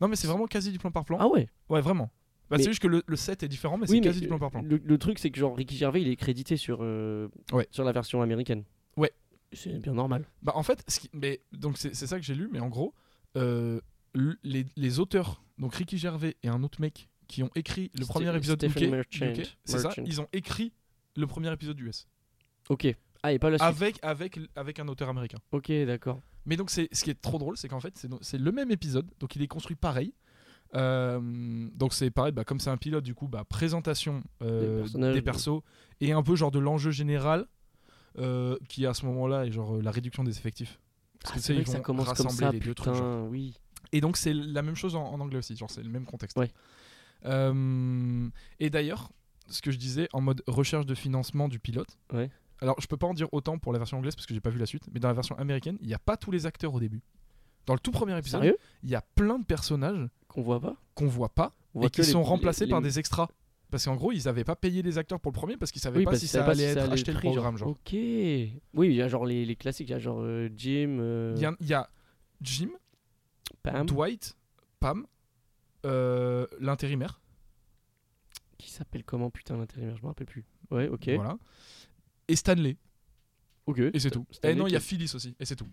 Speaker 2: Non, mais c'est vraiment quasi du plan par plan.
Speaker 1: Ah ouais.
Speaker 2: Ouais, vraiment. Bah,
Speaker 1: Mais-
Speaker 2: C'est juste que le, le set est différent, mais
Speaker 1: Oui,
Speaker 2: c'est
Speaker 1: mais euh,
Speaker 2: quasi du plan par plan.
Speaker 1: Le, le truc, c'est que genre Ricky Gervais, il est crédité sur, euh,
Speaker 2: Ouais.
Speaker 1: sur la version américaine.
Speaker 2: Ouais.
Speaker 1: C'est bien normal.
Speaker 2: Bah, en fait, ce qui- mais, donc c'est c'est ça que j'ai lu, mais en gros, euh, l- les, les auteurs, donc Ricky Gervais et un autre mec qui ont écrit le
Speaker 1: Ste-
Speaker 2: premier épisode
Speaker 1: Stephen
Speaker 2: UK,
Speaker 1: Merchant.
Speaker 2: UK, c'est ça,
Speaker 1: Merchant.
Speaker 2: ils ont écrit le premier épisode US
Speaker 1: Ok. Ah, et pas la suite.
Speaker 2: avec, avec, avec un auteur américain.
Speaker 1: Ok, d'accord.
Speaker 2: Mais donc, c'est ce qui est trop drôle, c'est qu'en fait, c'est- c'est le même épisode, donc il est construit pareil. Euh, donc c'est pareil, bah, comme c'est un pilote, du coup, bah, présentation euh,
Speaker 1: Des personnages,
Speaker 2: des
Speaker 1: de-
Speaker 2: persos et un peu genre de l'enjeu général euh, qui à ce moment-là est genre euh, la réduction des effectifs. Parce
Speaker 1: Ah,
Speaker 2: que, tu sais,
Speaker 1: c'est vrai
Speaker 2: ils
Speaker 1: que ça
Speaker 2: vont
Speaker 1: commence comme
Speaker 2: rassembler
Speaker 1: ça,
Speaker 2: les deux trucs, genre.
Speaker 1: putain, oui.
Speaker 2: Et donc c'est la même chose en, en anglais aussi, genre c'est le même contexte.
Speaker 1: Ouais.
Speaker 2: Euh, et d'ailleurs, ce que je disais en mode recherche de financement du pilote.
Speaker 1: Ouais.
Speaker 2: Alors je peux pas en dire autant pour la version anglaise parce que j'ai pas vu la suite, mais dans la version américaine, il n'y a pas tous les acteurs au début. Dans le tout premier épisode,
Speaker 1: Sérieux
Speaker 2: il y a plein de personnages
Speaker 1: Qu'on voit pas
Speaker 2: qu'on voit pas
Speaker 1: On voit
Speaker 2: et
Speaker 1: que
Speaker 2: qui
Speaker 1: les-
Speaker 2: sont
Speaker 1: les-
Speaker 2: remplacés
Speaker 1: les-
Speaker 2: par des extras. Parce qu'en gros, ils n'avaient pas payé les acteurs pour le premier parce qu'ils savaient
Speaker 1: Oui,
Speaker 2: pas
Speaker 1: parce
Speaker 2: si
Speaker 1: qu'ils savaient
Speaker 2: ça
Speaker 1: pas
Speaker 2: allait
Speaker 1: si ça
Speaker 2: être
Speaker 1: allait
Speaker 2: acheté
Speaker 1: être
Speaker 2: le
Speaker 1: pris, genre.
Speaker 2: programme. Genre.
Speaker 1: Ok. Oui, il y a genre les, les classiques, il y a genre euh, Jim, euh,
Speaker 2: Il y, a- il y a Jim,
Speaker 1: Pam,
Speaker 2: Dwight, Pam, euh, l'intérimaire.
Speaker 1: qui s'appelle comment putain l'intérimaire, je me rappelle plus. Ouais, ok.
Speaker 2: Voilà. Et Stanley.
Speaker 1: Ok.
Speaker 2: Et c'est tout.
Speaker 1: Stanley
Speaker 2: Et non, il y a
Speaker 1: qui-
Speaker 2: Phyllis aussi. Et c'est tout.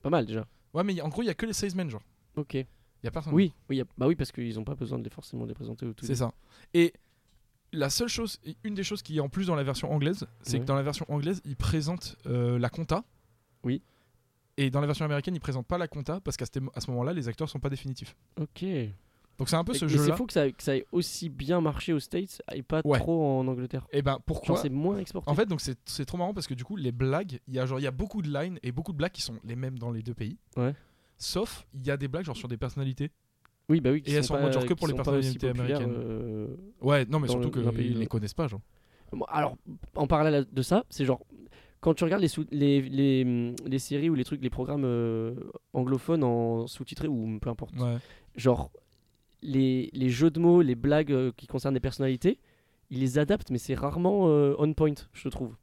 Speaker 1: Pas mal déjà.
Speaker 2: Ouais, mais il y a- en gros, il y a que les 16 men, genre.
Speaker 1: Ok.
Speaker 2: Il y a personne.
Speaker 1: Oui, oui, il y a- bah oui, parce qu'ils ont pas besoin de les forcément de les présenter au tout.
Speaker 2: C'est ça. Et la seule chose, et une des choses qui est en plus dans la version anglaise, c'est
Speaker 1: Ouais.
Speaker 2: que dans la version anglaise, ils présentent euh, la compta.
Speaker 1: Oui.
Speaker 2: Et dans la version américaine, ils présentent pas la compta parce qu'à ce à ce moment-là, les acteurs sont pas définitifs.
Speaker 1: Ok. Et-
Speaker 2: Donc c'est un peu ce
Speaker 1: mais
Speaker 2: jeu-là.
Speaker 1: c'est fou que ça, que ça ait aussi bien marché aux States et pas
Speaker 2: Ouais.
Speaker 1: trop en Angleterre.
Speaker 2: Et ben
Speaker 1: Genre,
Speaker 2: pourquoi
Speaker 1: c'est moins exporté.
Speaker 2: En fait, donc c'est c'est trop marrant parce que du coup, les blagues, il y a genre il y a beaucoup de lines et beaucoup de blagues qui sont les mêmes dans les deux pays.
Speaker 1: Ouais.
Speaker 2: Sauf il y a des blagues genre sur des personnalités.
Speaker 1: oui, bah oui. qui
Speaker 2: et elles
Speaker 1: sont
Speaker 2: sont en
Speaker 1: pas-
Speaker 2: mode genre que
Speaker 1: qui
Speaker 2: pour les
Speaker 1: sont pas aussi
Speaker 2: personnalités
Speaker 1: populaires,
Speaker 2: américaines.
Speaker 1: euh,
Speaker 2: Ouais, non mais
Speaker 1: Dans
Speaker 2: surtout
Speaker 1: le- dans
Speaker 2: que
Speaker 1: pays
Speaker 2: ils
Speaker 1: de-
Speaker 2: les connaissent pas genre.
Speaker 1: Bon, alors, en parallèle de ça, c'est genre. Quand tu regardes les, sous- les, les, hum, les séries ou les trucs, les programmes euh, anglophones en sous-titré ou peu importe,
Speaker 2: Ouais.
Speaker 1: genre les, les jeux de mots, les blagues euh, qui concernent les personnalités, ils les adaptent, mais c'est rarement euh, on point, je trouve.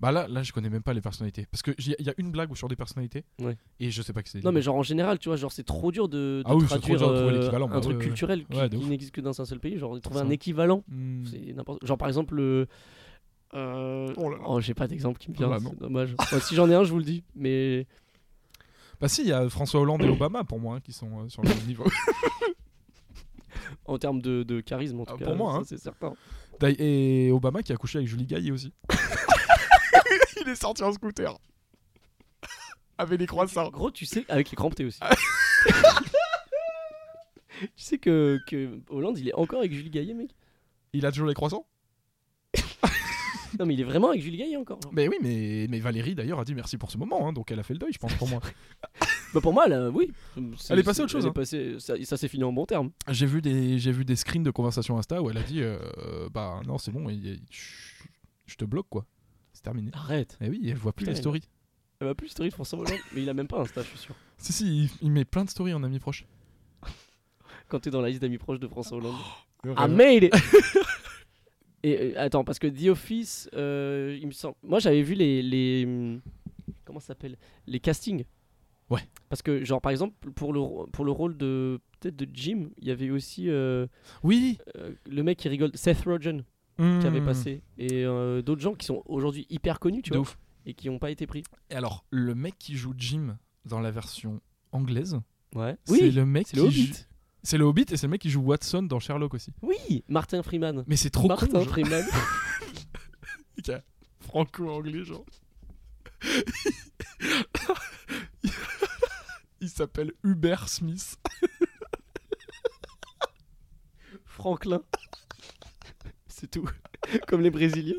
Speaker 2: Bah là, là je connais même pas les personnalités parce que j'y- il y a une blague où sur des personnalités.
Speaker 1: Ouais.
Speaker 2: Et je sais pas que c'est.
Speaker 1: Non, mais genre en général, tu vois, genre c'est trop dur de, de
Speaker 2: Ah oui, c'est trop
Speaker 1: traduire
Speaker 2: dur de trouver
Speaker 1: euh,
Speaker 2: l'équivalent,
Speaker 1: un
Speaker 2: bah
Speaker 1: truc
Speaker 2: ouais, ouais.
Speaker 1: culturel qui,
Speaker 2: Ouais, de
Speaker 1: qui
Speaker 2: ouf.
Speaker 1: n'existe que dans un seul pays. Genre de trouver
Speaker 2: C'est
Speaker 1: un
Speaker 2: ça.
Speaker 1: équivalent,
Speaker 2: Hmm.
Speaker 1: c'est n'importe. Genre par exemple le. euh,
Speaker 2: Oh là là.
Speaker 1: j'ai pas d'exemple qui me vient,
Speaker 2: Oh là, non.
Speaker 1: c'est dommage. Enfin, si j'en ai un, je vous le dis, mais
Speaker 2: Bah si, il y a François Hollande et Obama pour moi hein, qui sont euh, sur le même niveau.
Speaker 1: en termes de, de charisme, en tout
Speaker 2: Ah,
Speaker 1: cas,
Speaker 2: pour moi,
Speaker 1: ça,
Speaker 2: hein.
Speaker 1: c'est certain.
Speaker 2: D'ailleurs, Et Obama qui a couché avec Julie Gaillet aussi. il est sorti en scooter. Avec les croissants.
Speaker 1: Gros, tu sais, avec les crampetés aussi. tu sais que, que Hollande, il est encore avec Julie Gaillet, mec.
Speaker 2: Il a toujours les croissants
Speaker 1: Non, mais il est vraiment avec Julie Gaillet encore. genre.
Speaker 2: Mais oui, mais, mais Valérie d'ailleurs a dit merci pour ce moment, hein, donc elle a fait le deuil, je pense, pour moi.
Speaker 1: Bah, pour moi, là, oui. C'est-
Speaker 2: Elle est passée à autre
Speaker 1: c'est-
Speaker 2: chose,
Speaker 1: elle est
Speaker 2: hein.
Speaker 1: passée- ça ça s'est fini en bon terme.
Speaker 2: J'ai vu, des, j'ai vu des screens de conversation Insta où elle a dit euh, Bah non, c'est bon, il- il- je je te bloque quoi. C'est terminé.
Speaker 1: Arrête.
Speaker 2: Et oui, elle voit plus
Speaker 1: Ah. Putain,
Speaker 2: les stories.
Speaker 1: Elle va plus story de François Hollande, mais il a même pas Insta, je suis sûr.
Speaker 2: Si, si, il, il met plein de stories en amis proches.
Speaker 1: Quand t'es dans la liste d'amis proches de François Hollande.
Speaker 2: Oh,
Speaker 1: I made it Et euh, attends, parce que The Office, euh, il me semble. Moi, j'avais vu les. les hum, comment ça s'appelle Les castings.
Speaker 2: Ouais.
Speaker 1: Parce que, genre, par exemple, pour le, ro- pour le rôle de. Peut-être de Jim, il y avait aussi euh,
Speaker 2: Oui
Speaker 1: euh, le mec qui rigole, Seth Rogen, qui avait
Speaker 2: Hmm.
Speaker 1: passé. Et euh, d'autres gens qui sont aujourd'hui hyper connus, tu
Speaker 2: De
Speaker 1: vois.
Speaker 2: ouf.
Speaker 1: Et qui n'ont pas été pris.
Speaker 2: Et alors, le mec qui joue Jim dans la version anglaise,
Speaker 1: Ouais.
Speaker 2: c'est
Speaker 1: Oui,
Speaker 2: le mec
Speaker 1: c'est
Speaker 2: qui
Speaker 1: le Hobbit.
Speaker 2: joue- C'est le Hobbit et c'est le mec qui joue Watson dans Sherlock aussi.
Speaker 1: Oui, Martin Freeman.
Speaker 2: Mais c'est trop
Speaker 1: Martin
Speaker 2: cool, genre.
Speaker 1: Freeman.
Speaker 2: qui a franco-anglais, genre. Il s'appelle Hubert Smith.
Speaker 1: Franklin. C'est tout. Comme les Brésiliens.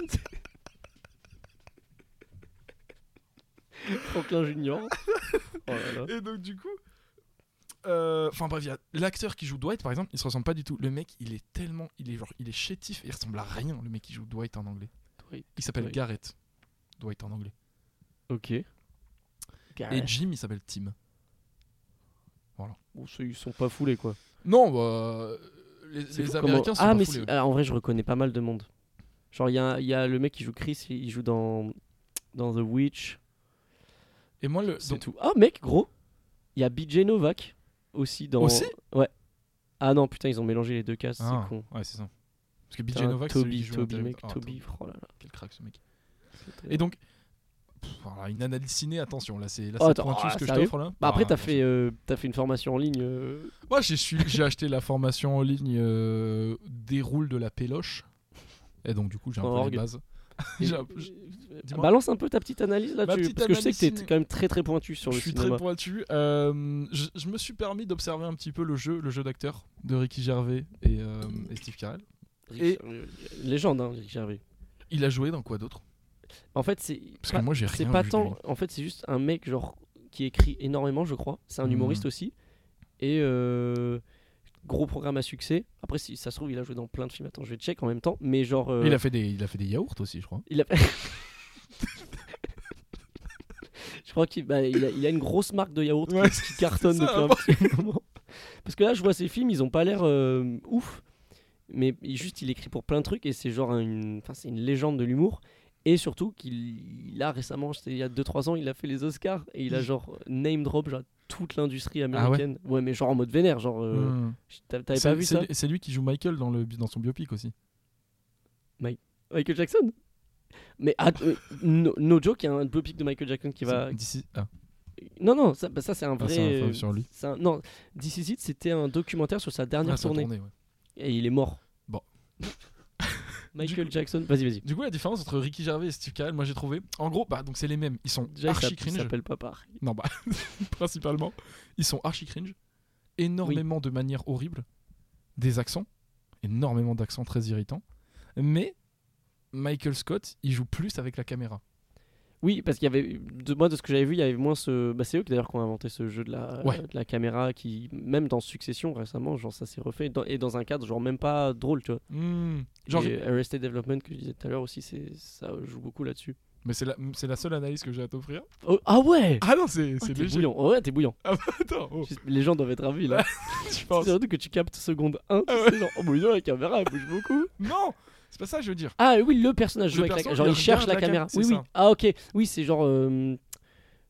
Speaker 1: Franklin Junior. Oh là là.
Speaker 2: Et donc, du coup. euh, Enfin bref, il y a l'acteur qui joue Dwight par exemple, il se ressemble pas du tout. Le mec, il est tellement, il est genre, il est chétif, et il ressemble à rien. Le mec qui joue Dwight en anglais,
Speaker 1: Dwight,
Speaker 2: il s'appelle
Speaker 1: Dwight.
Speaker 2: Garrett. Dwight en anglais.
Speaker 1: Ok.
Speaker 2: Et Jim, il s'appelle Tim.
Speaker 1: Bon, ceux, ils sont pas foulés quoi.
Speaker 2: Non, bah, les,
Speaker 1: C'est
Speaker 2: les
Speaker 1: fou comment-
Speaker 2: Américains sont
Speaker 1: Ah
Speaker 2: pas
Speaker 1: mais
Speaker 2: foulés,
Speaker 1: si.
Speaker 2: ouais.
Speaker 1: Ah, en vrai je reconnais pas mal de monde. Genre il y a, il y a le mec qui joue Chris, il joue dans dans The Witch.
Speaker 2: Et moi, le,
Speaker 1: C'est
Speaker 2: donc-
Speaker 1: tout. Ah mec gros, il y a BJ Novak aussi dans.
Speaker 2: Aussi
Speaker 1: Ouais. Ah non putain ils ont mélangé les deux cases,
Speaker 2: Ah,
Speaker 1: c'est con.
Speaker 2: Ouais, c'est ça. Parce que BJ
Speaker 1: Putain,
Speaker 2: Novak, c'est celui
Speaker 1: Toby,
Speaker 2: qui joue
Speaker 1: Toby
Speaker 2: l'intérieur.
Speaker 1: mec,
Speaker 2: Ah,
Speaker 1: Toby, oh là là.
Speaker 2: Quel crack ce mec.
Speaker 1: c'est
Speaker 2: Et donc, pff, alors, une analyse ciné, attention, là c'est là,
Speaker 1: Oh,
Speaker 2: c'est
Speaker 1: attends,
Speaker 2: pointu
Speaker 1: ah,
Speaker 2: ce que
Speaker 1: sérieux
Speaker 2: je t'offre là.
Speaker 1: Bah après,
Speaker 2: Ah,
Speaker 1: t'as
Speaker 2: bien
Speaker 1: fait,
Speaker 2: sûr.
Speaker 1: euh, t'as fait une formation en ligne. euh,
Speaker 2: Moi j'ai su- j'ai acheté la formation en ligne euh, Déroule de la péloche. Et donc, du coup, j'ai un
Speaker 1: En
Speaker 2: peu
Speaker 1: orgue.
Speaker 2: les bases.
Speaker 1: et-
Speaker 2: J'ai un peu- je
Speaker 1: euh,
Speaker 2: dis-moi.
Speaker 1: balance un peu ta petite analyse là,
Speaker 2: Ma
Speaker 1: tu-
Speaker 2: petite
Speaker 1: parce que je sais que
Speaker 2: analyse
Speaker 1: t'es
Speaker 2: ciné-
Speaker 1: quand même très très pointu sur
Speaker 2: je
Speaker 1: le
Speaker 2: suis
Speaker 1: cinéma.
Speaker 2: très pointu. Euh, je, je me suis permis d'observer un petit peu le jeu, le jeu d'acteur de Ricky Gervais et, euh, et Steve Carell.
Speaker 1: Rick- euh, Légende, hein, Rick Gervais.
Speaker 2: Il a joué dans quoi d'autre
Speaker 1: En fait, c'est
Speaker 2: Parce
Speaker 1: pas,
Speaker 2: que moi j'ai
Speaker 1: c'est
Speaker 2: rien
Speaker 1: pas
Speaker 2: vu de
Speaker 1: tant.
Speaker 2: lui.
Speaker 1: En fait, c'est juste un mec genre qui écrit énormément, je crois. C'est un
Speaker 2: Mhm.
Speaker 1: humoriste aussi et euh, gros programme à succès. Après, si ça se trouve, il a joué dans plein de films. Attends, je vais check en même temps. Mais genre, euh,
Speaker 2: Il a fait des, il a fait des yaourts aussi, je crois.
Speaker 1: il a- je crois qu'il bah, il a, il a une grosse marque de yaourt qui-
Speaker 2: Ouais,
Speaker 1: qui, cartonne
Speaker 2: c'est ça,
Speaker 1: depuis un petit moment. Parce que là, je vois ces films, ils ont pas l'air euh, ouf, mais il- juste il écrit pour plein de trucs et c'est genre une, enfin c'est une légende de l'humour. Et surtout qu'il il a récemment, c'était il y a 2-3 ans, il a fait les Oscars et il a genre name drop genre toute l'industrie
Speaker 2: Ah ouais
Speaker 1: américaine. ouais. mais genre en mode vénère, genre euh,
Speaker 2: Hmm.
Speaker 1: t'a- t'avais
Speaker 2: C'est-
Speaker 1: pas vu
Speaker 2: c'est
Speaker 1: ça
Speaker 2: lui- C'est lui qui joue Michael dans, le, bi- dans son biopic aussi.
Speaker 1: Michael Jackson. Mais ah, euh, no, no joke, il y a un biopic de Michael Jackson qui va,
Speaker 2: C'est- d'ici- ah,
Speaker 1: Non, non, ça, bah, ça, c'est un
Speaker 2: ah,
Speaker 1: vrai.
Speaker 2: c'est un
Speaker 1: euh,
Speaker 2: film sur lui.
Speaker 1: c'est un- non, This Is It, c'était un documentaire sur sa dernière
Speaker 2: Ah, c'est la
Speaker 1: tournée.
Speaker 2: tournée, ouais.
Speaker 1: Et il est mort.
Speaker 2: Bon.
Speaker 1: Michael Jackson. Vas-y, vas-y.
Speaker 2: Du coup, la différence entre Ricky Gervais et Steve Carell, moi j'ai trouvé. En gros, bah, donc c'est les mêmes. Ils sont
Speaker 1: Déjà,
Speaker 2: archi
Speaker 1: il
Speaker 2: cringe.
Speaker 1: s'appelle pas pareil.
Speaker 2: Non, bah, principalement. Ils sont archi cringe. Énormément de manière horrible. Des accents. Énormément d'accents très irritants. Mais Michael Scott, il joue plus avec la caméra.
Speaker 1: Oui, parce qu'il y avait, de moi de ce que j'avais vu, il y avait moins ce. Bah, c'est eux qui d'ailleurs qui ont inventé ce jeu de la,
Speaker 2: Ouais.
Speaker 1: de la caméra qui, même dans Succession récemment, genre ça s'est refait dans- et dans un cadre genre même pas drôle, tu vois.
Speaker 2: Hmm. Genre,
Speaker 1: et Arrested Development que je disais tout à l'heure aussi, c'est ça joue beaucoup là-dessus.
Speaker 2: Mais c'est la, c'est la seule analyse que j'ai à t'offrir.
Speaker 1: Oh, ah ouais,
Speaker 2: Ah non, c'est
Speaker 1: Ah,
Speaker 2: c'est
Speaker 1: T'es
Speaker 2: léger.
Speaker 1: bouillant, Oh ouais, t'es bouillant.
Speaker 2: Attends, oh,
Speaker 1: Je- Les gens doivent être ravis là.
Speaker 2: tu
Speaker 1: C'est
Speaker 2: penses.
Speaker 1: surtout que tu captes seconde 1,
Speaker 2: Ah
Speaker 1: genre, oh mon dieu, la caméra elle bouge beaucoup.
Speaker 2: Non, c'est pas ça que je veux dire.
Speaker 1: Ah oui, le personnage
Speaker 2: Le
Speaker 1: joue avec la
Speaker 2: perso,
Speaker 1: Genre,
Speaker 2: il
Speaker 1: il cherche
Speaker 2: regarde
Speaker 1: la
Speaker 2: la
Speaker 1: caméra.
Speaker 2: cam-
Speaker 1: Oui,
Speaker 2: c'est
Speaker 1: oui.
Speaker 2: ça.
Speaker 1: Ah ok, oui, c'est genre euh,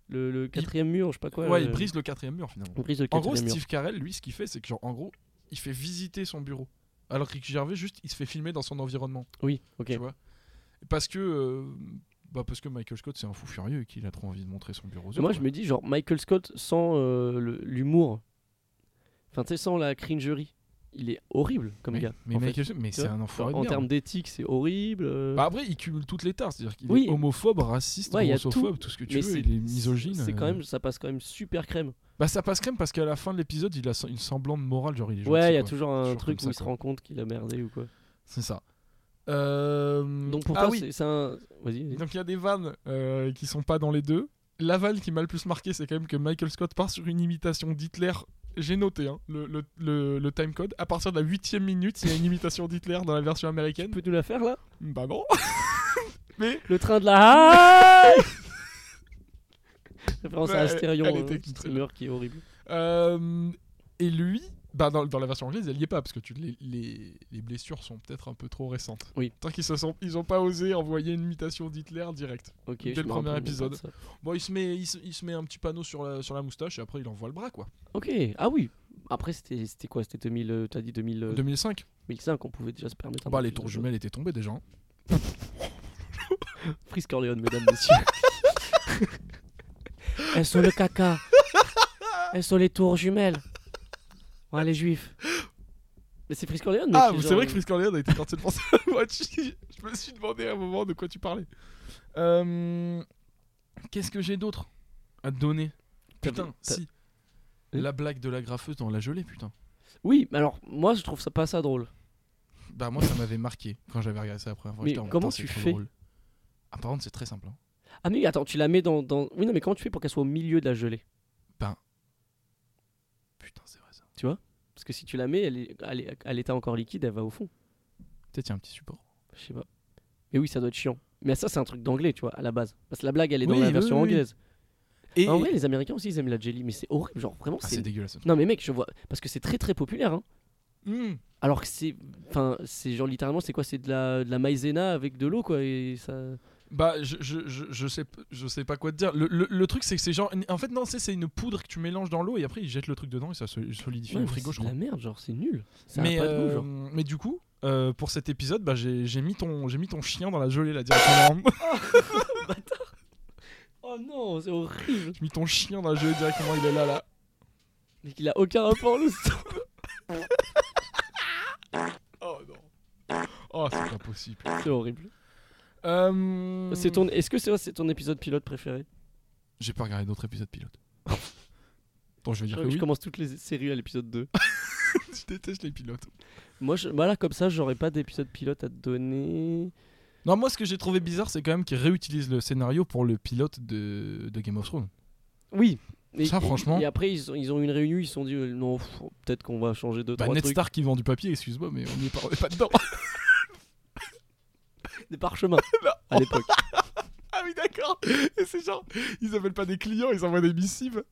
Speaker 1: le, le quatrième mur, je sais pas quoi.
Speaker 2: Ouais,
Speaker 1: le-
Speaker 2: il brise le quatrième mur finalement.
Speaker 1: il brise le
Speaker 2: En gros,
Speaker 1: quatrième mur.
Speaker 2: Steve Carell, lui, ce qu'il fait, c'est que genre, en gros, il fait visiter son bureau. Alors que Ricky Gervais, juste, il se fait filmer dans son environnement,
Speaker 1: Oui, ok.
Speaker 2: tu vois. Parce que, euh, bah, parce que Michael Scott, c'est un fou furieux et qu'il a trop envie de montrer son bureau. aux
Speaker 1: Mais
Speaker 2: autres,
Speaker 1: Moi, je
Speaker 2: quoi.
Speaker 1: me dis, genre, Michael Scott sans euh, le- l'humour, enfin, tu sais, sans la cringerie, il est horrible comme
Speaker 2: mais,
Speaker 1: gars.
Speaker 2: mais
Speaker 1: en fait.
Speaker 2: Michael Scott- mais
Speaker 1: Tu
Speaker 2: c'est
Speaker 1: vois,
Speaker 2: un
Speaker 1: Genre,
Speaker 2: enfoiré de
Speaker 1: en
Speaker 2: merde.
Speaker 1: termes d'éthique, c'est horrible. euh,
Speaker 2: hein. Bah, après, il cumule toutes les tards, c'est-à-dire qu'il
Speaker 1: Oui.
Speaker 2: est homophobe, raciste,
Speaker 1: Ouais, il y a
Speaker 2: grossophobe, tout. ce que tu
Speaker 1: mais
Speaker 2: veux,
Speaker 1: c'est-
Speaker 2: il est misogyne.
Speaker 1: C'est quand
Speaker 2: euh.
Speaker 1: même, ça passe quand même super crème.
Speaker 2: Bah ça passe crème parce qu'à la fin de l'épisode, il a so- une semblante morale, genre il est
Speaker 1: ouais,
Speaker 2: gentil,
Speaker 1: il y a
Speaker 2: quoi.
Speaker 1: toujours un
Speaker 2: Toujours
Speaker 1: truc
Speaker 2: comme ça,
Speaker 1: où il se
Speaker 2: quoi.
Speaker 1: rend compte qu'il a merdé ou quoi.
Speaker 2: C'est ça. Euh,
Speaker 1: Donc pour
Speaker 2: ah
Speaker 1: toi,
Speaker 2: oui.
Speaker 1: c'est- c'est un. Vas-y. vas-y.
Speaker 2: Donc il y a des vannes euh, qui sont pas dans les deux. La vanne qui m'a le plus marqué, c'est quand même que Michael Scott part sur une imitation d'Hitler. J'ai noté hein, le, le, le, le timecode. À partir de la huitième minute, il y a une imitation d'Hitler dans la version américaine.
Speaker 1: Tu peux nous la faire là
Speaker 2: Bah non.
Speaker 1: Le train de la. Référence
Speaker 2: Ouais,
Speaker 1: à Astérion,
Speaker 2: elle
Speaker 1: euh,
Speaker 2: était extrême.
Speaker 1: streamer qui est horrible.
Speaker 2: Euh, et lui, bah dans, dans la version anglaise, elle y est pas parce que tu, les, les, les blessures sont peut-être un peu trop récentes.
Speaker 1: Oui.
Speaker 2: Tant qu'ils se sont, ils ont pas osé envoyer une imitation d'Hitler direct.
Speaker 1: Ok.
Speaker 2: Dès
Speaker 1: je
Speaker 2: le
Speaker 1: me
Speaker 2: premier
Speaker 1: rappelle même pas de
Speaker 2: épisode.
Speaker 1: ça.
Speaker 2: Bon, il se met, il se, il se met un petit panneau sur la, sur la moustache et après il envoie le bras, quoi.
Speaker 1: Ok. Ah oui. Après, c'était c'était quoi C'était 2000. euh, T'as dit 2000. euh,
Speaker 2: 2005.
Speaker 1: 2005, on pouvait déjà se permettre. un
Speaker 2: bah,
Speaker 1: peu
Speaker 2: les
Speaker 1: plus de
Speaker 2: tours
Speaker 1: choses.
Speaker 2: jumelles étaient tombées déjà. hein.
Speaker 1: Fritz Corleone, mesdames, messieurs. Elles sont le caca. Elles sont les tours jumelles. Ouais, les juifs. Mais c'est Fritz Corleone, mais
Speaker 2: Ah,
Speaker 1: c'est
Speaker 2: c'est
Speaker 1: genre- euh,
Speaker 2: vrai que Fritz Corleone a été parti de penser à moi. Je je me suis demandé à un moment de quoi tu parlais. Euh, Qu'est-ce que j'ai d'autre à te donner
Speaker 1: T'as-
Speaker 2: Putain,
Speaker 1: t'as-
Speaker 2: si.
Speaker 1: Hein
Speaker 2: La blague de la graffeuse dans la gelée, putain.
Speaker 1: Oui, mais alors, moi, je trouve ça pas ça drôle.
Speaker 2: Bah, moi, ça m'avait marqué quand j'avais regardé ça la première fois.
Speaker 1: Mais
Speaker 2: J'étais en mode,
Speaker 1: comment
Speaker 2: putain,
Speaker 1: tu
Speaker 2: c'est trop
Speaker 1: fais
Speaker 2: drôle. Ah, par contre, c'est très simple. hein.
Speaker 1: Ah, mais attends, tu la mets dans. dans- Oui, non, mais comment tu fais pour qu'elle soit au milieu de la gelée
Speaker 2: Putain, c'est vrai ça.
Speaker 1: Parce que si tu la mets, elle est, elle est- à l'état encore liquide, elle va au fond.
Speaker 2: Peut-être il y a un petit support.
Speaker 1: Je sais pas. Mais oui, ça doit être chiant. Mais ça, c'est un truc d'anglais, tu vois, à la base. Parce que la blague, elle est dans
Speaker 2: Oui,
Speaker 1: la
Speaker 2: oui,
Speaker 1: version
Speaker 2: oui, oui.
Speaker 1: anglaise.
Speaker 2: Et
Speaker 1: En vrai, les Américains aussi, ils aiment la jelly, mais c'est horrible. Genre, vraiment,
Speaker 2: Ah,
Speaker 1: c'est.
Speaker 2: c'est dégueulasse.
Speaker 1: Non, mais mec, je vois. Parce que c'est très très populaire, hein.
Speaker 2: Hmm.
Speaker 1: Alors que c'est. Enfin, c'est genre littéralement, c'est quoi C'est de la, de la maïzena avec de l'eau, quoi. Et ça.
Speaker 2: Bah, je, je, je, je sais, p- je sais pas quoi te dire. Le, le- le truc, c'est que c'est genre. En fait, non, c'est c'est une poudre que tu mélanges dans l'eau et après, ils jettent le truc dedans et ça se solidifie
Speaker 1: Ouais,
Speaker 2: au frigo,
Speaker 1: c'est
Speaker 2: je
Speaker 1: de
Speaker 2: crois.
Speaker 1: la merde, genre, c'est nul. Ça a
Speaker 2: Mais,
Speaker 1: pas de goût,
Speaker 2: euh,
Speaker 1: genre.
Speaker 2: mais du coup, euh, pour cet épisode, bah, j'ai j'ai mis, ton- j'ai mis ton chien dans la gelée là directement.
Speaker 1: Oh non, c'est horrible.
Speaker 2: j'ai mis ton chien dans la gelée directement, il est là là.
Speaker 1: Mais qu'il a aucun rapport le sang.
Speaker 2: Oh non. Oh, c'est pas possible.
Speaker 1: C'est horrible.
Speaker 2: Euh,
Speaker 1: C'est ton. Est-ce que c'est c'est ton épisode pilote
Speaker 2: Bah
Speaker 1: préféré
Speaker 2: J'ai pas regardé d'autres épisodes pilotes. Bon, je
Speaker 1: Je
Speaker 2: vais dire
Speaker 1: crois que
Speaker 2: que oui.
Speaker 1: je commence toutes les séries à l'épisode 2.
Speaker 2: Je déteste les pilotes.
Speaker 1: Moi, je... voilà, comme ça, j'aurais pas d'épisode pilote à te donner.
Speaker 2: Non, moi, ce que j'ai trouvé bizarre, c'est quand même qu'ils réutilisent le scénario pour le pilote de, de Game of Thrones.
Speaker 1: Oui. Et,
Speaker 2: Ça, franchement.
Speaker 1: Et après, ils ont, ils ont eu une réunion, ils se sont dit, euh, non, pff, peut-être qu'on va changer de
Speaker 2: Bah,
Speaker 1: trois
Speaker 2: Ned
Speaker 1: trucs.
Speaker 2: Stark qui vend du papier, excuse-moi, mais on n'y est pas, on est pas dedans.
Speaker 1: Des parchemins
Speaker 2: Bah, oh.
Speaker 1: à l'époque.
Speaker 2: ah oui, d'accord. Et c'est genre, ils appellent pas des clients, ils envoient des missives.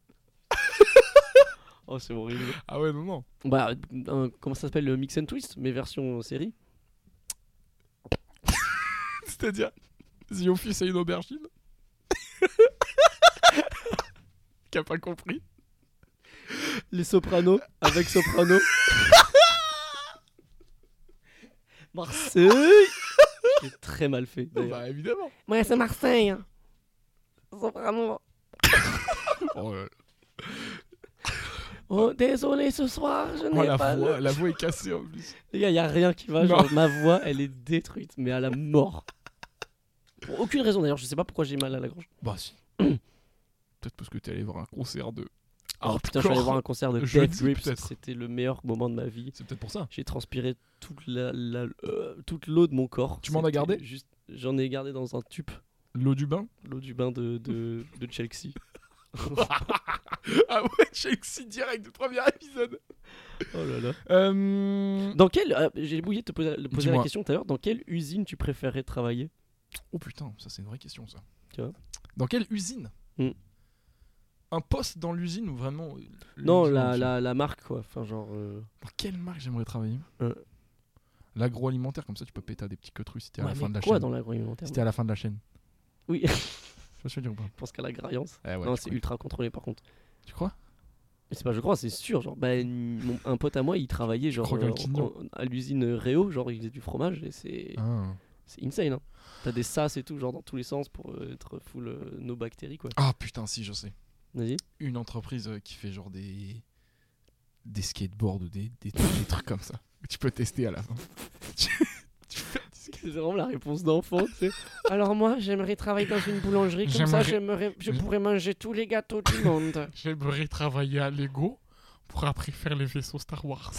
Speaker 1: Oh, c'est horrible.
Speaker 2: Ah ouais, non, non.
Speaker 1: Bah, un- comment ça s'appelle le mix and twist, mais version série.
Speaker 2: C'est-à-dire, The Office et une aubergine. qui a pas compris.
Speaker 1: Les Sopranos avec Soprano. Marseille. C'est très mal fait. d'ailleurs.
Speaker 2: Bah, évidemment.
Speaker 1: Ouais, c'est Marseille. hein. Soprano.
Speaker 2: Oh, euh,
Speaker 1: Oh, désolé ce soir, je n'ai
Speaker 2: Oh, la
Speaker 1: pas.
Speaker 2: voix,
Speaker 1: le-
Speaker 2: la voix est cassée en plus.
Speaker 1: Les gars, il a rien qui va. Genre, ma voix, elle est détruite, mais à la mort. Pour aucune raison d'ailleurs, je sais pas pourquoi j'ai mal à la gorge.
Speaker 2: Bah si. Peut-être parce que t'es allé voir un concert de.
Speaker 1: Oh putain, je suis allé voir un concert de
Speaker 2: Jeudi,
Speaker 1: Death Grips,
Speaker 2: peut-être.
Speaker 1: c'était le meilleur moment de ma vie.
Speaker 2: C'est peut-être pour ça.
Speaker 1: J'ai transpiré toute la, la- euh, toute l'eau de mon corps.
Speaker 2: Tu m'en as
Speaker 1: C'était
Speaker 2: gardé
Speaker 1: juste- J'en ai gardé dans un tube,
Speaker 2: L'eau du bain.
Speaker 1: l'eau du bain de, de, de Chelsea.
Speaker 2: Ah ouais, Chelsea direct du premier épisode.
Speaker 1: Oh là là.
Speaker 2: Euh...
Speaker 1: Dans quelle euh, j'ai oublié de te poser, de poser la
Speaker 2: Dis-moi.
Speaker 1: question tout à l'heure. Dans quelle usine tu préférais travailler
Speaker 2: Oh putain, ça c'est une vraie question ça.
Speaker 1: Tu vois
Speaker 2: Dans quelle usine
Speaker 1: Hmm.
Speaker 2: Un poste dans l'usine ou vraiment euh,
Speaker 1: Non,
Speaker 2: l'usine en
Speaker 1: la,
Speaker 2: soi
Speaker 1: la, la marque quoi. Enfin genre. euh,
Speaker 2: Dans quelle marque j'aimerais travailler
Speaker 1: Euh.
Speaker 2: L'agroalimentaire, comme ça tu peux péter à des petits cotrus si t'es à
Speaker 1: ouais,
Speaker 2: la fin
Speaker 1: mais
Speaker 2: de la
Speaker 1: quoi
Speaker 2: chaîne.
Speaker 1: dans l'agroalimentaire
Speaker 2: Si t'es à la fin de la chaîne.
Speaker 1: Oui.
Speaker 2: Je pense que je veux dire ou pas
Speaker 1: Je pense qu'à la graillance.
Speaker 2: Eh ouais,
Speaker 1: non,
Speaker 2: tu
Speaker 1: c'est
Speaker 2: crois.
Speaker 1: ultra contrôlé par contre.
Speaker 2: Tu crois
Speaker 1: Mais c'est pas, je crois, c'est sûr. Genre, bah, une- mon- un pote à moi, il travaillait genre
Speaker 2: crois qu'un
Speaker 1: euh,
Speaker 2: kidno.
Speaker 1: en- à l'usine euh, Réo, genre il faisait du fromage et c'est
Speaker 2: Ah.
Speaker 1: c'est insane. Hein. T'as des sas et tout, genre dans tous les sens pour euh, être full euh, no bactéries quoi.
Speaker 2: Ah putain, si, je sais.
Speaker 1: Vas-y.
Speaker 2: Une entreprise euh, qui fait genre des. des skateboards ou des, des, des trucs comme ça. Tu peux tester à la fin. Tu- tu fais-
Speaker 1: C'est vraiment la réponse d'enfant, tu sais. Alors moi, j'aimerais travailler dans une boulangerie, comme ça
Speaker 2: J'aimerais-
Speaker 1: j'aimerais- je pourrais manger tous les gâteaux du monde.
Speaker 3: J'aimerais travailler à Lego pour après faire les vaisseaux Star Wars.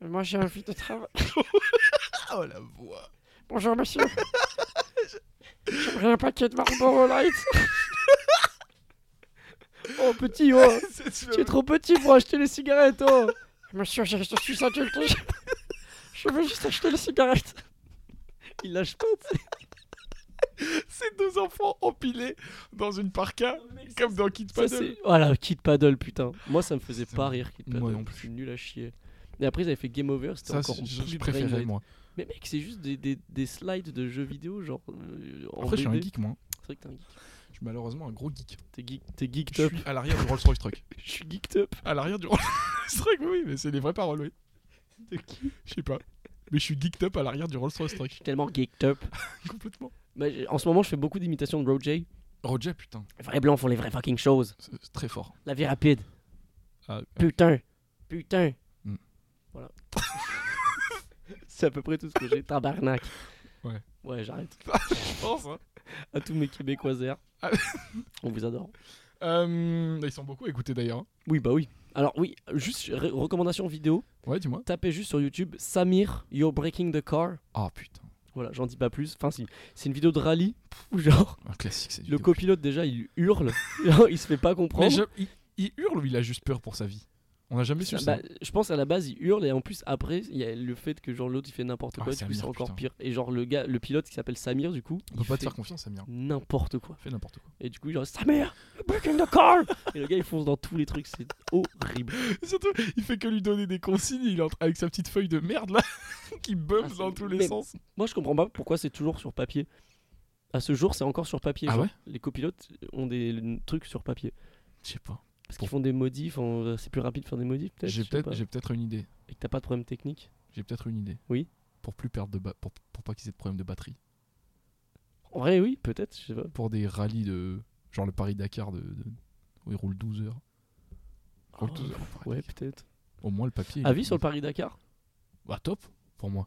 Speaker 1: Moi, j'ai envie de travailler.
Speaker 2: Oh la voix
Speaker 1: Bonjour, monsieur. J'aimerais un paquet de Marlboro Light. oh, petit, oh. Tu es trop petit pour acheter les cigarettes, oh. Monsieur, je je suis adulte. Je- Je veux juste acheter les cigarettes. Il lâche pas, tu sais.
Speaker 2: Ces deux enfants empilés dans une parka, comme dans Kid
Speaker 1: Ça,
Speaker 2: Paddle.
Speaker 1: c'est- Voilà, Kid Paddle, putain. Moi, ça me faisait
Speaker 2: Putain.
Speaker 1: pas rire, Kid Paddle.
Speaker 2: Moi non plus.
Speaker 1: Je suis nul à chier. Et après, ils avaient fait Game Over, c'était
Speaker 2: Ça,
Speaker 1: encore
Speaker 2: c'est- je,
Speaker 1: plus
Speaker 2: je préférais
Speaker 1: brainwave.
Speaker 2: moi.
Speaker 1: Mais mec, c'est juste des, des, des slides de jeux vidéo, genre. euh, en
Speaker 2: Après, je suis un
Speaker 1: BD.
Speaker 2: geek, moi.
Speaker 1: C'est vrai que t'es un geek.
Speaker 2: Je suis malheureusement un gros geek.
Speaker 1: T'es geek, t'es geeked
Speaker 2: Je
Speaker 1: up.
Speaker 2: suis à l'arrière du Rolls-Royce truck.
Speaker 1: Je suis geeked up.
Speaker 2: À l'arrière du Rolls-Royce truck, oui, mais c'est les vraies paroles, oui.
Speaker 1: De qui
Speaker 2: Je sais pas. Mais je suis geeked up à l'arrière du Rolls-Royce truck.
Speaker 1: Tellement geeked up.
Speaker 2: Complètement.
Speaker 1: Bah, j'ai- en ce moment, je fais beaucoup d'imitations de Roger.
Speaker 2: Roger, putain,
Speaker 1: Les vrais blancs font les vraies fucking choses.
Speaker 2: c'est c'est très fort.
Speaker 1: La vie rapide.
Speaker 2: Ah,
Speaker 1: Putain. Putain.
Speaker 2: Hmm.
Speaker 1: Voilà. c'est à peu près tout ce que j'ai. Tabarnak.
Speaker 2: Ouais.
Speaker 1: Ouais, j'arrête.
Speaker 2: je pense, hein.
Speaker 1: À tous mes Québécois airs.
Speaker 2: Ah.
Speaker 1: On vous adore.
Speaker 2: Euh, ils sont beaucoup écoutés d'ailleurs.
Speaker 1: Oui, bah oui. Alors oui, juste ré- recommandation vidéo.
Speaker 2: Ouais, dis-moi.
Speaker 1: Tapez juste sur YouTube Samir, You're Breaking the Car.
Speaker 2: Ah putain,
Speaker 1: Voilà, j'en dis pas plus. Enfin, si, c'est une vidéo de rallye où, genre,
Speaker 2: un classique, c'est
Speaker 1: le copilote, déjà, il hurle. Genre, il se fait pas comprendre.
Speaker 2: Mais je- il, il hurle ou il a juste peur pour sa vie On n'a jamais su
Speaker 1: Ah,
Speaker 2: ça.
Speaker 1: bah, je pense à la base, il hurle et en plus, après, il y a le fait que genre l'autre il fait n'importe
Speaker 2: Ah,
Speaker 1: quoi, du
Speaker 2: Samir,
Speaker 1: coup, c'est encore
Speaker 2: putain.
Speaker 1: pire. Et genre, le gars, le pilote qui s'appelle Samir, du coup,
Speaker 2: On peut
Speaker 1: il
Speaker 2: pas te
Speaker 1: fait
Speaker 2: faire confiance, Samir.
Speaker 1: n'importe quoi.
Speaker 2: Fais n'importe quoi.
Speaker 1: Et du coup, genre, Samir, breaking the car Et le gars, il fonce dans tous les trucs, c'est horrible.
Speaker 2: Surtout, il fait que lui donner des consignes, il entre avec sa petite feuille de merde là, qui bump
Speaker 1: Ah, c'est-
Speaker 2: dans tous les
Speaker 1: mais-
Speaker 2: sens.
Speaker 1: Moi, je comprends pas pourquoi c'est toujours sur papier. À ce jour, c'est encore sur papier.
Speaker 2: Ah
Speaker 1: genre,
Speaker 2: ouais
Speaker 1: les copilotes ont des trucs sur papier.
Speaker 2: Je sais pas.
Speaker 1: Parce qu'ils font des modifs, en- euh, c'est plus rapide de faire des modifs peut-être je
Speaker 2: J'ai
Speaker 1: sais
Speaker 2: peut-être
Speaker 1: pas.
Speaker 2: j'ai peut-être une idée.
Speaker 1: Et que t'as pas de problème technique
Speaker 2: J'ai peut-être une idée.
Speaker 1: Oui.
Speaker 2: Pour plus perdre de ba- pour, pour pas qu'ils aient de problème de batterie.
Speaker 1: En vrai, oui, peut-être, je sais pas.
Speaker 2: Pour des rallyes de genre le Paris Dakar de, de- où il roule 12 heures. Il roule
Speaker 1: Oh,
Speaker 2: 12 heures, le Paris
Speaker 1: Ouais,
Speaker 2: Dakar.
Speaker 1: peut-être.
Speaker 2: Au moins le papier. il est-
Speaker 1: Avis sur le Paris-Dakar
Speaker 2: Bah top pour moi.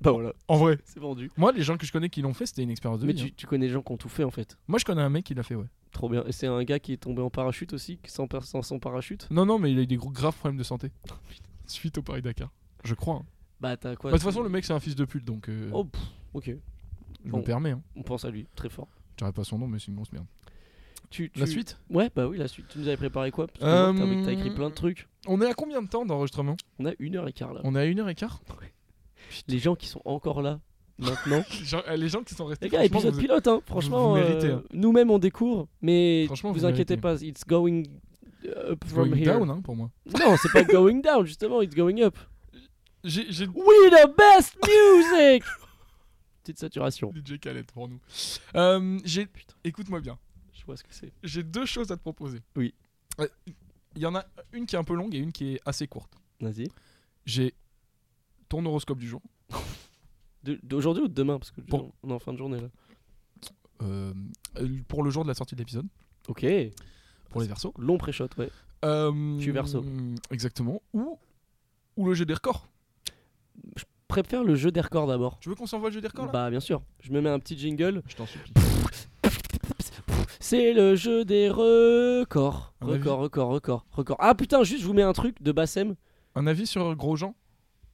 Speaker 1: Bah voilà,
Speaker 2: En vrai.
Speaker 1: c'est vendu.
Speaker 2: Moi, les gens que je connais qui l'ont fait, c'était une expérience de
Speaker 1: Mais
Speaker 2: vie. hein.
Speaker 1: tu, tu connais les gens qui ont tout fait en fait.
Speaker 2: Moi, je connais un mec qui l'a fait, ouais.
Speaker 1: Trop bien. Et c'est un gars qui est tombé en parachute aussi, qui- sans, par- sans, sans parachute.
Speaker 2: Non, non, mais il a eu des gros graves problèmes de santé.
Speaker 1: Oh,
Speaker 2: Suite au Paris-Dakar. Je crois. hein.
Speaker 1: Bah t'as quoi
Speaker 2: Bah, de toute
Speaker 1: t'as-
Speaker 2: façon, le mec, c'est un fils de pute, donc euh,
Speaker 1: Oh, pff, ok,
Speaker 2: je
Speaker 1: bon.
Speaker 2: me permets. Hein.
Speaker 1: on pense à lui, très fort.
Speaker 2: J'aurais pas son nom, mais c'est une grosse merde.
Speaker 1: Tu,
Speaker 2: La
Speaker 1: tu-
Speaker 2: suite
Speaker 1: Ouais, bah oui, la suite. Tu nous avais préparé quoi Parce que moi, t'as-
Speaker 2: Euh,
Speaker 1: t'as écrit plein de trucs.
Speaker 2: On est à combien de temps d'enregistrement
Speaker 1: On a une heure et quart là.
Speaker 2: On est à une heure et quart
Speaker 1: Les gens qui sont encore là maintenant.
Speaker 2: Genre, euh, Les gens qui sont restés.
Speaker 1: Les gars,
Speaker 2: franchement,
Speaker 1: épisode
Speaker 2: vous-
Speaker 1: pilote, hein. franchement,
Speaker 2: vous méritez,
Speaker 1: euh,
Speaker 2: hein.
Speaker 1: nous-mêmes on découvre, mais
Speaker 2: Franchement,
Speaker 1: vous,
Speaker 2: vous
Speaker 1: inquiétez
Speaker 2: méritez.
Speaker 1: pas, it's going up
Speaker 2: Going
Speaker 1: from here.
Speaker 2: down, hein, pour moi.
Speaker 1: Non, c'est pas going down, justement, it's going up.
Speaker 2: J'ai j'ai
Speaker 1: We the best music Petite saturation.
Speaker 2: DJ Khaled pour nous. Euh, j'ai-
Speaker 1: Putain.
Speaker 2: Écoute-moi bien.
Speaker 1: Je vois ce que c'est.
Speaker 2: J'ai deux choses à te proposer.
Speaker 1: Oui.
Speaker 2: Euh, Il y en a une qui est un peu longue et une qui est assez courte.
Speaker 1: Vas-y.
Speaker 2: J'ai ton horoscope du jour.
Speaker 1: De- D'aujourd'hui ou de demain Parce que
Speaker 2: Bon.
Speaker 1: on est en fin de journée là.
Speaker 2: Euh, euh, pour le jour de la sortie de l'épisode,
Speaker 1: Ok.
Speaker 2: pour les versos.
Speaker 1: Long pré-shot, ouais.
Speaker 2: Euh,
Speaker 1: Je suis verso.
Speaker 2: Exactement. Ou, ou le jeu des records.
Speaker 1: Préfère le jeu des records d'abord.
Speaker 2: Tu veux qu'on s'envoie le jeu des records là
Speaker 1: Bah bien sûr, je me mets un petit jingle.
Speaker 2: Je t'en supplie.
Speaker 1: C'est le jeu des records.
Speaker 2: À mon avis-
Speaker 1: Record, record, record, record. Ah putain, juste je vous mets un truc de Bassem.
Speaker 2: Un avis sur Grosjean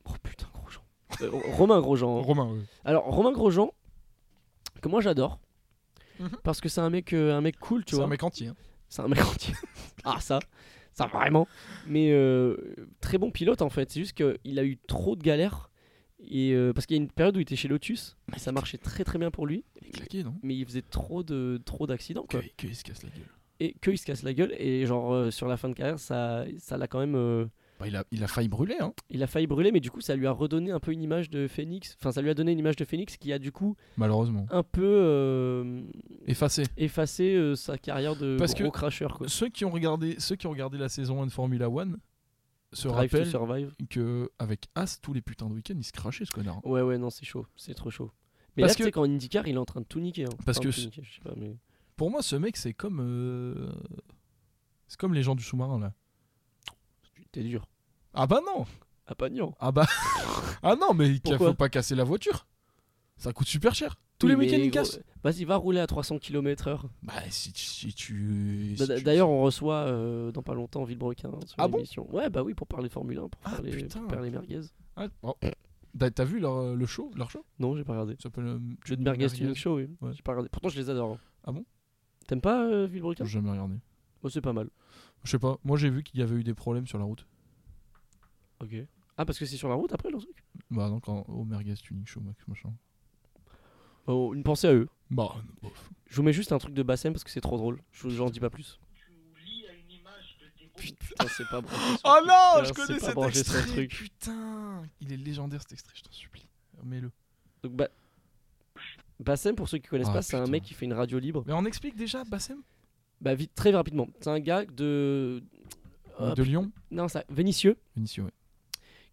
Speaker 1: Oh putain, Grosjean. Euh, Romain Grosjean. hein.
Speaker 2: Romain, oui.
Speaker 1: Alors Romain Grosjean, que moi j'adore,
Speaker 2: Mhm.
Speaker 1: parce que c'est un mec, euh, un mec cool, tu
Speaker 2: C'est
Speaker 1: vois.
Speaker 2: un mec entier. hein.
Speaker 1: C'est un mec entier. ah ça, ça vraiment. Mais euh, très bon pilote en fait. C'est juste qu'il a eu trop de galères. Et euh, parce qu'il y a une période où il était chez Lotus,
Speaker 2: Ah,
Speaker 1: et ça marchait très très bien pour lui,
Speaker 2: Il est claqué, non
Speaker 1: mais il faisait trop de trop d'accidents quoi.
Speaker 2: Que- que il se casse la gueule.
Speaker 1: Et que il se casse la gueule et genre euh, sur la fin de carrière ça ça l'a quand même euh,
Speaker 2: Bah, il, a, il a failli brûler. Hein.
Speaker 1: il a failli brûler mais du coup ça lui a redonné un peu une image de Phoenix, enfin ça lui a donné une image de Phoenix qui a du coup
Speaker 2: Malheureusement.
Speaker 1: un peu euh,
Speaker 2: Effacé.
Speaker 1: effacer euh, sa carrière de
Speaker 2: Parce
Speaker 1: gros
Speaker 2: que-
Speaker 1: crasheur quoi.
Speaker 2: Ceux qui ont regardé, ceux qui ont regardé la saison 1 de Formula 1 se
Speaker 1: Drive to
Speaker 2: rappellent
Speaker 1: survive.
Speaker 2: que avec As tous les putains de week-ends il se crachait ce connard.
Speaker 1: Ouais, ouais, non, c'est chaud, c'est trop chaud. Mais
Speaker 2: Parce
Speaker 1: là, tu sais, qu'en IndyCar, il est en train de tout niquer. hein.
Speaker 2: Parce
Speaker 1: Enfin,
Speaker 2: que
Speaker 1: tout
Speaker 2: ce-
Speaker 1: niquer, je sais pas, mais-
Speaker 2: Pour moi ce mec c'est comme euh, c'est comme les gens du sous-marin là.
Speaker 1: T'es dur.
Speaker 2: Ah bah non
Speaker 1: À Pagnan.
Speaker 2: Ah bah ah non mais il
Speaker 1: Pourquoi
Speaker 2: faut pas casser la voiture. Ça coûte super cher. Tous les
Speaker 1: Oui,
Speaker 2: week-ends
Speaker 1: mais
Speaker 2: il
Speaker 1: gros,
Speaker 2: casse.
Speaker 1: Vas-y, va rouler à 300 km/h.
Speaker 2: Bah si, tu- si tu si tu-
Speaker 1: Bah, D'ailleurs, on reçoit euh, dans pas longtemps Villebrequin sur
Speaker 2: Ah bon
Speaker 1: l'émission. ouais, bah oui, pour parler Formule 1, pour
Speaker 2: Ah,
Speaker 1: faire les,
Speaker 2: putain.
Speaker 1: pour faire les merguez.
Speaker 2: Ah, oh. T'as- T'as vu leur euh, le show leur show
Speaker 1: Non, j'ai pas regardé.
Speaker 2: Ça s'appelle euh,
Speaker 1: Le de merguez, Tuning show, oui.
Speaker 2: Ouais.
Speaker 1: J'ai pas regardé. Pourtant, je les adore. hein.
Speaker 2: Ah bon
Speaker 1: T'aimes pas euh, Villebrequin
Speaker 2: J'ai jamais regardé.
Speaker 1: Oh, c'est pas mal.
Speaker 2: Je sais pas. Moi j'ai vu qu'il y avait eu des problèmes sur la route.
Speaker 1: Ok. Ah, parce que c'est sur la route après, leur truc
Speaker 2: Bah donc en, au merguez tuning show Max machin.
Speaker 1: Oh, Une pensée à eux.
Speaker 2: Bah bof.
Speaker 1: Je vous mets juste un truc de Bassem parce que c'est trop drôle. Je vous en dis pas plus. Putain, c'est pas bon.
Speaker 2: Oh non,
Speaker 1: Putain,
Speaker 2: je
Speaker 1: Ah, c'est
Speaker 2: connais
Speaker 1: pas
Speaker 2: cet
Speaker 1: branché sur le
Speaker 2: extrait.
Speaker 1: truc.
Speaker 2: Putain, il est légendaire cet extrait, je t'en supplie. Mets-le.
Speaker 1: Donc, bah... Bassem, pour ceux qui connaissent
Speaker 2: Ah,
Speaker 1: pas, c'est un
Speaker 2: putain.
Speaker 1: mec qui fait une radio libre.
Speaker 2: Mais on explique déjà Bassem
Speaker 1: Bah, vite, très rapidement. C'est un gars de. Ah,
Speaker 2: de Lyon,
Speaker 1: Non, ça. Vénitieux,
Speaker 2: Vinicius, ouais.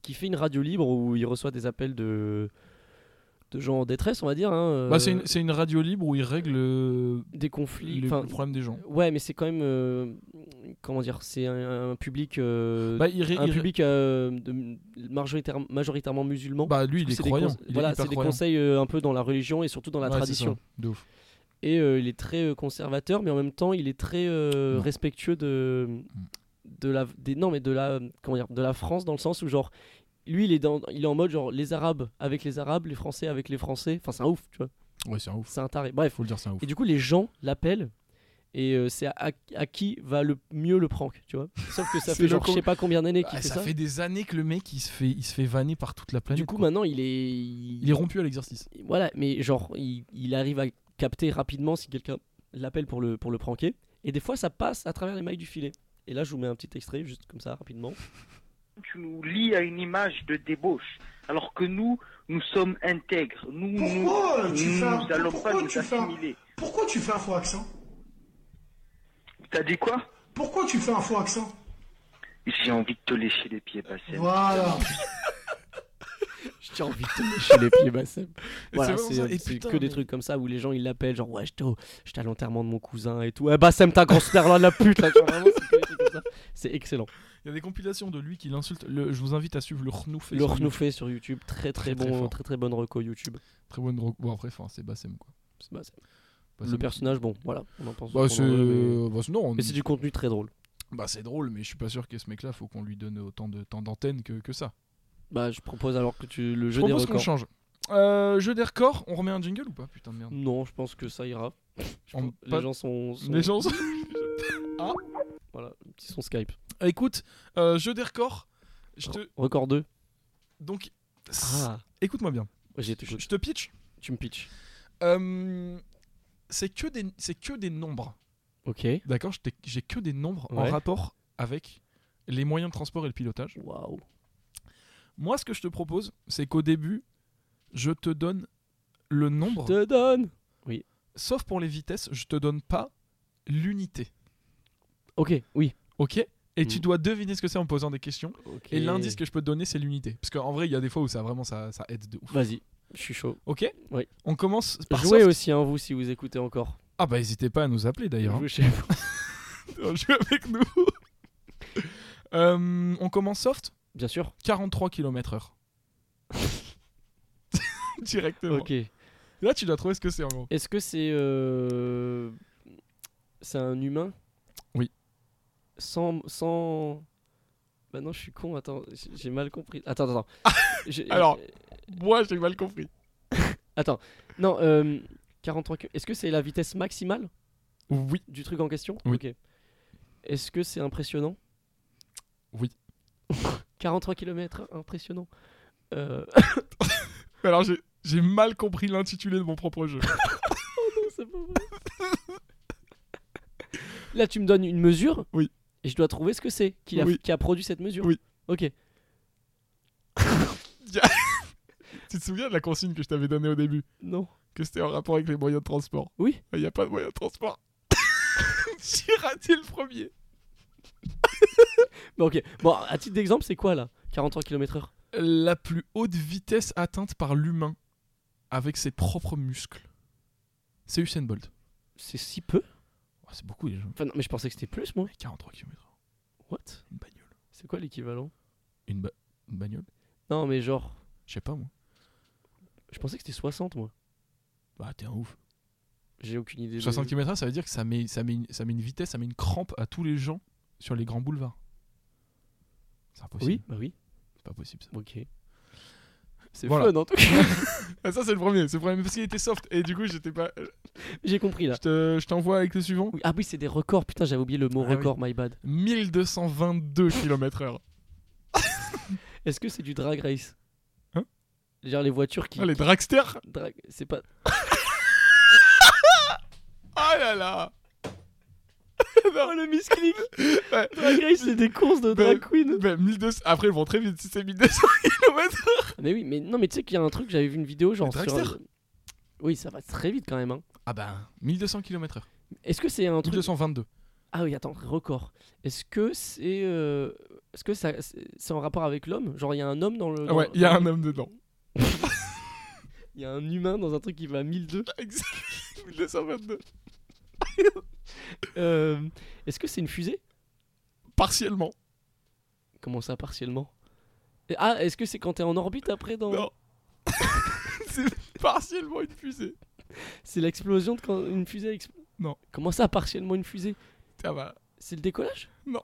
Speaker 1: qui fait une radio libre où il reçoit des appels de. de gens en détresse, on va dire. hein,
Speaker 2: Bah, c'est
Speaker 1: euh,
Speaker 2: une, c'est une radio libre où il règle euh,
Speaker 1: Des conflits.
Speaker 2: les-
Speaker 1: enfin,
Speaker 2: le problème des gens.
Speaker 1: Ouais, mais c'est quand même. euh, Comment dire C'est un, un public. euh,
Speaker 2: Bah, il ré-
Speaker 1: un
Speaker 2: il ré-
Speaker 1: public euh, de- majoritaire- majoritairement musulman.
Speaker 2: bah, lui, il est
Speaker 1: C'est des
Speaker 2: croyant.
Speaker 1: conse-
Speaker 2: Il est
Speaker 1: voilà,
Speaker 2: hyper
Speaker 1: c'est des
Speaker 2: croyant.
Speaker 1: conseils euh, un peu dans la religion et surtout dans la
Speaker 2: Ouais, c'est
Speaker 1: tradition.
Speaker 2: ça, De ouf.
Speaker 1: Et euh, il est très euh, conservateur, mais en même temps, il est très euh,
Speaker 2: Non.
Speaker 1: respectueux de
Speaker 2: Mm.
Speaker 1: de la des, non mais de la comment dire de la France dans le sens où genre lui il est dans il est en mode genre les Arabes avec les Arabes, les Français avec les Français. Enfin, c'est un ouf, tu vois.
Speaker 2: Ouais, c'est un ouf.
Speaker 1: C'est un taré. Bref.
Speaker 2: Faut le dire, c'est un ouf.
Speaker 1: Et du coup, les gens l'appellent. Et euh, c'est à, à- à qui va le mieux le prank, tu vois. Sauf que ça
Speaker 2: C'est
Speaker 1: fait
Speaker 2: le
Speaker 1: genre je
Speaker 2: con-
Speaker 1: sais pas combien d'années qu'il
Speaker 2: Ah,
Speaker 1: fait
Speaker 2: ça
Speaker 1: ça.
Speaker 2: fait des années que le mec il se fait, il se fait vanner par toute la planète.
Speaker 1: Du coup,
Speaker 2: quoi.
Speaker 1: maintenant, il est il
Speaker 2: il est rompu à l'exercice.
Speaker 1: voilà, mais genre, il, il arrive à capter rapidement si quelqu'un l'appelle pour le, pour le pranker. Et des fois, ça passe à travers les mailles du filet. Et là, je vous mets un petit extrait, juste comme ça, rapidement.
Speaker 4: tu nous lis à une image de débauche, alors que nous, nous sommes intègres. Nous,
Speaker 5: Pourquoi
Speaker 4: nous,
Speaker 5: tu
Speaker 4: nous
Speaker 5: fais un-
Speaker 4: allons
Speaker 5: pourquoi
Speaker 4: pas nous
Speaker 5: tu fais un-
Speaker 4: assimiler.
Speaker 5: Pourquoi tu fais un faux accent
Speaker 4: T'as dit quoi
Speaker 5: Pourquoi tu fais un faux accent
Speaker 4: J'ai envie de te lécher les pieds, Bassem.
Speaker 5: Voilà.
Speaker 1: J'ai envie de te lécher les pieds, Bassem.
Speaker 2: Et
Speaker 1: Voilà,
Speaker 2: c'est vraiment
Speaker 1: c'est
Speaker 2: ça. Et
Speaker 1: c'est
Speaker 2: putain,
Speaker 1: que des
Speaker 2: mais-
Speaker 1: trucs comme ça où les gens ils l'appellent, genre, ouais, j'étais au- j'étais à l'enterrement de mon cousin et tout. Ouais, Bassem, ta grosse perle de la pute, là, genre, vraiment, c'est que des trucs comme ça. C'est excellent.
Speaker 2: Il y a des compilations de lui qui l'insulte. Le- Je vous invite à suivre le Rnouf.
Speaker 1: Le renoufé sur YouTube, très très,
Speaker 2: Très, très
Speaker 1: bon,
Speaker 2: fort.
Speaker 1: très très bonne reco YouTube.
Speaker 2: Très bonne drogue. Bon, après, enfin, c'est Bassem quoi.
Speaker 1: C'est Bassem. Le
Speaker 2: Bassem.
Speaker 1: personnage, bon, voilà, on en pense.
Speaker 2: Bah,
Speaker 1: ce
Speaker 2: c'est.
Speaker 1: qu'on en veut, mais-
Speaker 2: bah, c'est- non, on-
Speaker 1: mais c'est du contenu très drôle.
Speaker 2: Bah c'est drôle, mais je suis pas sûr que ce mec-là, faut qu'on lui donne autant de temps d'antenne que, que ça.
Speaker 1: Bah, je propose alors que tu le
Speaker 2: Je
Speaker 1: jeu des
Speaker 2: propose qu'on
Speaker 1: records.
Speaker 2: change. Euh, jeu des records, on remet un jingle ou pas Putain de merde.
Speaker 1: Non, je pense que ça ira. Je
Speaker 2: On-
Speaker 1: pense-
Speaker 2: pas-
Speaker 1: Les gens sont, sont-
Speaker 2: Les gens sont-
Speaker 1: Voilà, petit son Skype.
Speaker 2: Ah, Écoute, euh, jeu des records, je te...
Speaker 1: Record 2.
Speaker 2: Donc,
Speaker 1: Ah,
Speaker 2: écoute-moi bien.
Speaker 1: j'ai
Speaker 2: Je je te pitch.
Speaker 1: Tu me pitches.
Speaker 2: Euh, c'est que, des... c'est que des nombres.
Speaker 1: Ok.
Speaker 2: D'accord Je t'ai- J'ai que des nombres en
Speaker 1: Ouais.
Speaker 2: rapport avec les moyens de transport et le pilotage.
Speaker 1: Waouh.
Speaker 2: Moi, ce que je te propose, c'est qu'au début, je te donne le nombre,
Speaker 1: Te donne.
Speaker 2: sauf pour les vitesses, je te donne pas l'unité.
Speaker 1: Ok, oui.
Speaker 2: Ok Et tu
Speaker 1: Mhm.
Speaker 2: dois deviner ce que c'est en posant des questions.
Speaker 1: Ok.
Speaker 2: Et l'indice que je peux te donner, c'est l'unité. Parce qu'en vrai, il y a des fois où ça vraiment ça, ça aide de ouf.
Speaker 1: Vas-y, je suis chaud.
Speaker 2: Ok
Speaker 1: Oui.
Speaker 2: On commence par
Speaker 1: Jouez
Speaker 2: soft.
Speaker 1: aussi, hein, vous, si vous écoutez encore.
Speaker 2: hein. Ah bah n'hésitez pas à nous appeler d'ailleurs.
Speaker 1: Jouez chez vous.
Speaker 2: hein. Jouez avec nous. Euh, on commence soft
Speaker 1: Bien sûr.
Speaker 2: 43 km/h. Directement.
Speaker 1: Ok.
Speaker 2: Là, tu dois trouver ce que c'est en gros.
Speaker 1: Est-ce que c'est. euh, C'est un humain
Speaker 2: Oui.
Speaker 1: Sans. sans... Bah non, je suis con, attends, j- j'ai mal compris. Attends, attends, attends. J'ai-
Speaker 2: Alors. Moi, j'ai mal compris.
Speaker 1: Non, euh, 43. que- Est-ce que c'est la vitesse maximale
Speaker 2: Oui.
Speaker 1: du truc en question
Speaker 2: Oui.
Speaker 1: Ok. Est-ce que c'est impressionnant
Speaker 2: Oui.
Speaker 1: 43 km, impressionnant. Euh...
Speaker 2: Alors, j'ai- j'ai mal compris l'intitulé de mon propre jeu.
Speaker 1: c'est pas vrai. Là, tu me donnes une mesure
Speaker 2: Oui.
Speaker 1: Et je dois trouver ce que c'est qui, a-
Speaker 2: Oui.
Speaker 1: qui a produit cette mesure
Speaker 2: Oui.
Speaker 1: Ok.
Speaker 2: tu te souviens de la consigne que je t'avais donnée au début
Speaker 1: Non.
Speaker 2: Que c'était en rapport avec les moyens de transport
Speaker 1: Oui.
Speaker 2: Il n'y a pas de moyens de transport. j'ai raté le premier.
Speaker 1: Bon, ok. Bon, à titre d'exemple, c'est quoi là 43 km/h
Speaker 2: La plus haute vitesse atteinte par l'humain avec ses propres muscles. C'est Usain Bolt.
Speaker 1: C'est si peu
Speaker 2: Oh, c'est beaucoup les gens.
Speaker 1: Enfin, non, mais je pensais que c'était plus, moi.
Speaker 2: 43 km.
Speaker 1: What
Speaker 2: Une bagnole.
Speaker 1: C'est quoi l'équivalent
Speaker 2: Une, ba- une bagnole
Speaker 1: Non, mais genre,
Speaker 2: Je sais pas moi.
Speaker 1: je pensais que c'était 60, moi.
Speaker 2: Bah t'es un ouf.
Speaker 1: J'ai aucune idée. de-
Speaker 2: 60 km/h, ça veut dire que ça met, ça, met une, ça met une vitesse, ça met une crampe à tous les gens sur les grands boulevards. C'est impossible.
Speaker 1: Oui, bah oui.
Speaker 2: C'est pas possible ça.
Speaker 1: Ok. C'est
Speaker 2: Voilà.
Speaker 1: fun en tout cas.
Speaker 2: Ah, ça c'est le premier, c'est le premier parce qu'il était soft et du coup j'étais pas.
Speaker 1: J'ai compris là.
Speaker 2: Je te- je t'envoie avec le suivant.
Speaker 1: Oui, Ah oui, c'est des records. Putain, j'avais oublié le mot
Speaker 2: Ah oui.
Speaker 1: record, my bad.
Speaker 2: 1222 km/h.
Speaker 1: Est-ce que c'est du drag race
Speaker 2: Hein
Speaker 1: Genre les voitures qui.
Speaker 2: Ah, les dragsters
Speaker 1: drag- C'est pas.
Speaker 2: Ah là là
Speaker 1: Oh le misclick
Speaker 2: Eh ben, Ouais.
Speaker 1: Drag race, c'est des courses de drag queen.
Speaker 2: Ben, 1200... Après ils vont très vite, si c'est 1200 km.
Speaker 1: Mais oui, mais non, mais tu sais qu'il y a un truc, j'avais vu une vidéo genre.
Speaker 2: Les
Speaker 1: sur-
Speaker 2: dragsters
Speaker 1: Oui, ça va très vite quand même. hein.
Speaker 2: Ah ben, 1200 km/h.
Speaker 1: Est-ce que c'est un truc.
Speaker 2: 1222.
Speaker 1: Ah oui, attends, record. Est-ce que c'est. euh, Est-ce que ça, c'est c'est en rapport avec l'homme Genre, il y a un homme dans le.
Speaker 2: Ah ouais,
Speaker 1: dans-
Speaker 2: il y a un homme dedans.
Speaker 1: Il y a un humain dans un truc qui va à 1002.
Speaker 2: Exact. 1222.
Speaker 1: Euh, Est-ce que c'est une fusée
Speaker 2: Partiellement.
Speaker 1: Comment ça, partiellement Et- Ah, est-ce que c'est quand t'es en orbite après dans...
Speaker 2: Non. c'est partiellement une fusée.
Speaker 1: C'est l'explosion de quand une fusée explose
Speaker 2: Non.
Speaker 1: Comment ça, partiellement une fusée
Speaker 2: Ah bah,
Speaker 1: C'est le décollage
Speaker 2: Non.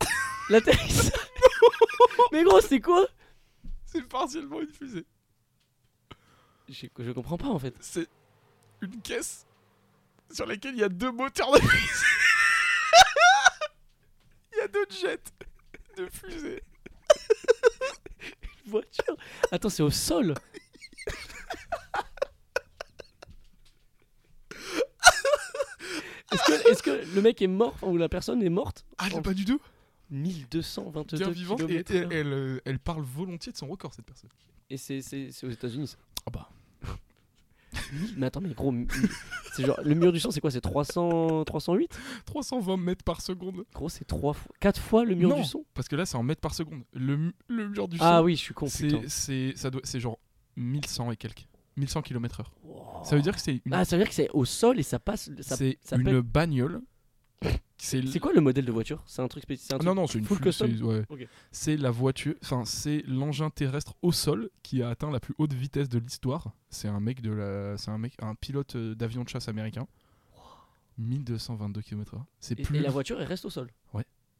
Speaker 1: L'atterrissage Mais gros, c'est quoi
Speaker 2: c'est partiellement une fusée.
Speaker 1: je, je comprends pas en fait.
Speaker 2: C'est une caisse sur laquelle il y a deux moteurs de fusée. Il y a deux jets de fusée.
Speaker 1: Une voiture Attends, c'est au sol Est-ce que, est-ce que le mec est mort ou la personne est morte
Speaker 2: Ah,
Speaker 1: elle est
Speaker 2: pas du tout.
Speaker 1: 1222
Speaker 2: Bien vivante et,
Speaker 1: kilomètres heure.
Speaker 2: et elle, euh, elle parle volontiers de son record, cette personne.
Speaker 1: Et c'est, c'est- c'est aux États-Unis ça.
Speaker 2: Ah bah.
Speaker 1: Mille- Mais attends, mais gros, mi- c'est genre le mur du sang, c'est quoi C'est 300, 308
Speaker 2: 320 mètres par seconde.
Speaker 1: Gros, c'est 3 fois, 4 fois le mur
Speaker 2: Non.
Speaker 1: du son.
Speaker 2: Parce que là, c'est en mètres par seconde. Le, mu- le mur du
Speaker 1: Ah
Speaker 2: son,
Speaker 1: oui, je suis con. putain.
Speaker 2: c'est- c'est ça doit- c'est genre 1100 et quelques. 1100 km/h. Ça veut dire que c'est une,
Speaker 1: Ah, ça veut dire que c'est au sol et ça passe. ça-
Speaker 2: c'est
Speaker 1: ça
Speaker 2: une
Speaker 1: pète.
Speaker 2: bagnole. C'est
Speaker 1: C'est quoi le modèle de voiture C'est un truc spécifique
Speaker 2: Ah non, non, c'est une
Speaker 1: full
Speaker 2: flu-
Speaker 1: custom
Speaker 2: c'est- ouais.
Speaker 1: Ok.
Speaker 2: C'est la voiture, enfin, c'est l'engin terrestre au sol qui a atteint la plus haute vitesse de l'histoire. C'est un mec de la, c'est un mec, un pilote euh, d'avion de chasse américain. 1222 km/h. C'est
Speaker 1: Et,
Speaker 2: plus.
Speaker 1: et la voiture elle reste au sol.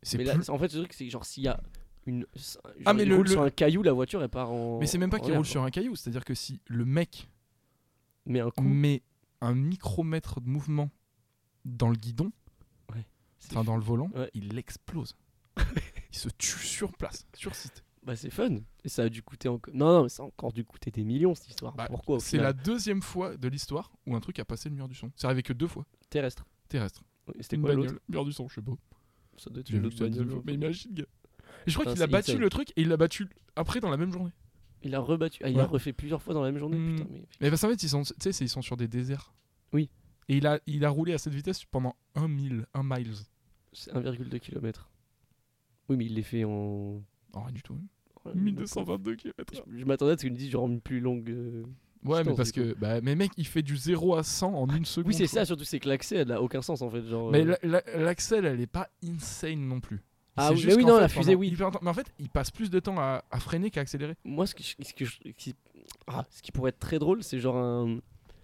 Speaker 2: c'est
Speaker 1: mais là,
Speaker 2: plus-
Speaker 1: c'est- en fait, le truc c'est que genre s'il y a une. Genre,
Speaker 2: Ah, mais
Speaker 1: il
Speaker 2: le-
Speaker 1: roule
Speaker 2: le-
Speaker 1: sur un caillou, la voiture elle part en.
Speaker 2: Mais c'est même pas
Speaker 1: en
Speaker 2: qu'il
Speaker 1: l'air,
Speaker 2: roule
Speaker 1: quoi.
Speaker 2: sur un caillou. C'est-à-dire que si le mec
Speaker 1: Mais un coup.
Speaker 2: met un micromètre de mouvement dans le guidon,
Speaker 1: c'est-
Speaker 2: enfin dans le volant,
Speaker 1: Ouais.
Speaker 2: il explose. il se tue sur place, sur site.
Speaker 1: Bah c'est fun. Et ça a dû coûter encore. Non, non, mais ça a encore dû coûter des millions cette histoire.
Speaker 2: Bah,
Speaker 1: Pourquoi au
Speaker 2: C'est
Speaker 1: final
Speaker 2: la deuxième fois de l'histoire où un truc a passé le mur du son. C'est arrivé que deux fois
Speaker 1: terrestre.
Speaker 2: terrestre.
Speaker 1: Oui, C'était
Speaker 2: Une
Speaker 1: quoi l'autre
Speaker 2: bagnole. Mur du son, je sais pas.
Speaker 1: Ça doit être
Speaker 2: J'ai
Speaker 1: une
Speaker 2: vu
Speaker 1: autre
Speaker 2: ça deux
Speaker 1: bagnole.
Speaker 2: fois. Mais imagine, gars. Et je crois
Speaker 1: Putain,
Speaker 2: qu'il a
Speaker 1: c'est
Speaker 2: battu
Speaker 1: insane.
Speaker 2: le truc et il l'a battu après dans la même journée.
Speaker 1: Il a rebattu. Ah, il a
Speaker 2: Ouais.
Speaker 1: refait plusieurs fois dans la même journée.
Speaker 2: Hmm.
Speaker 1: Putain, mais...
Speaker 2: Mais parce qu'en fait, ils sont, tu sais, c'est- ils sont sur des déserts.
Speaker 1: Oui.
Speaker 2: Et il a, il a roulé à cette vitesse pendant 1 mile, 1 miles.
Speaker 1: C'est 1,2 km. Oui, mais il les fait en.
Speaker 2: Oh, rien du tout. hein.
Speaker 1: en-
Speaker 2: 1222
Speaker 1: Je,
Speaker 2: km.
Speaker 1: je m'attendais à ce qu'il me dise genre une plus longue. euh,
Speaker 2: Ouais, mais
Speaker 1: distance,
Speaker 2: parce
Speaker 1: du
Speaker 2: que. Bah, mais mec, il fait du 0 à 100 en une seconde.
Speaker 1: Oui, c'est
Speaker 2: quoi.
Speaker 1: ça, surtout c'est que l'accès, elle n'a aucun sens en fait. Genre,
Speaker 2: Mais
Speaker 1: euh,
Speaker 2: la- la- l'axel, elle est pas insane non plus.
Speaker 1: Ah
Speaker 2: C'est
Speaker 1: oui,
Speaker 2: juste
Speaker 1: mais oui,
Speaker 2: qu'en
Speaker 1: non,
Speaker 2: fait,
Speaker 1: la fusée,
Speaker 2: pendant
Speaker 1: oui.
Speaker 2: hyper longtemps- Mais en fait, il passe plus de temps à, à freiner qu'à accélérer.
Speaker 1: Moi, ce, que je- ce, que je- ce qui, ah, ce qui pourrait être très drôle, c'est genre un.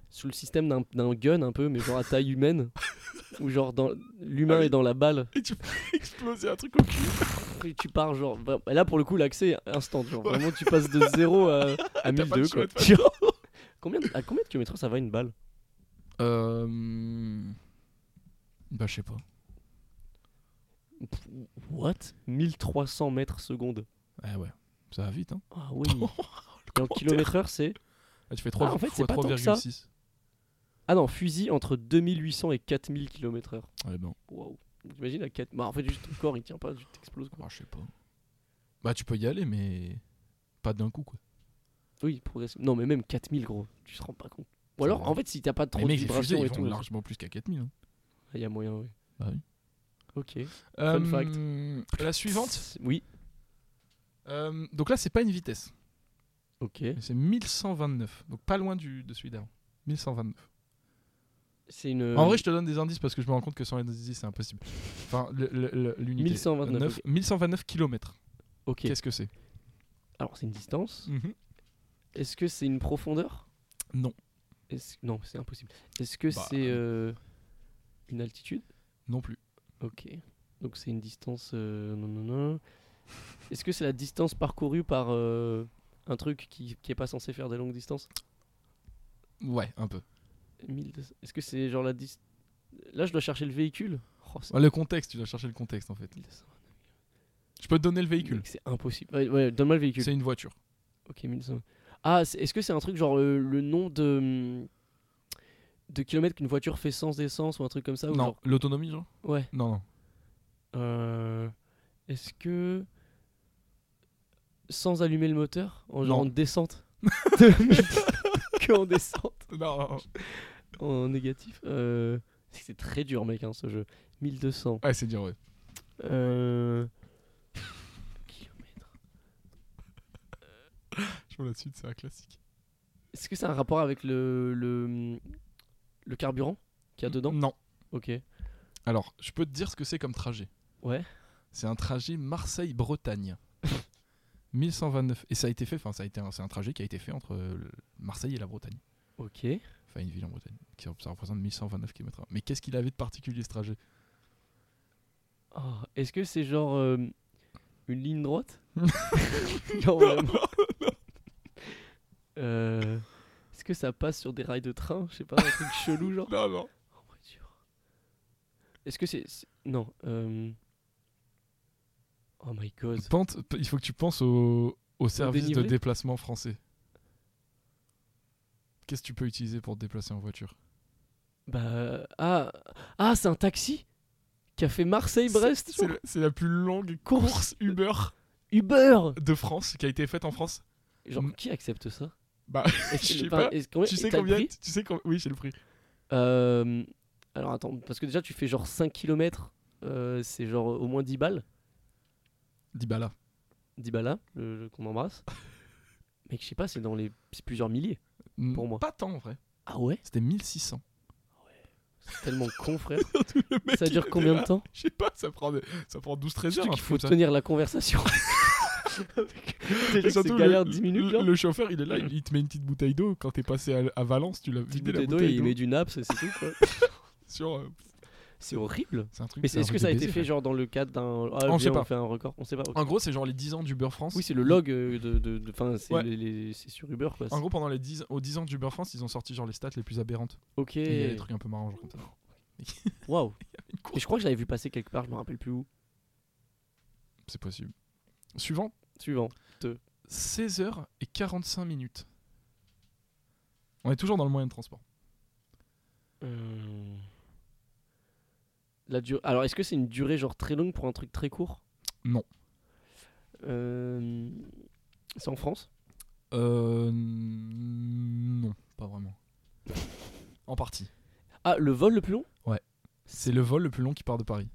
Speaker 1: Sous le système d'un- d'un gun, un peu, mais genre à taille humaine. où genre dans
Speaker 2: Ah,
Speaker 1: l'humain est dans la balle.
Speaker 2: Et tu exploser un truc au cul.
Speaker 1: Et tu pars, genre. bah, Là, pour le coup, l'accès est instant. Genre, vraiment, tu passes de 0 à, à
Speaker 2: T'as pas
Speaker 1: 1002,
Speaker 2: le
Speaker 1: quoi.
Speaker 2: choix
Speaker 1: Genre, combien, de- à combien de kilomètres ça va une balle
Speaker 2: Euh. Bah, je sais pas.
Speaker 1: Pff, What 1300 mètres seconde.
Speaker 2: Ah ouais, ça va vite, hein.
Speaker 1: Ah oui. Et en kilomètre heure, c'est.
Speaker 2: Là, tu fais 3,
Speaker 1: Ah, en fait,
Speaker 2: fois
Speaker 1: c'est pas tant que
Speaker 2: 3,6.
Speaker 1: Ah non, fusil entre 2800 et 4000 km heure.
Speaker 2: Ouais, ben,
Speaker 1: Waouh. T'imagines à 4. Bah, en fait, juste ton corps, il tient pas, tu t'exploses, quoi.
Speaker 2: bah, je sais pas. Bah, tu peux y aller, mais pas d'un coup, quoi.
Speaker 1: Oui, progressivement. Non, mais même 4000, gros. Tu te rends pas compte. Ou
Speaker 2: Ça
Speaker 1: alors,
Speaker 2: va.
Speaker 1: en fait, si t'as pas trop
Speaker 2: les
Speaker 1: de
Speaker 2: mecs, les fusées,
Speaker 1: vibrations
Speaker 2: ils
Speaker 1: et
Speaker 2: font
Speaker 1: tout. là,
Speaker 2: largement plus qu'à 4000. Hein.
Speaker 1: Il y a moyen, oui.
Speaker 2: Bah oui.
Speaker 1: Ok. Fun fact.
Speaker 2: Euh, La suivante.
Speaker 1: Oui.
Speaker 2: Euh, donc là, c'est pas une vitesse.
Speaker 1: Ok.
Speaker 2: mais C'est 1129. Donc pas loin du, de celui d'avant. 1129.
Speaker 1: C'est une.
Speaker 2: En vrai, je te donne des indices parce que je me rends compte que sans les indices, c'est impossible. Enfin, le- le- le- l'unité.
Speaker 1: 1129,
Speaker 2: Neuf- 1129 km.
Speaker 1: Ok.
Speaker 2: Qu'est-ce que c'est
Speaker 1: Alors, c'est une distance. Est-ce que c'est une profondeur
Speaker 2: Non.
Speaker 1: Est-ce- Non, c'est impossible. Est-ce que
Speaker 2: Bah,
Speaker 1: c'est euh, une altitude
Speaker 2: Non plus.
Speaker 1: Ok. Donc c'est une distance. euh, non, non, non. Est-ce que c'est la distance parcourue par euh, un truc qui, qui est pas censé faire des longues distances
Speaker 2: Ouais, un peu.
Speaker 1: 1200 Est-ce que c'est genre la distance. Là, je dois chercher le véhicule Oh, c'est
Speaker 2: Ouais, le contexte, tu dois chercher le contexte en fait.
Speaker 1: 1200.
Speaker 2: Je peux te donner le véhicule.
Speaker 1: Mec, C'est impossible. Ouais, ouais, donne-moi le véhicule.
Speaker 2: C'est une voiture.
Speaker 1: Ok, 1200. Ah, c'est- est-ce que c'est un truc genre euh, le nom de. hum, de kilomètres qu'une voiture fait sans essence ou un truc comme ça ou
Speaker 2: non,
Speaker 1: genre-
Speaker 2: l'autonomie, genre
Speaker 1: Ouais.
Speaker 2: Non, non.
Speaker 1: Euh, Est-ce que sans allumer le moteur, en, genre
Speaker 2: Non.
Speaker 1: en descente, De- que en descente,
Speaker 2: Non.
Speaker 1: en négatif, euh, c'est que c'est très dur, mec, hein, ce jeu. 1200.
Speaker 2: Ouais, Ah, c'est dur, ouais.
Speaker 1: Euh... kilomètres.
Speaker 2: Je vois la suite, c'est un classique.
Speaker 1: Est-ce que c'est un rapport avec le le, le carburant qu'il y a dedans
Speaker 2: Non.
Speaker 1: Ok.
Speaker 2: Alors, je peux te dire ce que c'est comme trajet.
Speaker 1: Ouais.
Speaker 2: C'est un trajet Marseille-Bretagne. 1129. Et ça a été fait, enfin, ça a été un- c'est un trajet qui a été fait entre euh, le- Marseille et la Bretagne.
Speaker 1: Ok.
Speaker 2: Enfin, une ville en Bretagne. Qui rep- Ça représente 1129 km. Mais qu'est-ce qu'il avait de particulier ce trajet
Speaker 1: Oh, Est-ce que c'est genre euh, une ligne droite Genre vraiment. Euh, Est-ce que ça passe sur des rails de train Je sais pas, un truc chelou genre.
Speaker 2: Non, non.
Speaker 1: Oh, mon Dieu. Est-ce que c'est. c'est- Non. euh, Oh my god.
Speaker 2: Pente- p- il faut que tu penses au, au service de
Speaker 1: dénivelé
Speaker 2: déplacement français. Qu'est-ce que tu peux utiliser pour te déplacer en voiture
Speaker 1: Bah. Ah, ah c'est un taxi qui a fait Marseille-Brest
Speaker 2: C'est- c'est la- C'est la plus longue
Speaker 1: Course.
Speaker 2: course Uber
Speaker 1: Uber
Speaker 2: de France qui a été faite en France.
Speaker 1: Genre,
Speaker 2: Mm.
Speaker 1: qui accepte ça
Speaker 2: Bah,
Speaker 1: Est-ce que le
Speaker 2: je sais
Speaker 1: pain-
Speaker 2: pas.
Speaker 1: est-ce qu'on-
Speaker 2: Tu
Speaker 1: et
Speaker 2: sais
Speaker 1: t'as le
Speaker 2: combien
Speaker 1: prix
Speaker 2: tu, sais com- Oui, j'ai le prix.
Speaker 1: Euh, alors attends, parce que déjà tu fais genre 5 km, c'est genre au moins 10 balles.
Speaker 2: Dibala.
Speaker 1: 10 balles là, le- le- qu'on embrasse. Mec, je sais pas, c'est dans les c'est plusieurs milliers.
Speaker 2: Mm,
Speaker 1: Pour moi.
Speaker 2: Pas tant en vrai.
Speaker 1: Ah ouais
Speaker 2: C'était 1600.
Speaker 1: C'est tellement con, frère.
Speaker 2: Surtout le mec,
Speaker 1: Ça
Speaker 2: il
Speaker 1: dure
Speaker 2: était
Speaker 1: combien
Speaker 2: là.
Speaker 1: de temps
Speaker 2: Je sais pas, ça prend, des- ça prend 12-13 heures.
Speaker 1: Surtout
Speaker 2: un
Speaker 1: qu'il
Speaker 2: truc
Speaker 1: faut
Speaker 2: comme ça.
Speaker 1: tenir la conversation. Avec- Déjà que
Speaker 2: Et
Speaker 1: c'est
Speaker 2: surtout, le-
Speaker 1: galère 10 minutes,
Speaker 2: le,
Speaker 1: genre.
Speaker 2: le chauffeur, il est là, il, il te met une petite bouteille d'eau. Quand t'es passé à, à Valence, tu l'as
Speaker 1: Petite
Speaker 2: vidé la
Speaker 1: bouteille d'eau et
Speaker 2: bouteille
Speaker 1: il met
Speaker 2: d'eau.
Speaker 1: du naps, et c'est tout quoi.
Speaker 2: sur, euh,
Speaker 1: C'est horrible.
Speaker 2: C'est un truc.
Speaker 1: Mais
Speaker 2: c'est un
Speaker 1: est-ce que
Speaker 2: truc
Speaker 1: ça a
Speaker 2: de
Speaker 1: été
Speaker 2: baiser,
Speaker 1: fait
Speaker 2: frère.
Speaker 1: genre dans le cadre d'un. Ah,
Speaker 2: On sait
Speaker 1: viens,
Speaker 2: pas.
Speaker 1: fait un record, on sait pas. ok.
Speaker 2: En gros, c'est genre les 10 ans d'Uber France.
Speaker 1: Oui, c'est le log euh, de. de, de- Enfin, c'est
Speaker 2: Ouais.
Speaker 1: les- les- c'est sur Uber quoi.
Speaker 2: En gros, pendant les 10, aux 10 ans d'Uber France, ils ont sorti genre les stats les plus aberrantes.
Speaker 1: Ok.
Speaker 2: Et Il y a des trucs un peu marrants, genre comme ça.
Speaker 1: Waouh.
Speaker 2: Une
Speaker 1: Mais
Speaker 2: course.
Speaker 1: je crois que j'avais vu passer quelque part, je me rappelle plus où.
Speaker 2: C'est possible. Suivant,
Speaker 1: Suivant.
Speaker 2: 16h et 45 minutes. On est toujours dans le moyen de transport.
Speaker 1: Euh. La durée. Alors, est-ce que c'est une durée genre très longue pour un truc très court
Speaker 2: Non.
Speaker 1: Euh, C'est en France
Speaker 2: Euh. Non, pas vraiment. En partie.
Speaker 1: Ah, le vol le plus long
Speaker 2: C'est le vol le plus long qui part de Paris.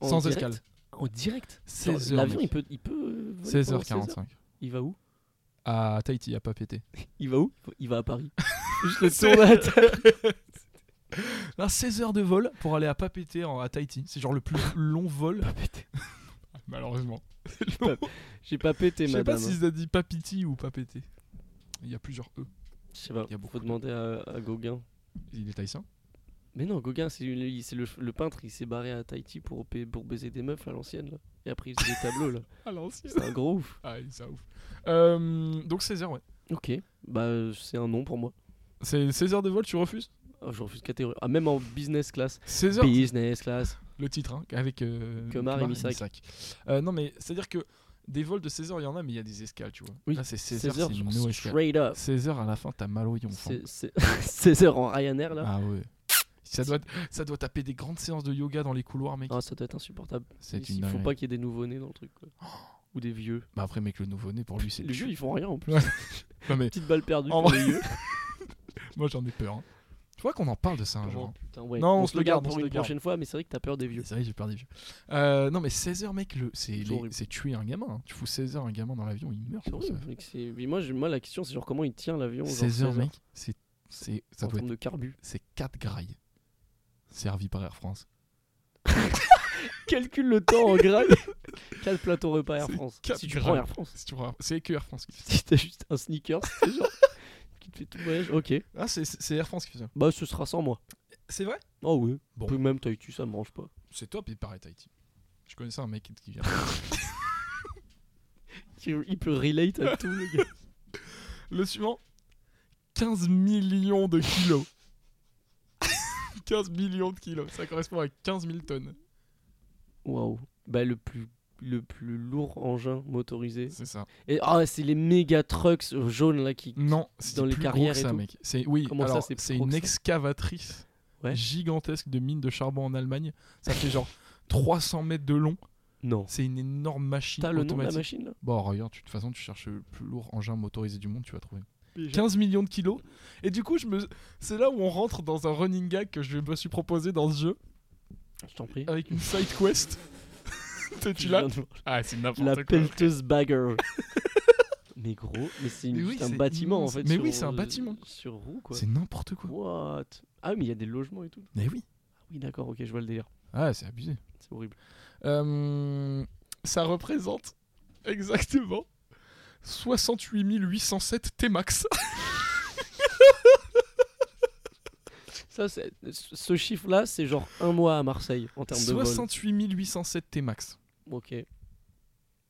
Speaker 1: En
Speaker 2: Sans
Speaker 1: direct
Speaker 2: escale.
Speaker 1: En direct Genre,
Speaker 2: 16h.
Speaker 1: L'avion, il peut. Il peut euh, voler pendant 16 heures
Speaker 2: 16h45.
Speaker 1: Il va où
Speaker 2: À Tahiti, à pas pété.
Speaker 1: Il va où Il va à Paris. Juste le tourner à terre.
Speaker 2: Ah, 16 heures de vol pour aller à Papété en- à Tahiti. C'est genre le plus long vol.
Speaker 3: malheureusement.
Speaker 1: J'ai pas pété,
Speaker 2: Je sais pas
Speaker 1: madame.
Speaker 2: si ça dit papiti ou papété. Il y a plusieurs E.
Speaker 1: Je sais pas.
Speaker 2: Il y a beaucoup
Speaker 1: Faut
Speaker 2: de-
Speaker 1: demander à, à Gauguin.
Speaker 2: Il est haïtien
Speaker 1: Mais non, Gauguin, c'est une- il- c'est le, le peintre, il s'est barré à Tahiti pour, pa- pour baiser des meufs à l'ancienne. là. Et après, il faisait des tableaux. là.
Speaker 3: À l'ancienne.
Speaker 1: C'est un gros ouf.
Speaker 2: Ah, il est ouf. Euh, donc Césaire, ouais.
Speaker 1: Ok, bah euh, c'est un nom pour moi.
Speaker 2: C'est Césaire de vol, tu refuses
Speaker 1: Oh, je refuse catégorie. Ah, même en business class.
Speaker 2: Césaire,
Speaker 1: Business class.
Speaker 2: le titre, hein, avec euh,
Speaker 1: Kemar et Missak.
Speaker 2: Euh, non, mais c'est-à-dire que des vols de Césaire, il y en a, mais il y a des escales, tu vois.
Speaker 1: Oui,
Speaker 2: Là, c'est Césaire,
Speaker 1: César,
Speaker 2: c'est
Speaker 1: genre,
Speaker 2: no escale.
Speaker 1: straight up.
Speaker 2: Césaire, à la fin, t'as mal au yon. enfin.
Speaker 1: C'est- c'est- César en Ryanair là.
Speaker 2: Ah ouais. Ça doit, ça doit taper des grandes séances de yoga dans les couloirs, mec.
Speaker 1: Ah, ça doit être insupportable.
Speaker 2: c'est
Speaker 1: il
Speaker 2: une
Speaker 1: faut
Speaker 2: dinguerie.
Speaker 1: pas qu'il y ait des nouveau-nés dans le truc. quoi. Ou des vieux.
Speaker 2: Bah après, mec, le nouveau-né, pour lui, c'est...
Speaker 1: Les vieux, ils font rien en plus.
Speaker 2: Non, mais
Speaker 1: Petite balle perdue
Speaker 2: En
Speaker 1: pour
Speaker 2: vrai,
Speaker 1: les vieux.
Speaker 2: moi, j'en ai peur. hein. Tu vois qu'on en parle de ça un jour.
Speaker 1: Vraiment,
Speaker 2: hein.
Speaker 1: Oh, putain, ouais.
Speaker 2: Non, on se
Speaker 1: se
Speaker 2: le
Speaker 1: le
Speaker 2: garde,
Speaker 1: garde
Speaker 2: on
Speaker 1: pour
Speaker 2: se
Speaker 1: une
Speaker 2: le garde.
Speaker 1: prochaine fois, mais c'est vrai que t'as peur des vieux.
Speaker 2: C'est vrai, j'ai peur des vieux. Euh, non, mais 16 heures, mec, le... c'est, les-
Speaker 1: horrible.
Speaker 2: c'est tuer un gamin. hein. Tu fous 16 heures, un gamin dans l'avion, il meurt.
Speaker 1: C'est
Speaker 2: pour
Speaker 1: horrible.
Speaker 2: ça.
Speaker 1: Mec, c'est- mais moi, j'ai- moi, la question, c'est genre comment il tient l'avion. genre,
Speaker 2: 16 heures,
Speaker 1: César,
Speaker 2: mec, c'est, c'est, ça
Speaker 1: En
Speaker 2: doit
Speaker 1: termes de
Speaker 2: être...
Speaker 1: carbu.
Speaker 2: C'est 4 grailles. Servi par Air France.
Speaker 1: Calcule le temps en graille. 4 plateaux repas Air
Speaker 2: C'est
Speaker 1: France.
Speaker 2: quatre
Speaker 1: Si tu
Speaker 2: grammes.
Speaker 1: prends Air France.
Speaker 2: Si tu vois, c'est que Air France qui fait ça.
Speaker 1: Si t'as juste un sneaker, c'est genre. qui te fait tout le voyage. Ok.
Speaker 2: Ah, c'est, c'est Air France qui fait ça.
Speaker 1: Bah, ce sera sans moi.
Speaker 2: C'est vrai
Speaker 1: Oh oui.
Speaker 2: Bon.
Speaker 1: Puis même Tahiti, ça me range pas.
Speaker 2: C'est top, il paraît Tahiti. Je connais ça, un mec qui vient.
Speaker 1: Il peut relate à tout, le gars.
Speaker 2: Le suivant 15 millions de kilos. 15 millions de kilos, ça correspond à 15 000 tonnes.
Speaker 1: Waouh. Bah, le plus, le plus lourd engin motorisé.
Speaker 2: C'est ça.
Speaker 1: Et ah, c'est les méga trucks jaunes là qui.
Speaker 2: Non, c'est
Speaker 1: Dans les
Speaker 2: plus
Speaker 1: carrières
Speaker 2: gros que
Speaker 1: et
Speaker 2: ça,
Speaker 1: tout.
Speaker 2: mec. C'est oui,
Speaker 1: Comment ça,
Speaker 2: alors,
Speaker 1: c'est plus
Speaker 2: c'est
Speaker 1: gros
Speaker 2: une
Speaker 1: que ça
Speaker 2: excavatrice
Speaker 1: Ouais.
Speaker 2: gigantesque de mine de charbon en Allemagne. Ça fait genre 300 mètres de long.
Speaker 1: Non.
Speaker 2: C'est une énorme machine
Speaker 1: T'as le nom de la
Speaker 2: automatique.
Speaker 1: machine là
Speaker 2: Bon, regarde, tu- de toute façon, tu cherches le plus lourd engin motorisé du monde, tu vas trouver. 15 millions de kilos. Et du coup, je me... c'est là où on rentre dans un running gag que je me suis proposé dans ce jeu
Speaker 1: Je t'en prie.
Speaker 2: avec une side quest. T'es- Euh, tu
Speaker 1: Je
Speaker 2: l'as
Speaker 1: viens de voir.
Speaker 3: Ah, c'est
Speaker 1: La
Speaker 3: n'importe quoi.
Speaker 1: pelteuse bagger. mais gros, mais c'est une-
Speaker 2: Mais oui,
Speaker 1: c'est un
Speaker 2: c'est
Speaker 1: bâtiment
Speaker 2: immense.
Speaker 1: en fait.
Speaker 2: Mais
Speaker 1: sur- euh,
Speaker 2: oui, c'est un bâtiment.
Speaker 1: Sur roue quoi.
Speaker 2: C'est n'importe quoi.
Speaker 1: What Ah, mais il y a des logements et tout. Ah
Speaker 2: Mais oui.
Speaker 1: Oui, d'accord, ok, je vois le délire.
Speaker 2: Ah, c'est abusé.
Speaker 1: C'est horrible.
Speaker 2: Euh, ça représente exactement 68 807 T-Max.
Speaker 1: Ça, c'est- ce chiffre-là, c'est genre un mois à Marseille en termes de vol.
Speaker 2: 68 807 T-Max
Speaker 1: Ok,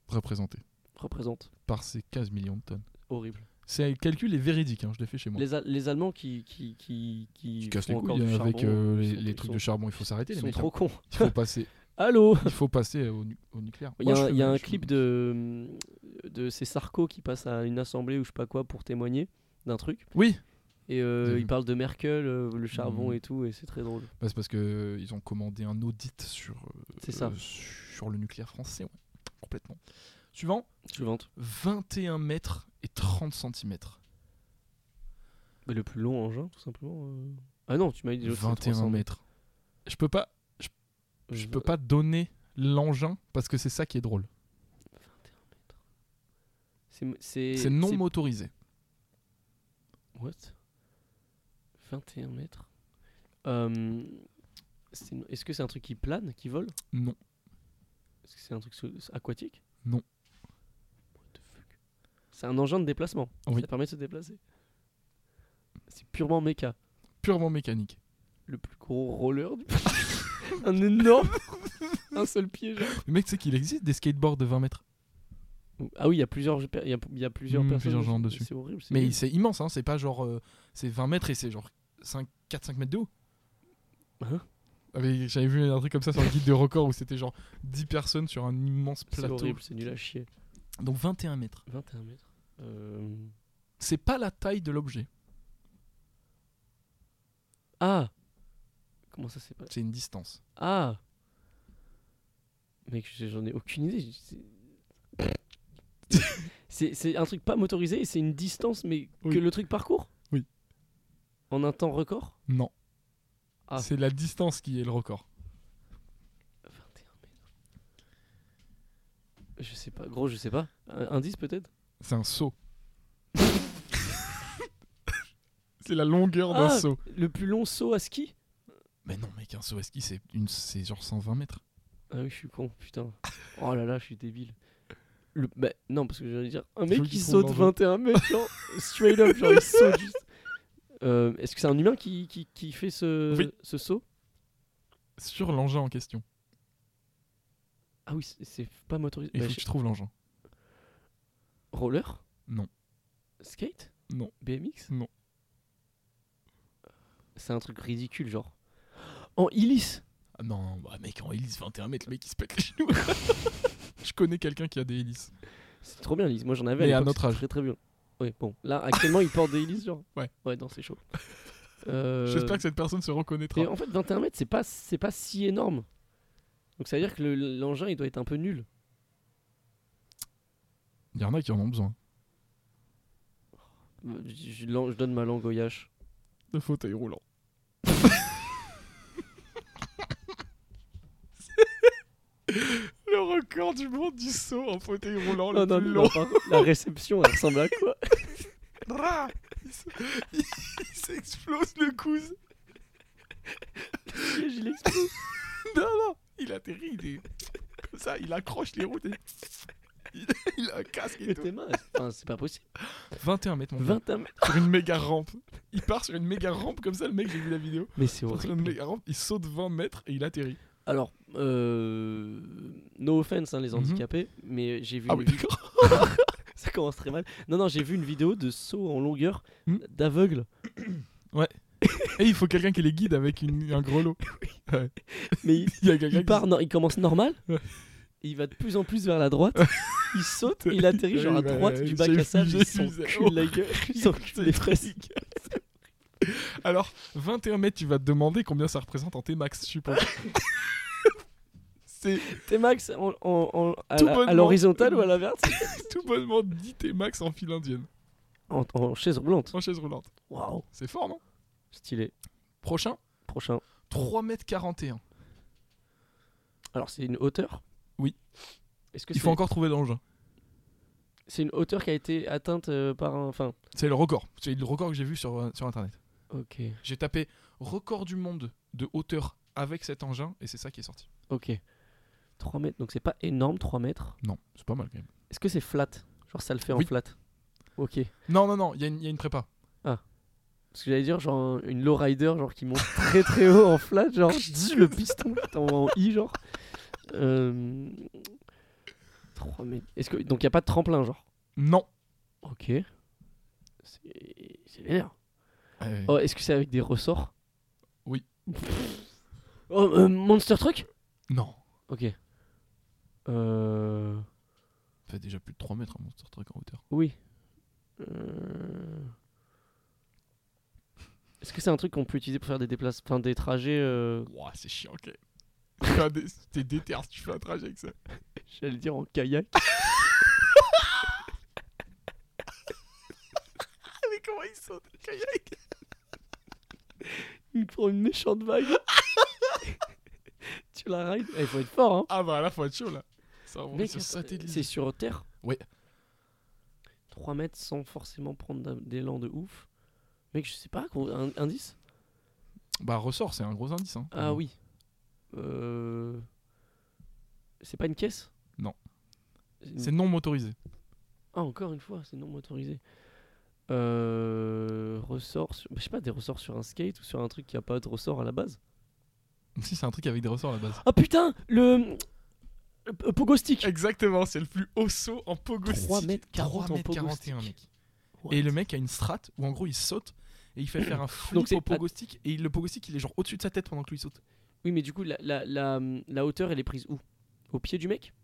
Speaker 2: représenté
Speaker 1: représente.
Speaker 2: par ces 15 millions de tonnes.
Speaker 1: Horrible.
Speaker 2: C'est un calcul est véridique, hein, je l'ai fait chez moi.
Speaker 1: Les, A- les Allemands qui qui qui qui,
Speaker 2: Tu
Speaker 1: font
Speaker 2: casses les
Speaker 1: encore
Speaker 2: couilles
Speaker 1: du charbon,
Speaker 2: avec euh, les,
Speaker 1: ils sont-
Speaker 2: les
Speaker 1: ils
Speaker 2: trucs
Speaker 1: sont-
Speaker 2: de charbon, il faut s'arrêter
Speaker 1: Ils
Speaker 2: les
Speaker 1: sont
Speaker 2: mecs.
Speaker 1: trop
Speaker 2: hein.
Speaker 1: cons.
Speaker 2: Il faut passer,
Speaker 1: Allô.
Speaker 2: il faut passer au, nu- au nucléaire.
Speaker 1: Il y a,
Speaker 2: Moi,
Speaker 1: un-
Speaker 2: je
Speaker 1: il y a
Speaker 2: fais-
Speaker 1: un
Speaker 2: je-
Speaker 1: clip de de c'est Sarko qui passe à une assemblée ou je sais pas quoi pour témoigner d'un truc
Speaker 2: Oui,
Speaker 1: et euh,
Speaker 2: J'ai vu.
Speaker 1: il parle de Merkel, euh, le charbon
Speaker 2: Mhm.
Speaker 1: et tout et c'est très drôle.
Speaker 2: Bah, c'est parce que euh, ils ont commandé un audit sur euh,
Speaker 1: C'est ça.
Speaker 2: sur le nucléaire français, ouais. complètement. Suivant,
Speaker 1: Suivante.
Speaker 2: 21 mètres et 30 centimètres.
Speaker 1: Mais le plus long engin tout simplement. euh. Ah non, tu m'as dit l'autre, c'est
Speaker 2: 21
Speaker 1: 300
Speaker 2: mètres. Je peux pas, je
Speaker 1: Euh,
Speaker 2: peux pas donner l'engin parce que c'est ça qui est drôle.
Speaker 1: C'est c'est
Speaker 2: C'est non motorisé.
Speaker 1: What 21 mètres. Euh, c'est- Est-ce que c'est un truc qui plane, qui vole
Speaker 2: Non.
Speaker 1: Est-ce que c'est un truc sous- aquatique
Speaker 2: Non.
Speaker 1: What the fuck C'est un engin de déplacement.
Speaker 2: Oui.
Speaker 1: Ça permet de se déplacer. C'est purement méca.
Speaker 2: Purement mécanique.
Speaker 1: Le plus gros roller du Un énorme. un seul pied, genre.
Speaker 2: Le mec, c'est qu'il existe des skateboards de 20 mètres.
Speaker 1: Ah oui, il y a plusieurs, il y a, il y a plusieurs
Speaker 2: Mm,
Speaker 1: personnes.
Speaker 2: plusieurs gens dessus.
Speaker 1: C'est horrible. c'est
Speaker 2: Mais
Speaker 1: nul.
Speaker 2: c'est immense, hein. c'est pas genre. euh, c'est 20 mètres et c'est genre 4-5 mètres de haut.
Speaker 1: Hein
Speaker 2: Ah, mais J'avais vu un truc comme ça sur le guide de record où c'était genre 10 personnes sur un immense
Speaker 1: C'est
Speaker 2: plateau.
Speaker 1: horrible, c'est nul à chier.
Speaker 2: Donc 21 mètres.
Speaker 1: 21 mètres. Euh,
Speaker 2: C'est pas la taille de l'objet,
Speaker 1: Ah Comment ça s'est passé
Speaker 2: c'est une distance.
Speaker 1: Ah Mec, j'ai- j'en ai aucune idée. je- c'est- C'est c'est un truc pas motorisé et c'est une distance, mais
Speaker 2: Oui.
Speaker 1: que le truc parcourt
Speaker 2: Oui.
Speaker 1: En un temps record
Speaker 2: Non.
Speaker 1: Ah.
Speaker 2: C'est la distance qui est le record.
Speaker 1: 21 mètres. Je sais pas, gros, je sais pas. Un- Indice peut-être
Speaker 2: C'est un saut. c'est la longueur d'un
Speaker 1: Ah.
Speaker 2: saut.
Speaker 1: Le plus long saut à ski
Speaker 2: Mais non, mec, un saut à ski, c'est une... c'est genre 120 mètres.
Speaker 1: Ah oui, je suis con, putain. Oh là là, je suis débile. Le- bah, non, parce que j'allais dire, un mec
Speaker 2: veux
Speaker 1: qui
Speaker 2: qu'il trouve
Speaker 1: saute
Speaker 2: l'enjeu.
Speaker 1: 21 mètres, genre, straight up, genre, il saute juste. Euh, Est-ce que c'est un humain qui, qui, qui fait ce,
Speaker 2: Oui.
Speaker 1: ce saut
Speaker 2: Sur l'engin en question.
Speaker 1: Ah oui, c'est- c'est pas motorisé.
Speaker 2: Il
Speaker 1: Bah,
Speaker 2: faut que
Speaker 1: je-
Speaker 2: tu trouves l'engin.
Speaker 1: Roller
Speaker 2: Non.
Speaker 1: Skate
Speaker 2: Non.
Speaker 1: BMX
Speaker 2: Non.
Speaker 1: C'est un truc ridicule, genre. En hélice
Speaker 2: Ah non, bah mec, en hélice 21 mètres, le mec il se pète les genoux. Je connais quelqu'un qui a des hélices.
Speaker 1: C'est trop bien, l'hélice. Moi, j'en avais
Speaker 2: Mais à
Speaker 1: l'époque,
Speaker 2: notre
Speaker 1: c'était
Speaker 2: âge.
Speaker 1: Très, très bien. Oui, bon. Là, actuellement, il porte des hélices, genre
Speaker 2: Ouais.
Speaker 1: Ouais, non, c'est chaud. Euh,
Speaker 2: J'espère que cette personne se reconnaîtra.
Speaker 1: Et en fait, 21 mètres, c'est pas, c'est pas si énorme. Donc ça veut dire que le- l'engin, il doit être un peu nul.
Speaker 2: Il y en a qui en ont besoin.
Speaker 1: Je, je lan- je donne ma langue au Yash.
Speaker 2: De fauteuil roulant. le record du monde du saut en fauteuil roulant
Speaker 1: Ah non, non, par contre, la réception, elle ressemble à quoi
Speaker 2: Drap Il se- il s'explose le coude.
Speaker 1: Yash, il explose.
Speaker 2: Non, non, il atterrit, il est... Comme ça, il accroche les routes et... Il, il a un casque et
Speaker 1: Mais
Speaker 2: tout.
Speaker 1: tes mains, elles- enfin, c'est pas possible.
Speaker 2: 21 mètres, mon gars.
Speaker 1: 21 mètres.
Speaker 2: Sur une méga rampe. Il part sur une méga rampe comme ça, le mec, j'ai vu la vidéo.
Speaker 1: Mais c'est
Speaker 2: Il part sur une
Speaker 1: horrible.
Speaker 2: méga rampe, il saute 20 mètres et il atterrit.
Speaker 1: Alors, euh, no offense, hein, les
Speaker 2: Mhm.
Speaker 1: handicapés, mais j'ai vu.
Speaker 2: Ah
Speaker 1: une
Speaker 2: oui,
Speaker 1: vid-
Speaker 2: d'accord.
Speaker 1: Ça commence très mal. Non, non, j'ai vu une vidéo de saut en longueur
Speaker 2: Mhm.
Speaker 1: d'aveugle.
Speaker 2: Et il faut quelqu'un qui les guide avec une- un grelot.
Speaker 1: Mais il,
Speaker 2: Il y a quelqu'un
Speaker 1: il
Speaker 2: qui-
Speaker 1: part, no- il commence normal.
Speaker 2: Ouais.
Speaker 1: et il va de plus en plus vers la droite. il saute et il atterrit genre à
Speaker 2: Ouais,
Speaker 1: droite
Speaker 2: ouais,
Speaker 1: du bac
Speaker 2: j'ai
Speaker 1: à
Speaker 2: vu,
Speaker 1: sable.
Speaker 2: j'ai
Speaker 1: Il s'en
Speaker 2: vu, c'est
Speaker 1: cul de la gueule. Il s'en cul des fraises.
Speaker 2: Alors, 21 mètres, tu vas te demander combien ça représente en T-max, je suppose. C'est
Speaker 1: T-Max en- en- en- à
Speaker 2: Tout
Speaker 1: la- à
Speaker 2: bonnement.
Speaker 1: l'horizontale ou à la verte
Speaker 2: tout bonnement 10 T-max en file indienne,
Speaker 1: en, en chaise roulante.
Speaker 2: en chaise roulante.
Speaker 1: Waouh,
Speaker 2: C'est fort, non
Speaker 1: stylé.
Speaker 2: Prochain,
Speaker 1: Prochain.
Speaker 2: 3 mètres 41.
Speaker 1: Alors, c'est une hauteur
Speaker 2: Oui.
Speaker 1: Est-ce que
Speaker 2: Il
Speaker 1: c'est
Speaker 2: faut encore trouver l'engin.
Speaker 1: c'est une hauteur qui a été atteinte euh, par un. Enfin,
Speaker 2: C'est le record. C'est le record que j'ai vu sur, euh, sur Internet.
Speaker 1: ok.
Speaker 2: J'ai tapé record du monde de hauteur avec cet engin et c'est ça qui est sorti.
Speaker 1: Ok. 3 mètres, donc c'est pas énorme 3 mètres.
Speaker 2: Non, c'est pas mal quand même.
Speaker 1: Est-ce que c'est flat Genre ça le fait en
Speaker 2: Oui.
Speaker 1: flat Ok.
Speaker 2: Non, non, non, il y, a une- il y a une prépa.
Speaker 1: Parce que j'allais dire genre une low rider genre qui monte très très haut en flat, genre dis le piston qui t'envoie en I genre. Euh... 3 mètres. Est-ce que... Donc il n'y a pas de tremplin genre
Speaker 2: Non.
Speaker 1: Ok. C'est c'est vénère.
Speaker 2: Ah
Speaker 1: Oh, est-ce que c'est avec des ressorts
Speaker 2: Oui.
Speaker 1: Oh, euh, Monster Truck
Speaker 2: Non.
Speaker 1: Ok. Euh...
Speaker 2: Ça fait déjà plus de 3 mètres un monster truc en hauteur.
Speaker 1: Oui. Euh, Est-ce que c'est un truc qu'on peut utiliser pour faire des déplacements, enfin, des trajets euh,
Speaker 2: Ouah, c'est chiant, ok. T'as des- T'es déter si tu fais un trajet avec ça.
Speaker 1: J'allais dire en kayak.
Speaker 2: Mais comment ils sautent le kayak
Speaker 1: Il prend une méchante vague. tu la rides. Eh, Il faut être fort, hein.
Speaker 2: Ah bah là, faut être chaud là. Ça va
Speaker 1: Mec,
Speaker 2: sur
Speaker 1: C'est
Speaker 2: satellite.
Speaker 1: sur Terre
Speaker 2: Ouais.
Speaker 1: 3 mètres sans forcément prendre d'un- d'élan de ouf. Mec, je sais pas, gros, un indice
Speaker 2: Bah, ressort, c'est un gros indice. Hein,
Speaker 1: Ah oui. Euh... C'est pas une caisse
Speaker 2: Non.
Speaker 1: C'est une-
Speaker 2: C'est non motorisé.
Speaker 1: Ah, encore une fois, c'est non motorisé. Euh, ressort, sur- je sais pas, des ressorts sur un skate ou sur un truc qui a pas de ressort à la base.
Speaker 2: Si, c'est un truc avec des ressorts à la base.
Speaker 1: Ah putain, le, le p- pogo stick.
Speaker 2: Exactement, c'est le plus haut saut en pogo
Speaker 1: 3
Speaker 2: stick.
Speaker 1: mètres 40 en
Speaker 2: 3 mètres
Speaker 1: pogo
Speaker 2: 41,
Speaker 1: stick.
Speaker 2: mec.
Speaker 1: What
Speaker 2: Et le mec a une strat où en gros il saute et il fait faire un
Speaker 1: Donc
Speaker 2: flip
Speaker 1: c'est-
Speaker 2: au pogo stick et le pogo stick il est genre au-dessus de sa tête pendant que lui il saute.
Speaker 1: Oui, mais du coup, la, la, la, la hauteur, elle est prise où Au pied du mec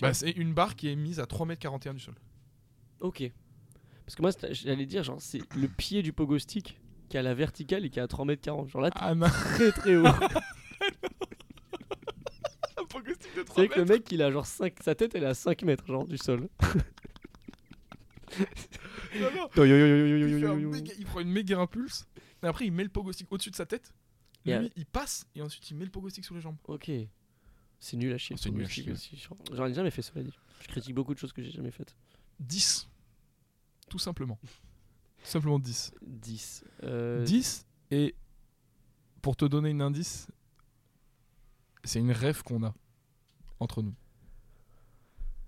Speaker 2: Bah, c'est une barre qui est mise à 3m41 du sol.
Speaker 1: Ok. Parce que moi, c'est- j'allais dire, genre, c'est le pied du pogo stick qui a la verticale et qui a 3m40. Genre là, t'es
Speaker 2: Ah non,
Speaker 1: très très haut.
Speaker 2: un pogo stick de
Speaker 1: C'est
Speaker 2: 3
Speaker 1: vrai que le mec, il a genre 5, sa tête, elle est à 5 mètres, genre, du sol.
Speaker 2: Non, non, il, fait un méga- il prend une méga impulse et après il met le pogo stick au-dessus de sa tête. Lui,
Speaker 1: Yeah.
Speaker 2: il passe et ensuite il met le pogo stick sous les jambes.
Speaker 1: Ok. C'est nul à chier.
Speaker 2: Ah, c'est
Speaker 1: le
Speaker 2: nul à
Speaker 1: politique
Speaker 2: chier, ouais.
Speaker 1: aussi, genre. J'en ai jamais fait, cela dit. Je critique beaucoup de choses que j'ai jamais faites.
Speaker 2: 10. Tout simplement. Tout simplement 10.
Speaker 1: 10. Euh,
Speaker 2: 10 et pour te donner une indice, c'est une rêve qu'on a entre nous.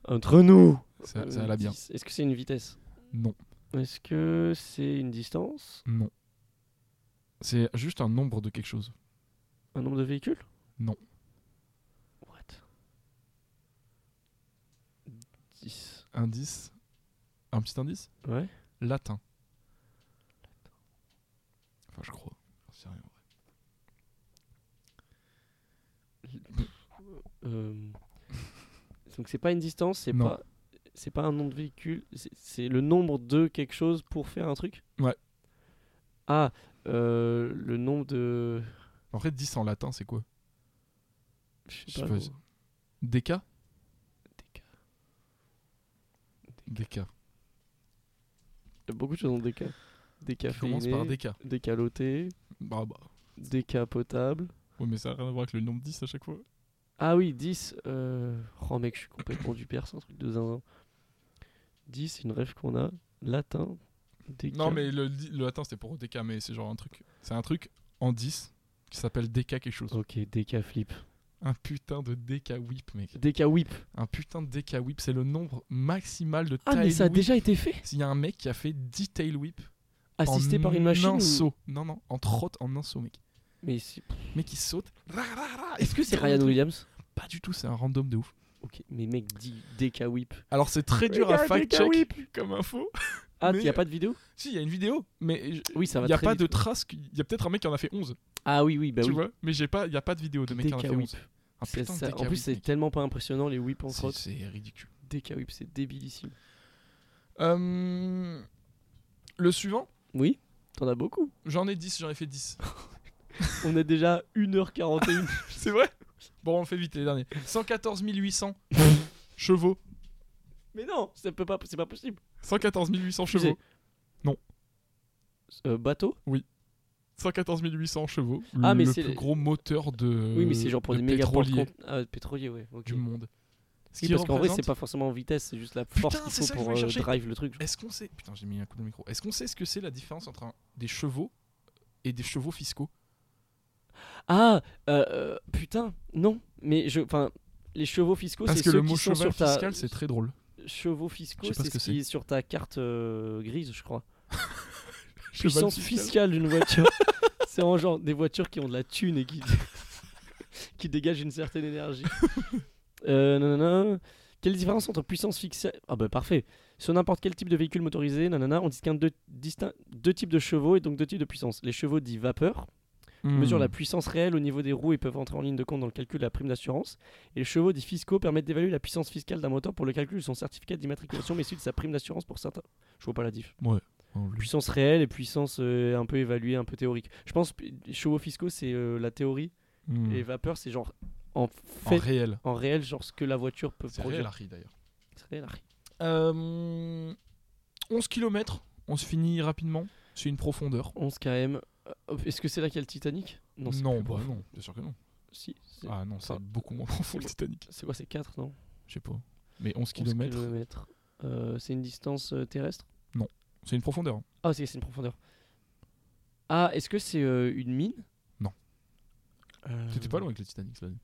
Speaker 1: Entre nous
Speaker 2: Ça,
Speaker 1: Euh,
Speaker 2: ça allait bien.
Speaker 1: Est-ce que c'est une vitesse
Speaker 2: Non,
Speaker 1: Est-ce que c'est une distance
Speaker 2: non. C'est juste un nombre de quelque chose.
Speaker 1: Un nombre de véhicules
Speaker 2: Non.
Speaker 1: What 10.
Speaker 2: Indice. Un petit indice
Speaker 1: Ouais.
Speaker 2: Latin. Enfin, je crois. J'en sais rien, ouais.
Speaker 1: Euh, Donc c'est pas une distance, c'est
Speaker 2: Non.
Speaker 1: pas c'est pas un nombre de véhicules, c'est- c'est le nombre de quelque chose pour faire un truc.
Speaker 2: Ouais.
Speaker 1: Ah, euh, le nombre de
Speaker 2: En fait, 10 en latin, c'est quoi
Speaker 1: je
Speaker 2: Je
Speaker 1: sais
Speaker 2: sais
Speaker 1: pas.
Speaker 2: pas,
Speaker 1: gros.
Speaker 2: Déca
Speaker 1: Des-
Speaker 2: Déca.
Speaker 1: Beaucoup de choses ont des cas.
Speaker 2: Je commence par
Speaker 1: Décaféiné,
Speaker 2: déca.
Speaker 1: décaloté,
Speaker 2: Bah, bah.
Speaker 1: décapotable.
Speaker 2: Oui, mais ça n'a rien à voir avec le nombre 10 à chaque fois.
Speaker 1: Ah oui, 10. Euh... Oh mec, je suis complètement du père, c'est un truc de zinzin. 10, c'est une rêve qu'on a. Latin. Déca.
Speaker 2: Non, mais le, le latin, c'était pour déca, mais c'est genre un truc. C'est un truc en 10 qui s'appelle déca quelque chose.
Speaker 1: Ok, déca flip.
Speaker 2: Un putain de déca whip, mec.
Speaker 1: Déca whip.
Speaker 2: Un putain de déca whip, c'est le nombre maximal de
Speaker 1: Ah,
Speaker 2: tail
Speaker 1: mais ça a
Speaker 2: whip.
Speaker 1: déjà été fait
Speaker 2: S'il y a un mec qui a fait 10 tail whip
Speaker 1: Assisté
Speaker 2: en
Speaker 1: par une machine
Speaker 2: un
Speaker 1: ou-
Speaker 2: saut. Non, non, en trotte, en un saut, mec.
Speaker 1: Mais c'est-
Speaker 2: Mec, il saute. Ra, ra, ra,
Speaker 1: est-ce que c'est
Speaker 2: il
Speaker 1: Ryan
Speaker 2: tourne.
Speaker 1: Williams
Speaker 2: Pas du tout, c'est un random de ouf.
Speaker 1: Ok, mais mec, dit Deca Whip.
Speaker 2: Alors, c'est très dur à fact-check comme info.
Speaker 1: Ah,
Speaker 2: Mais-
Speaker 1: il y a pas de vidéo
Speaker 2: Si, il y a une vidéo, mais je-
Speaker 1: Oui, ça
Speaker 2: il
Speaker 1: va
Speaker 2: n'y a
Speaker 1: très
Speaker 2: pas
Speaker 1: vite.
Speaker 2: de trace. qu'il- Il y a peut-être un mec qui en a fait 11,
Speaker 1: Ah oui, oui, bah
Speaker 2: tu
Speaker 1: oui.
Speaker 2: vois. Mais j'ai pas- il n'y a pas de vidéo de mec qui en a
Speaker 1: Deca
Speaker 2: fait
Speaker 1: Whip.
Speaker 2: 11. Un
Speaker 1: C'est
Speaker 2: putain de
Speaker 1: ça-
Speaker 2: Deca
Speaker 1: En plus,
Speaker 2: Whip,
Speaker 1: c'est
Speaker 2: mec.
Speaker 1: tellement pas impressionnant les whips en
Speaker 2: C'est-
Speaker 1: crotte.
Speaker 2: C'est ridicule.
Speaker 1: Deca Whip, c'est débilissime.
Speaker 2: Euh, Le suivant,
Speaker 1: Oui, t'en as beaucoup.
Speaker 2: j'en ai 10, j'en ai fait 10.
Speaker 1: On est déjà 1h41.
Speaker 2: c'est vrai Bon, on fait vite les derniers. 114 800 chevaux.
Speaker 1: mais non, ça peut pas, c'est pas possible.
Speaker 2: 114 800
Speaker 1: Fusée.
Speaker 2: chevaux.
Speaker 1: Euh, bateau
Speaker 2: 114 800 chevaux.
Speaker 1: Ah, mais
Speaker 2: le
Speaker 1: c'est-
Speaker 2: plus gros moteur de.
Speaker 1: Oui, mais c'est genre pour
Speaker 2: de
Speaker 1: des méga
Speaker 2: Euh, pétrolier
Speaker 1: porte-cont- Ah, pétrolier, ouais. ok.
Speaker 2: du monde. Ce
Speaker 1: Oui,
Speaker 2: qui
Speaker 1: parce qu'en vrai,
Speaker 2: représente-
Speaker 1: c'est pas forcément en vitesse, c'est juste la force
Speaker 2: Putain, c'est
Speaker 1: qu'il
Speaker 2: ça
Speaker 1: faut
Speaker 2: que je
Speaker 1: pour
Speaker 2: voulais
Speaker 1: euh,
Speaker 2: chercher.
Speaker 1: drive le truc. genre.
Speaker 2: Est-ce qu'on sait. Putain, j'ai mis un coup de micro. Est-ce qu'on sait ce que c'est la différence entre un- des chevaux et des chevaux fiscaux
Speaker 1: Ah, euh, euh, putain, non. Mais je, enfin, les chevaux fiscaux,
Speaker 2: Parce
Speaker 1: Oh, c'est
Speaker 2: que
Speaker 1: ceux
Speaker 2: le mot
Speaker 1: qui sont
Speaker 2: cheval
Speaker 1: sur ta.
Speaker 2: fiscal, c'est très drôle.
Speaker 1: Chevaux
Speaker 2: Je
Speaker 1: fiscaux,
Speaker 2: sais pas
Speaker 1: c'est
Speaker 2: ce que
Speaker 1: ce qui est sur ta carte euh, grise, je crois.
Speaker 2: Cheval
Speaker 1: Puissance
Speaker 2: fiscal.
Speaker 1: fiscale d'une voiture. c'est en genre des voitures qui ont de la thune et qui, qui dégagent une certaine énergie. euh, nanana. Quelle est la différence entre puissance fiscale Ah bah parfait. Sur n'importe quel type de véhicule motorisé, nanana, on distingue deux, distin- deux types de chevaux et donc deux types de puissance. Les chevaux dits vapeur
Speaker 2: Hmm.
Speaker 1: mesurent la puissance réelle au niveau des roues et peuvent entrer en ligne de compte dans le calcul de la prime d'assurance. Et les chevaux dits fiscaux permettent d'évaluer la puissance fiscale d'un moteur pour le calcul de son certificat d'immatriculation mais aussi de sa prime d'assurance pour certains. Je vois pas la diff
Speaker 2: Hmm.
Speaker 1: puissance réelle et puissance euh, un peu évaluée, un peu théorique. Je pense que les chevaux fiscaux, c'est euh, la théorie,
Speaker 2: Hmm.
Speaker 1: et vapeur, c'est genre en
Speaker 2: En
Speaker 1: fait,
Speaker 2: réel.
Speaker 1: en, réel, genre ce que la voiture peut
Speaker 2: C'est
Speaker 1: produire.
Speaker 2: réel, Harry, d'ailleurs.
Speaker 1: C'est réel, Harry.
Speaker 2: Euh, 11 km, on se finit rapidement. C'est une profondeur.
Speaker 1: 11 km. Euh, Est-ce que c'est là qu'il y a le Titanic c'est
Speaker 2: non
Speaker 1: plus
Speaker 2: bah
Speaker 1: profond.
Speaker 2: non, bien sûr que non.
Speaker 1: Si, c'est
Speaker 2: Ah non, c'est
Speaker 1: Enfin,
Speaker 2: beaucoup moins profond que le Titanic.
Speaker 1: c'est quoi, c'est 4 non
Speaker 2: Je sais pas. Mais 11
Speaker 1: 11
Speaker 2: km,
Speaker 1: kilomètres. Euh, c'est une distance euh, terrestre
Speaker 2: c'est une profondeur. hein.
Speaker 1: Ah, c'est c'est une profondeur. Ah, est-ce que c'est euh, une mine
Speaker 2: Non.
Speaker 1: Euh,
Speaker 2: C'était pas loin avec le Titanic, cela dit.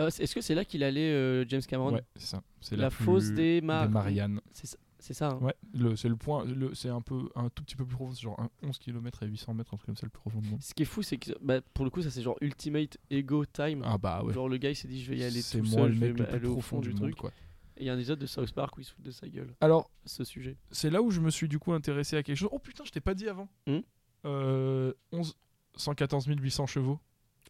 Speaker 1: Euh, c'est- est-ce que c'est là qu'il allait euh, James Cameron
Speaker 2: Ouais, c'est ça. C'est
Speaker 1: La
Speaker 2: plus-
Speaker 1: fosse des Mar-
Speaker 2: Mariannes.
Speaker 1: C'est ça, c'est ça, hein
Speaker 2: Ouais, le- c'est le point, le- c'est un peu un tout petit peu plus profond, c'est genre un 11 km à 800 mètres, un truc comme ça, le plus profond du monde.
Speaker 1: Ce qui est fou, c'est que bah, pour le coup, ça c'est genre ultimate ego time.
Speaker 2: Ah bah ouais.
Speaker 1: Genre le gars il s'est dit je vais y aller
Speaker 2: C'est
Speaker 1: tout
Speaker 2: moi
Speaker 1: seul,
Speaker 2: le
Speaker 1: je vais
Speaker 2: mec le plus
Speaker 1: aller au
Speaker 2: profond
Speaker 1: fond
Speaker 2: du
Speaker 1: du
Speaker 2: monde
Speaker 1: truc.
Speaker 2: quoi.
Speaker 1: Et il y a un épisode de South Park où il se fout de sa gueule
Speaker 2: Alors,
Speaker 1: à ce sujet.
Speaker 2: c'est là où je me suis du coup intéressé à quelque chose. Oh putain, je t'ai pas dit avant.
Speaker 1: Hmm
Speaker 2: Euh, 11 114 800 chevaux.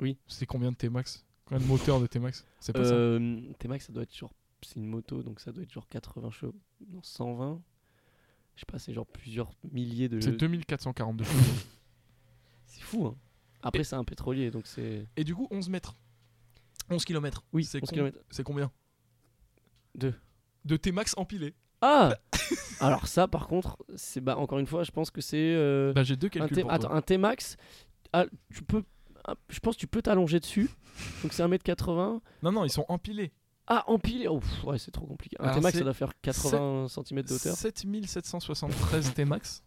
Speaker 1: Oui.
Speaker 2: C'est combien de T-Max Combien de moteurs de T-Max C'est pas ça
Speaker 1: Euh, T-Max ça doit être genre c'est une moto donc ça doit être genre 80 chevaux, non 120. Je sais pas, c'est genre plusieurs milliers de.
Speaker 2: C'est 2442 chevaux.
Speaker 1: C'est fou. Hein. Après c'est un pétrolier donc c'est
Speaker 2: Et du coup, 11 mètres. 11 km.
Speaker 1: oui
Speaker 2: c'est
Speaker 1: 11
Speaker 2: com-
Speaker 1: km.
Speaker 2: c'est combien
Speaker 1: Deux.
Speaker 2: De T-Max empilé.
Speaker 1: Ah
Speaker 2: Bah
Speaker 1: alors ça par contre c'est bah encore une fois je pense que c'est euh,
Speaker 2: Bah j'ai deux
Speaker 1: un
Speaker 2: calculs
Speaker 1: T-
Speaker 2: pour
Speaker 1: attends,
Speaker 2: toi.
Speaker 1: un T-Max, ah, tu peux, ah, je pense que tu peux t'allonger dessus. Donc c'est 1m80.
Speaker 2: Non non, ils sont empilés.
Speaker 1: Ah, empilé Oh, pff, ouais, c'est trop compliqué. Un
Speaker 2: Alors,
Speaker 1: T-Max,
Speaker 2: c'est
Speaker 1: ça doit faire 80 cm de hauteur.
Speaker 2: 7773 T-Max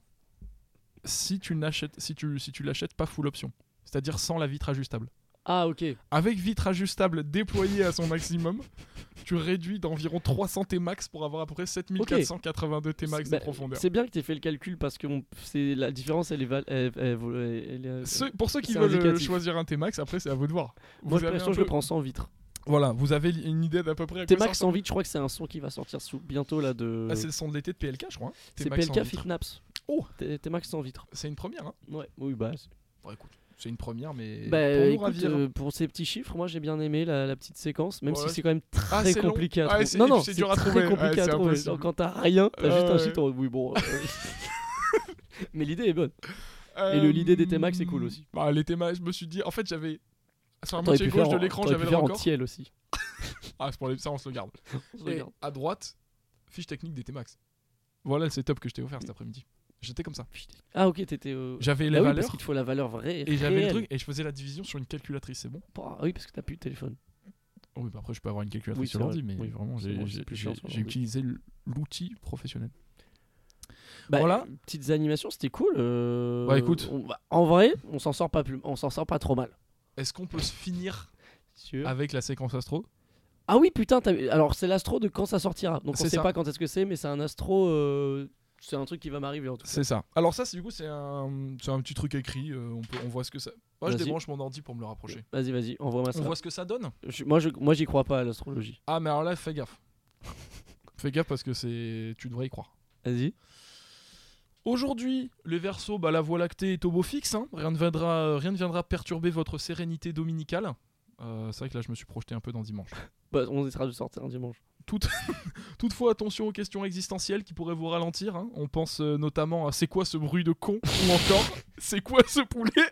Speaker 2: si tu n'achètes si tu si tu l'achètes pas full option, c'est-à-dire sans la vitre ajustable.
Speaker 1: Ah, ok.
Speaker 2: Avec vitre ajustable déployée à son maximum, tu réduis d'environ 300 Tmax pour avoir à peu près 7482 Tmax
Speaker 1: Bah,
Speaker 2: de profondeur.
Speaker 1: C'est bien que t'aies fait le calcul parce que on- c'est la différence, elle est. val- elle- elle- elle- elle- elle-
Speaker 2: Ceux- pour ceux qui
Speaker 1: Bah, c'est
Speaker 2: veulent euh,
Speaker 1: indicatif.
Speaker 2: choisir un Tmax, après c'est à vous de voir.
Speaker 1: Moi,
Speaker 2: Vous
Speaker 1: je,
Speaker 2: avez
Speaker 1: perso,
Speaker 2: un
Speaker 1: je le
Speaker 2: peu-
Speaker 1: prends sans vitre.
Speaker 2: Voilà, vous avez li- une idée d'à peu près à quoi ça
Speaker 1: T-Max
Speaker 2: ressemble.
Speaker 1: sans vitre, je crois que c'est un son qui va sortir sous, bientôt là de.
Speaker 2: Ah, c'est le son de l'été de PLK, je crois. hein.
Speaker 1: c'est
Speaker 2: T-Max en
Speaker 1: PLK
Speaker 2: vitre.
Speaker 1: Fitnaps.
Speaker 2: Oh.
Speaker 1: T- T-Max sans vitre.
Speaker 2: C'est une première. Hein.
Speaker 1: Ouais, oui, bah. c'est-
Speaker 2: Bon, écoute, c'est une première, mais
Speaker 1: Bah,
Speaker 2: pour nous
Speaker 1: écoute,
Speaker 2: ravir.
Speaker 1: euh, pour ces petits chiffres, moi j'ai bien aimé la, la petite séquence, même
Speaker 2: Ouais.
Speaker 1: si c'est quand même
Speaker 2: Ah,
Speaker 1: très
Speaker 2: c'est long.
Speaker 1: compliqué à
Speaker 2: Ah,
Speaker 1: trouver.
Speaker 2: c'est-
Speaker 1: non, non,
Speaker 2: c'est
Speaker 1: c'est
Speaker 2: dur à
Speaker 1: très
Speaker 2: trouver.
Speaker 1: compliqué
Speaker 2: Ouais,
Speaker 1: à
Speaker 2: c'est
Speaker 1: trouver.
Speaker 2: impossible.
Speaker 1: Genre, quand t'as rien, t'as juste un
Speaker 2: Ouais.
Speaker 1: chiffre. Oui, bon. euh, Mais l'idée est bonne. Et le- l'idée des T-Max est cool aussi.
Speaker 2: Bah, les T-Max, je me suis dit, en fait, j'avais. Sur la
Speaker 1: T'aurais
Speaker 2: moitié
Speaker 1: pu
Speaker 2: gauche
Speaker 1: faire,
Speaker 2: de
Speaker 1: en-
Speaker 2: l'écran,
Speaker 1: t'aurais
Speaker 2: j'avais
Speaker 1: pu
Speaker 2: le
Speaker 1: faire en
Speaker 2: record.
Speaker 1: tiel aussi.
Speaker 2: Ah, c'est pour les... ça, on se le garde.
Speaker 1: On se
Speaker 2: Et
Speaker 1: regarde.
Speaker 2: à droite, fiche technique des T-Max. Voilà le setup que je t'ai offert cet après-midi. J'étais comme ça.
Speaker 1: Ah, ok, t'étais. euh,
Speaker 2: J'avais
Speaker 1: bah
Speaker 2: les
Speaker 1: oui,
Speaker 2: valeurs
Speaker 1: parce qu'il te faut la valeur vraie.
Speaker 2: et j'avais le
Speaker 1: réelle.
Speaker 2: truc et je faisais la division sur une calculatrice, c'est bon
Speaker 1: Ah oui, parce que t'as plus de téléphone.
Speaker 2: Oui, bah après je peux avoir une calculatrice
Speaker 1: Oui,
Speaker 2: sur
Speaker 1: c'est
Speaker 2: l'ordi,
Speaker 1: vrai.
Speaker 2: mais
Speaker 1: Oui,
Speaker 2: vraiment
Speaker 1: c'est
Speaker 2: j'ai
Speaker 1: bon, c'est
Speaker 2: j'ai-
Speaker 1: plus
Speaker 2: j'ai-
Speaker 1: chiant sur
Speaker 2: j'ai
Speaker 1: l'ordi.
Speaker 2: utilisé l'outil professionnel.
Speaker 1: Bah,
Speaker 2: Voilà.
Speaker 1: euh, Petites animations, c'était cool. euh,
Speaker 2: Bah, écoute.
Speaker 1: on- bah, en vrai, on s'en sort pas plus, on s'en sort pas trop mal.
Speaker 2: Est-ce qu'on peut se finir
Speaker 1: Sûr.
Speaker 2: avec la séquence astro
Speaker 1: Ah oui, putain, t'as- alors c'est l'astro de quand ça sortira. Donc on
Speaker 2: C'est
Speaker 1: sait
Speaker 2: ça.
Speaker 1: pas quand est-ce que c'est, mais c'est un astro. euh, C'est un truc qui va m'arriver en tout cas.
Speaker 2: C'est ça. Alors ça, c'est du coup, c'est un, c'est un petit truc écrit. euh, on, peut, on voit ce que ça. Moi, je
Speaker 1: Vas-y.
Speaker 2: débranche mon ordi pour me le rapprocher.
Speaker 1: Vas-y, vas-y, envoie-moi
Speaker 2: On
Speaker 1: ça.
Speaker 2: voit ce que ça donne.
Speaker 1: Je- moi, je, moi, j'y crois pas à l'astrologie.
Speaker 2: Ah, mais alors là, fais gaffe. fais gaffe parce que c'est, tu devrais y croire.
Speaker 1: Vas-y.
Speaker 2: Aujourd'hui, le verso, bah, la voie lactée est au beau fixe. hein. Rien, ne viendra, rien ne viendra perturber votre sérénité dominicale. Euh, c'est vrai que là, je me suis projeté un peu dans dimanche.
Speaker 1: Bah, on essaiera de sortir un dimanche.
Speaker 2: Toutefois, attention aux questions existentielles qui pourraient vous ralentir. hein. On pense euh, notamment à c'est quoi ce bruit de con ou encore c'est quoi ce poulet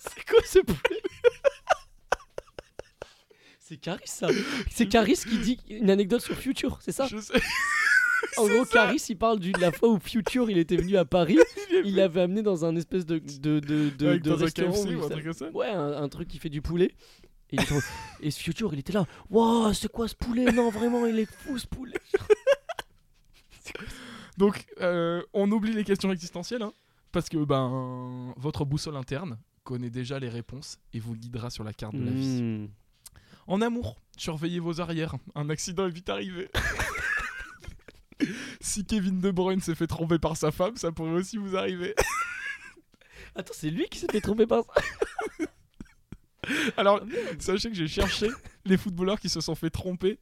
Speaker 1: C'est quoi ce poulet C'est Caris ça. C'est Caris qui dit une anecdote sur Future, c'est ça
Speaker 2: Je sais.
Speaker 1: En gros, Caris, il parle du- de la fois où Future il était venu à Paris. il l'avait amené dans un espèce de, de, de, de,
Speaker 2: Avec
Speaker 1: de
Speaker 2: dans un
Speaker 1: restaurant.
Speaker 2: KFC
Speaker 1: où
Speaker 2: ou un
Speaker 1: il
Speaker 2: truc comme ça.
Speaker 1: Ouais, un, un truc qui fait du poulet. Et, il était- et ce Future, il était là. Waouh, c'est quoi ce poulet Non, vraiment, il est fou ce poulet.
Speaker 2: Donc, euh, on oublie les questions existentielles, hein, parce que ben, votre boussole interne connaît déjà les réponses et vous guidera sur la carte de la vie.
Speaker 1: Hmm.
Speaker 2: En amour, surveillez vos arrières, un accident est vite arrivé. si Kevin De Bruyne s'est fait tromper par sa femme, ça pourrait aussi vous arriver.
Speaker 1: Attends, c'est lui qui s'est fait tromper par ça.
Speaker 2: Alors, sachez que j'ai cherché les footballeurs qui se sont fait tromper.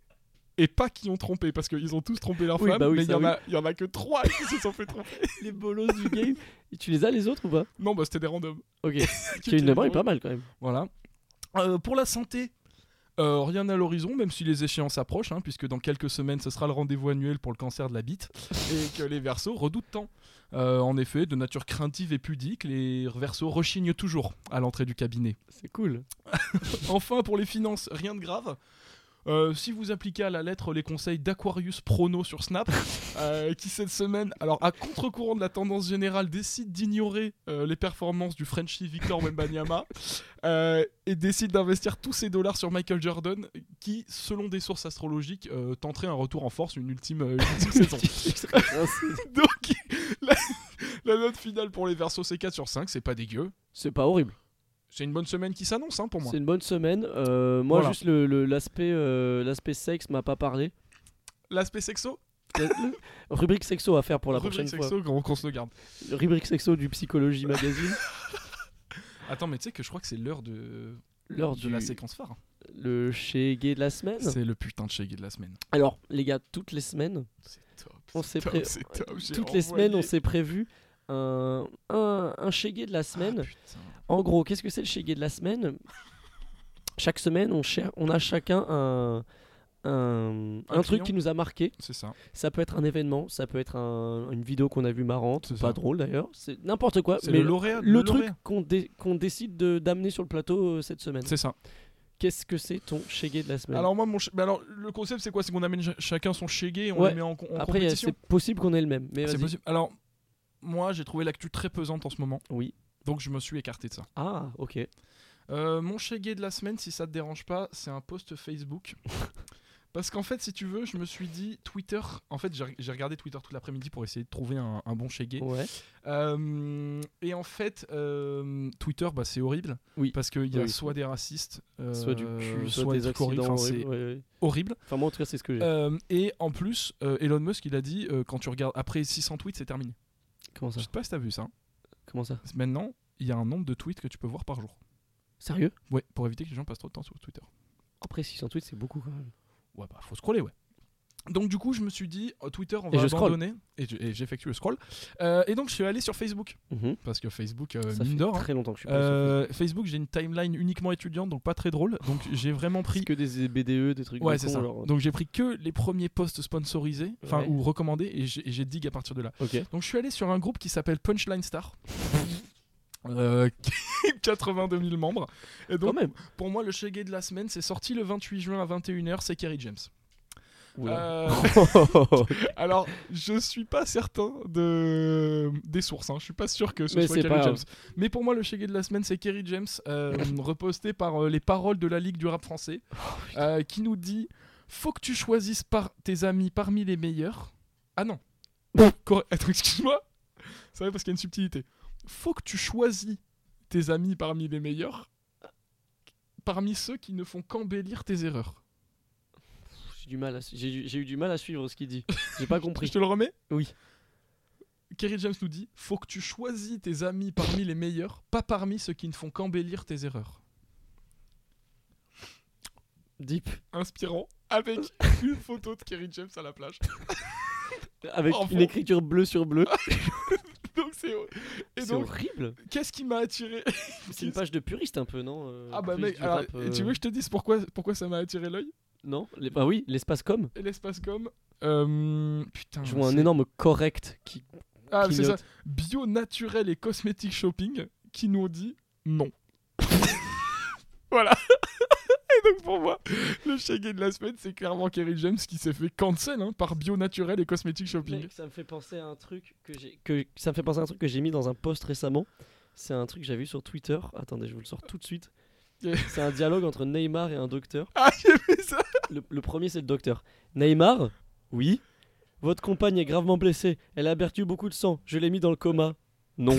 Speaker 2: Et pas qui ont trompé, parce qu'ils ont tous trompé leur
Speaker 1: Oui,
Speaker 2: femme,
Speaker 1: bah oui,
Speaker 2: mais il y,
Speaker 1: ça,
Speaker 2: en
Speaker 1: oui.
Speaker 2: a- il y en a que trois qui se sont fait tromper.
Speaker 1: Les bolos du game. Et tu les as les autres ou pas
Speaker 2: Non, bah c'était des randoms.
Speaker 1: Ok. Kevin
Speaker 2: Kevin
Speaker 1: De Bruyne
Speaker 2: De
Speaker 1: est
Speaker 2: Bruyne.
Speaker 1: pas mal quand même.
Speaker 2: Voilà. Euh, pour la santé, euh, rien à l'horizon, même si les échéances approchent, hein, puisque dans quelques semaines, ce sera le rendez-vous annuel pour le cancer de la bite, et que les versos redoutent tant. Euh, en effet, de nature craintive et pudique, les versos rechignent toujours à l'entrée du cabinet.
Speaker 1: C'est cool.
Speaker 2: Enfin, pour les finances, rien de grave. Euh, si vous appliquez à la lettre les conseils d'Aquarius Prono sur Snap, euh, qui cette semaine, alors à contre-courant de la tendance générale, décide d'ignorer euh, les performances du Frenchie Victor Wembanyama euh, et décide d'investir tous ses dollars sur Michael Jordan, qui, selon des sources astrologiques, euh, tenterait un retour en force, une ultime, euh, une ultime saison. Donc, la, la note finale pour les versos, c'est 4 sur 5, c'est pas dégueu.
Speaker 1: C'est pas horrible.
Speaker 2: C'est une bonne semaine qui s'annonce hein, pour moi.
Speaker 1: C'est une bonne semaine. Euh, moi,
Speaker 2: Voilà.
Speaker 1: juste le- le- l'aspect le, l'aspect sexe m'a pas parlé.
Speaker 2: L'aspect sexo,
Speaker 1: Rubrique sexo à faire pour la
Speaker 2: rubrique
Speaker 1: prochaine
Speaker 2: sexo, qu'on qu'on se le garde.
Speaker 1: fois. Rubrique sexo du Psychologie Magazine.
Speaker 2: Attends, mais tu sais que je crois que c'est l'heure de...
Speaker 1: L'heure
Speaker 2: de
Speaker 1: du- Ah
Speaker 2: la séquence phare.
Speaker 1: Le chez gay de la semaine.
Speaker 2: C'est le putain de chégué de la semaine.
Speaker 1: Alors, les gars, toutes les semaines,
Speaker 2: C'est top.
Speaker 1: On
Speaker 2: c'est
Speaker 1: s'est
Speaker 2: top,
Speaker 1: pré-
Speaker 2: c'est top, j'ai
Speaker 1: toutes les
Speaker 2: envoyé.
Speaker 1: semaines, on s'est prévu un, un, un chez gay de la semaine.
Speaker 2: Ah, putain.
Speaker 1: En gros, qu'est-ce que c'est le chégué de la semaine Chaque semaine, on, cher- on a chacun un, un, un truc
Speaker 2: client.
Speaker 1: qui nous a marqué.
Speaker 2: c'est ça.
Speaker 1: Ça peut être un événement, ça peut être un- une vidéo qu'on a vue marrante,
Speaker 2: C'est
Speaker 1: pas
Speaker 2: ça.
Speaker 1: drôle d'ailleurs, c'est n'importe quoi.
Speaker 2: C'est
Speaker 1: Ah, Mais
Speaker 2: le
Speaker 1: le,
Speaker 2: lauréat.
Speaker 1: truc
Speaker 2: lauréat.
Speaker 1: qu'on dé- qu'on décide de- d'amener sur le plateau euh, cette semaine.
Speaker 2: C'est ça.
Speaker 1: Qu'est-ce que c'est ton chégué de la semaine
Speaker 2: Alors moi, mon ch- mais alors, le concept, c'est quoi C'est qu'on amène ch- chacun son chégué et on
Speaker 1: Ouais.
Speaker 2: le met en, co- en
Speaker 1: Après, euh,
Speaker 2: compétition.
Speaker 1: c'est possible qu'on ait le même, mais
Speaker 2: C'est
Speaker 1: vas-y.
Speaker 2: possible. Alors, moi, j'ai trouvé l'actu très pesante en ce moment,
Speaker 1: Oui.
Speaker 2: donc je me suis écarté de ça.
Speaker 1: Ah, ok.
Speaker 2: Euh, mon chégué de la semaine, si ça te dérange pas, c'est un post Facebook Parce qu'en fait, si tu veux, je me suis dit Twitter. En fait, j'ai j'ai regardé Twitter tout l'après-midi pour essayer de trouver un, un bon shaggy.
Speaker 1: Ouais.
Speaker 2: Euh, et en fait, euh, Twitter, bah, c'est horrible.
Speaker 1: Oui.
Speaker 2: Parce qu'il y a
Speaker 1: Oui.
Speaker 2: soit des racistes, euh,
Speaker 1: Soit du cul, soit,
Speaker 2: soit
Speaker 1: des
Speaker 2: trucs horribles.
Speaker 1: accidents.
Speaker 2: Enfin,
Speaker 1: horribles,
Speaker 2: c'est
Speaker 1: ouais, ouais.
Speaker 2: horrible.
Speaker 1: Enfin, moi, en tout cas, c'est ce que j'ai.
Speaker 2: Euh, et en plus, euh, Elon Musk, il a dit euh, quand tu regardes après 600 tweets, c'est terminé.
Speaker 1: Comment ça
Speaker 2: Je sais pas si t'as vu ça.
Speaker 1: Comment ça
Speaker 2: Maintenant, il y a un nombre de tweets que tu peux voir par jour.
Speaker 1: Sérieux
Speaker 2: Ouais, pour éviter que les gens passent trop de temps sur Twitter.
Speaker 1: Après 600 tweets, c'est beaucoup quand même.
Speaker 2: Ouais, bah faut scroller, ouais. Donc du coup, je me suis dit euh, Twitter, on
Speaker 1: Et
Speaker 2: va
Speaker 1: je scroll.
Speaker 2: abandonner. Et je- Et j'effectue le scroll. Euh, et donc, je suis allé sur Facebook
Speaker 1: Mhm.
Speaker 2: parce que Facebook euh,
Speaker 1: ça
Speaker 2: mine
Speaker 1: fait
Speaker 2: d'or. hein.
Speaker 1: très longtemps que je suis pas sur
Speaker 2: Euh, Facebook, j'ai une timeline uniquement étudiante, donc pas très drôle. Donc j'ai vraiment
Speaker 1: Facebook.
Speaker 2: pris.
Speaker 1: C'est que des BDE, des trucs.
Speaker 2: Ouais,
Speaker 1: de
Speaker 2: c'est
Speaker 1: cons,
Speaker 2: ça.
Speaker 1: genre.
Speaker 2: Donc j'ai pris que les premiers posts sponsorisés, enfin
Speaker 1: Ouais.
Speaker 2: ou recommandés, et j'ai et j'ai dig à partir de là.
Speaker 1: Ok.
Speaker 2: Donc je suis allé sur un groupe qui s'appelle Punchline Star. Euh, 82 000 membres. Et
Speaker 1: Quand
Speaker 2: donc,
Speaker 1: même.
Speaker 2: pour moi, le Shaggy de la semaine, c'est sorti le 28 juin à 21h, c'est Kerry James.
Speaker 1: Oula.
Speaker 2: Euh, alors, je suis pas certain de... des sources, hein. je suis pas sûr que ce
Speaker 1: Mais
Speaker 2: soit
Speaker 1: c'est
Speaker 2: Kerry
Speaker 1: pas grave.
Speaker 2: James. Mais pour moi, le Shaggy de la semaine, c'est Kerry James, euh, reposté par euh, les paroles de la Ligue du rap français,
Speaker 1: Oh,
Speaker 2: euh, qui nous dit Faut que tu choisisses par tes amis parmi les meilleurs. Ah non Cor- Attends, excuse-moi C'est vrai parce qu'il y a une subtilité. Faut que tu choisis tes amis parmi les meilleurs, parmi ceux qui ne font qu'embellir tes erreurs.
Speaker 1: J'ai du mal à- j'ai du- j'ai eu du mal à suivre ce qu'il dit. J'ai pas compris.
Speaker 2: Je te le remets
Speaker 1: Oui.
Speaker 2: Kerry James nous dit Faut que tu choisis tes amis parmi les meilleurs, pas parmi ceux qui ne font qu'embellir tes erreurs.
Speaker 1: Deep.
Speaker 2: inspirant avec une photo de Kerry James à la plage.
Speaker 1: Avec
Speaker 2: En fond.
Speaker 1: une écriture bleue sur bleu.
Speaker 2: Donc c'est et
Speaker 1: C'est
Speaker 2: donc
Speaker 1: horrible.
Speaker 2: qu'est-ce qui m'a attiré
Speaker 1: C'est une
Speaker 2: qu'est-ce-
Speaker 1: page de puriste un peu, non euh,
Speaker 2: Ah bah
Speaker 1: plus
Speaker 2: mec,
Speaker 1: du
Speaker 2: alors,
Speaker 1: rap, euh,
Speaker 2: tu veux que je te dise pourquoi pourquoi ça m'a attiré l'œil
Speaker 1: Non les- Bah oui, l'espace com.
Speaker 2: et l'espace com euh, putain.
Speaker 1: Je vois un
Speaker 2: c'est-
Speaker 1: énorme correct qui
Speaker 2: Ah c'est ça.
Speaker 1: clignote.
Speaker 2: Bio naturel et cosmétique shopping qui nous dit non. voilà. Et donc pour moi, le shaggy de la semaine, c'est clairement Kerry James qui s'est fait cancel hein, par bio naturel et cosmétique shopping.
Speaker 1: Mec, ça me fait penser à un truc que j'ai que ça me fait penser à un truc que j'ai mis dans un post récemment. C'est un truc que j'avais vu sur Twitter. Attendez, je vous le sors tout de suite.
Speaker 2: Ok.
Speaker 1: C'est un dialogue entre Neymar et un docteur.
Speaker 2: Ah j'ai vu ça.
Speaker 1: Le, le premier c'est le docteur. Neymar Oui. Votre compagne est gravement blessée. Elle a perdu beaucoup de sang. Je l'ai mis dans le coma. Non.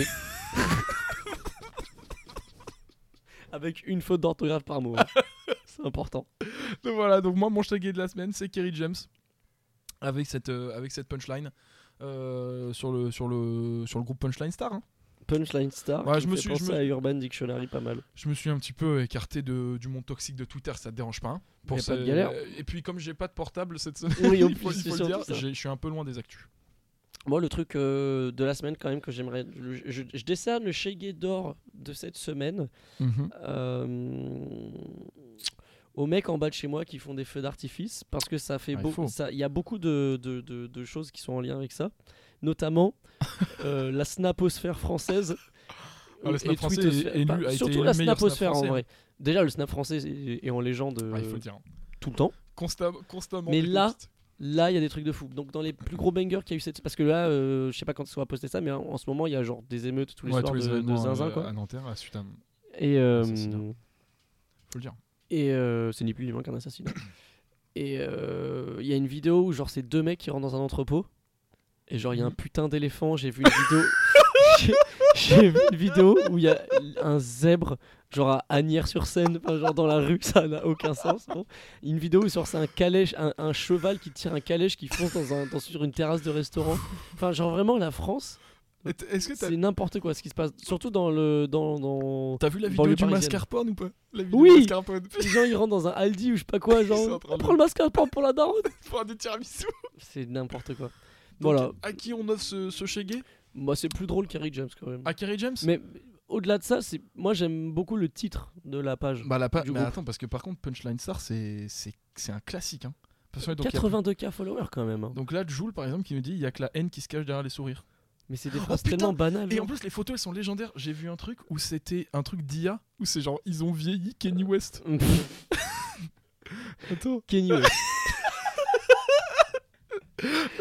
Speaker 1: Avec une faute d'orthographe par mot. hein. C'est important.
Speaker 2: Donc voilà, donc moi mon shaggy de la semaine c'est Kerry James avec cette, euh, avec cette punchline euh, sur, le, sur, le, sur le groupe Punchline Star. hein.
Speaker 1: Punchline star.
Speaker 2: Ouais,
Speaker 1: qui
Speaker 2: je me
Speaker 1: fait
Speaker 2: suis- je
Speaker 1: penser
Speaker 2: me-
Speaker 1: à Urban Dictionary pas mal.
Speaker 2: Je me suis un petit peu écarté de, du monde toxique de Twitter, ça te dérange pas. hein,
Speaker 1: Y a pas de
Speaker 2: ce-
Speaker 1: galère.
Speaker 2: euh, Et puis comme j'ai pas de portable cette semaine,
Speaker 1: Oui, en
Speaker 2: il faut,
Speaker 1: plus,
Speaker 2: il
Speaker 1: c'est
Speaker 2: faut le
Speaker 1: surtout
Speaker 2: dire,
Speaker 1: ça.
Speaker 2: j'ai- je suis un peu loin des actus.
Speaker 1: Moi, le truc euh, de la semaine, quand même, que j'aimerais. le- Je, je- je décerne le Shaggy d'or de cette semaine Mhm. euh, aux mecs en bas de chez moi qui font des feux d'artifice parce que ça fait
Speaker 2: Ah, il
Speaker 1: beaucoup.
Speaker 2: faut.
Speaker 1: Il y a beaucoup de, de- de- de choses qui sont en lien avec ça, notamment euh, la snaposphère française.
Speaker 2: Ah, le
Speaker 1: Et
Speaker 2: snap français
Speaker 1: twittosphère.
Speaker 2: est élu-
Speaker 1: Bah,
Speaker 2: a été
Speaker 1: surtout
Speaker 2: élu
Speaker 1: la
Speaker 2: meilleur snap
Speaker 1: snaposphère en
Speaker 2: français.
Speaker 1: vrai. Déjà, le snap français est, est en légende
Speaker 2: Ah, il faut
Speaker 1: euh,
Speaker 2: le dire. hein.
Speaker 1: tout le temps.
Speaker 2: Constam- constamment.
Speaker 1: Mais
Speaker 2: des
Speaker 1: là-
Speaker 2: textes.
Speaker 1: Là, il y a des trucs de fou. Donc, dans les plus gros bangers qu'il y a eu cette. Parce que là, euh, je sais pas quand ça va poster ça, mais en, en ce moment, il y a genre des émeutes tous les
Speaker 2: Ouais,
Speaker 1: soirs
Speaker 2: tous les
Speaker 1: de, de
Speaker 2: événements,
Speaker 1: zinzin,
Speaker 2: euh,
Speaker 1: quoi.
Speaker 2: À Nanterre, à Sutam,
Speaker 1: Et, euh,
Speaker 2: assassinat. faut le dire.
Speaker 1: et euh, c'est ni plus ni moins qu'un assassinat. et euh, il y a une vidéo où, genre, c'est deux mecs qui rentrent dans un entrepôt. Et genre, il y
Speaker 2: Mhm.
Speaker 1: a un putain d'éléphant. J'ai vu une vidéo. J'ai- J'ai vu une vidéo où il y a un zèbre, genre à Agnières-sur-Seine, enfin, genre dans la rue, ça n'a aucun sens. bon. Une vidéo où genre, c'est un calèche, un, un cheval qui tire un calèche qui fonce dans un, dans- sur une terrasse de restaurant. Enfin, genre vraiment, la France,
Speaker 2: Et t- Est-ce que t'as
Speaker 1: c'est n'importe quoi ce qui se passe. Surtout dans le. Dans, dans...
Speaker 2: t'as vu la
Speaker 1: banlieue
Speaker 2: vidéo du
Speaker 1: parisienne.
Speaker 2: mascarpone ou pas La vidéo
Speaker 1: Oui.
Speaker 2: du mascarpone
Speaker 1: Les gens, ils rentrent dans un Aldi ou je sais pas quoi,
Speaker 2: sont en
Speaker 1: genre.
Speaker 2: train de-
Speaker 1: Prends le masque pour, pour la daronne
Speaker 2: pour un des tiramisu.
Speaker 1: C'est n'importe quoi.
Speaker 2: Donc,
Speaker 1: Voilà,
Speaker 2: À qui on offre ce, ce shaggy
Speaker 1: moi c'est plus drôle qu'Harry James quand même.
Speaker 2: À Kerry James
Speaker 1: Mais au-delà de ça, c'est moi j'aime beaucoup le titre de la page.
Speaker 2: Bah la pa-
Speaker 1: du
Speaker 2: mais
Speaker 1: groupe.
Speaker 2: attends parce que par contre Punchline Star c'est c'est c'est un classique hein. Parce que, donc, il y a-
Speaker 1: 82k followers quand même. hein.
Speaker 2: donc là Joule par exemple qui nous dit il y a que la haine qui se cache derrière les sourires.
Speaker 1: Mais c'est des
Speaker 2: Oh,
Speaker 1: phrases
Speaker 2: putain
Speaker 1: tellement banales. hein.
Speaker 2: Et
Speaker 1: genre.
Speaker 2: en plus les photos elles sont légendaires. J'ai vu un truc où c'était un truc d'IA où c'est genre ils ont vieilli Kenny West.
Speaker 1: Pff,
Speaker 2: Attends,
Speaker 1: Kenny West.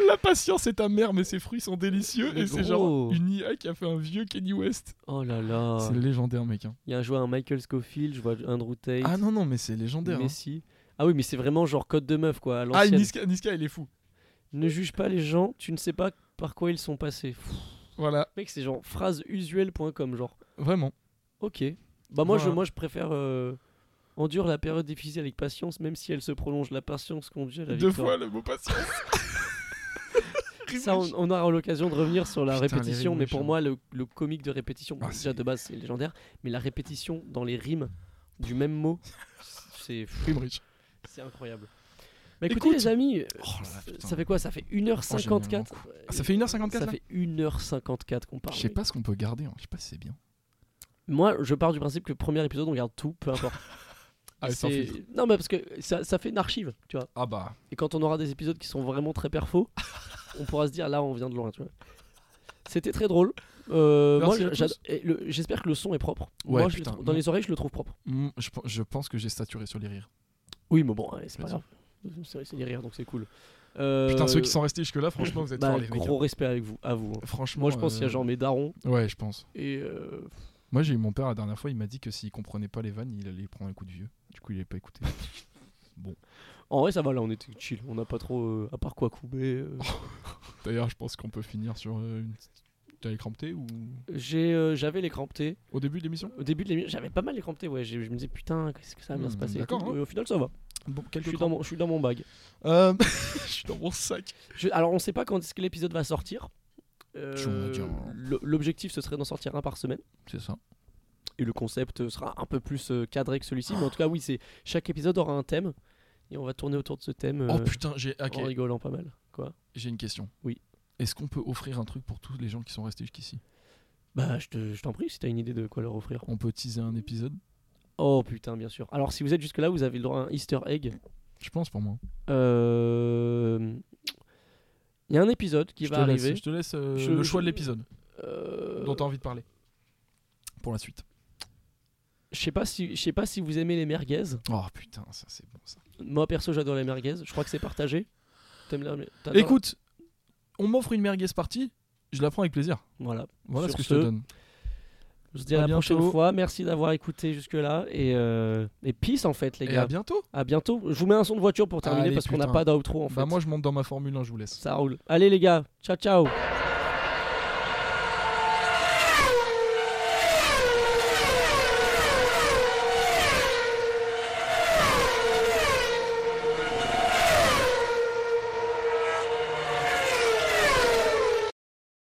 Speaker 2: la patience est amère mais ses fruits sont délicieux
Speaker 1: Mais
Speaker 2: et c'est
Speaker 1: gros.
Speaker 2: genre une IA qui a fait un vieux Kenny West.
Speaker 1: Oh là là.
Speaker 2: C'est légendaire mec hein.
Speaker 1: Il y a un joueur, un Michael Scofield, je vois Andrew Tate,
Speaker 2: Ah non non mais c'est légendaire. hein.
Speaker 1: Messi. Ah oui, mais c'est vraiment genre code de meuf, quoi. à
Speaker 2: Ah,
Speaker 1: l'ancienne.
Speaker 2: Niska, Niska, il est fou.
Speaker 1: Ne juge pas les gens, tu ne sais pas par quoi ils sont passés. Pff,
Speaker 2: Voilà,
Speaker 1: mec, c'est genre phraseusuelle.com, genre.
Speaker 2: vraiment.
Speaker 1: Ok. Bah moi, je,
Speaker 2: Voilà.
Speaker 1: moi, je préfère euh, endure la période difficile avec patience, même si elle se prolonge. La patience conduit à la
Speaker 2: Deux
Speaker 1: victoire.
Speaker 2: fois le mot patience.
Speaker 1: Ça, on, on aura l'occasion de revenir sur la
Speaker 2: Putain, les
Speaker 1: répétition,
Speaker 2: rimes
Speaker 1: mais pour
Speaker 2: méchantes.
Speaker 1: moi, le, le comique de répétition,
Speaker 2: Ah,
Speaker 1: bon, déjà
Speaker 2: c'est-
Speaker 1: de base, c'est légendaire, mais la répétition dans les rimes du même mot, c'est
Speaker 2: Prime riche.
Speaker 1: c'est incroyable. Bah écoutez,
Speaker 2: Écoute.
Speaker 1: les amis,
Speaker 2: Oh là là, putain. Oh,
Speaker 1: ça fait quoi Ça fait 1h54
Speaker 2: Ah, ça fait 1h54
Speaker 1: Ça
Speaker 2: là
Speaker 1: fait 1h54 qu'on parle.
Speaker 2: Je sais
Speaker 1: oui.
Speaker 2: pas ce qu'on peut garder, hein. je sais pas si c'est bien.
Speaker 1: Moi, je pars du principe que premier épisode, on garde tout, peu importe.
Speaker 2: Ah, sans
Speaker 1: C'est-
Speaker 2: filtre.
Speaker 1: non, mais parce que ça, ça fait une archive, tu vois.
Speaker 2: Ah bah,
Speaker 1: Et quand on aura des épisodes qui sont vraiment très perfos, on pourra se dire là, on vient de loin, tu vois. C'était très drôle. Euh, moi,
Speaker 2: Merci à
Speaker 1: j'a-
Speaker 2: tous.
Speaker 1: et le- j'espère que le son est propre.
Speaker 2: Ouais,
Speaker 1: moi, je le
Speaker 2: putain,
Speaker 1: trouve- dans
Speaker 2: non.
Speaker 1: les oreilles, je le trouve propre.
Speaker 2: mm, je, pe- je pense que j'ai saturé sur les rires.
Speaker 1: Oui, mais bon, ouais, c'est pas
Speaker 2: Vas-y.
Speaker 1: grave. C'est c'est des rires, donc c'est cool. Euh,
Speaker 2: Putain, ceux qui sont restés jusque-là, franchement, vous êtes
Speaker 1: bah,
Speaker 2: forts les mecs.
Speaker 1: gros respect avec vous, à vous. hein.
Speaker 2: Franchement.
Speaker 1: Moi, je pense qu'il y a
Speaker 2: euh,
Speaker 1: genre mes darons
Speaker 2: Ouais, je pense.
Speaker 1: et euh,
Speaker 2: Moi, j'ai eu mon père la dernière fois, il m'a dit que s'il comprenait pas les vannes, il allait prendre un coup de vieux. Du coup, il avait pas écouté.
Speaker 1: en vrai, ça va. Là, on était chill. On n'a pas trop, euh, à part euh, quoi couper.
Speaker 2: D'ailleurs, je pense qu'on peut finir sur euh, une. T'avais crampté ou.
Speaker 1: J'ai, euh, j'avais les cramptés.
Speaker 2: Au début de l'émission
Speaker 1: Au début de l'émission, j'avais pas mal les cramptés. Ouais, J'ai- je me disais putain, qu'est-ce que ça va bien
Speaker 2: Hmm,
Speaker 1: se passer. et
Speaker 2: d'accord,
Speaker 1: tout.
Speaker 2: hein.
Speaker 1: Et Au final, ça va.
Speaker 2: Bon,
Speaker 1: Je
Speaker 2: quelques
Speaker 1: suis dans mon, je suis dans mon bag.
Speaker 2: crampes. Euh, je suis dans mon sac.
Speaker 1: Je- alors, on sait pas quand est-ce que l'épisode va sortir. Euh,
Speaker 2: Tu m'aurais dit un-
Speaker 1: l'o- L'objectif, ce serait d'en sortir un par semaine.
Speaker 2: C'est ça.
Speaker 1: Et le concept euh, sera un peu plus euh, cadré que celui-ci.
Speaker 2: Oh.
Speaker 1: Mais en tout cas, oui, c'est chaque épisode aura un thème. Et on va tourner autour de ce thème euh,
Speaker 2: Oh putain, j'ai. ok,
Speaker 1: en rigolant pas mal. Quoi
Speaker 2: j'ai une question.
Speaker 1: Oui.
Speaker 2: Est-ce qu'on peut offrir un truc pour tous les gens qui sont restés jusqu'ici
Speaker 1: Bah, je te- je t'en prie si t'as une idée de quoi leur offrir.
Speaker 2: On peut teaser un épisode
Speaker 1: Oh putain, bien sûr. Alors, si vous êtes jusque-là, vous avez le droit à un Easter egg.
Speaker 2: Je pense pour moi.
Speaker 1: Euh, Il y a un épisode qui
Speaker 2: je,
Speaker 1: va
Speaker 2: te laisse,
Speaker 1: arriver.
Speaker 2: je te laisse euh,
Speaker 1: Je-
Speaker 2: le choix
Speaker 1: je-
Speaker 2: de l'épisode
Speaker 1: Euh,
Speaker 2: dont tu as envie de parler. Pour la suite.
Speaker 1: Je sais pas, si, je sais pas si vous aimez les merguez.
Speaker 2: Oh putain, ça c'est bon ça.
Speaker 1: Moi perso j'adore les merguez, je crois que c'est partagé. T'aimes la mer- t'adores-
Speaker 2: Écoute, on m'offre une merguez partie, je la prends avec plaisir.
Speaker 1: voilà.
Speaker 2: Voilà
Speaker 1: Sur
Speaker 2: ce que
Speaker 1: ce,
Speaker 2: je te donne.
Speaker 1: Je vous dis
Speaker 2: à
Speaker 1: à la
Speaker 2: bientôt.
Speaker 1: prochaine fois. Merci d'avoir écouté jusque là et euh, et peace en fait les
Speaker 2: Et
Speaker 1: gars.
Speaker 2: à bientôt.
Speaker 1: à bientôt. Je vous mets un son de voiture pour terminer
Speaker 2: Allez,
Speaker 1: parce qu'on n'a
Speaker 2: putain.
Speaker 1: pas d'outro en fait.
Speaker 2: Bah moi je monte dans ma Formule 1, je vous laisse.
Speaker 1: Ça roule. Allez les gars, ciao ciao.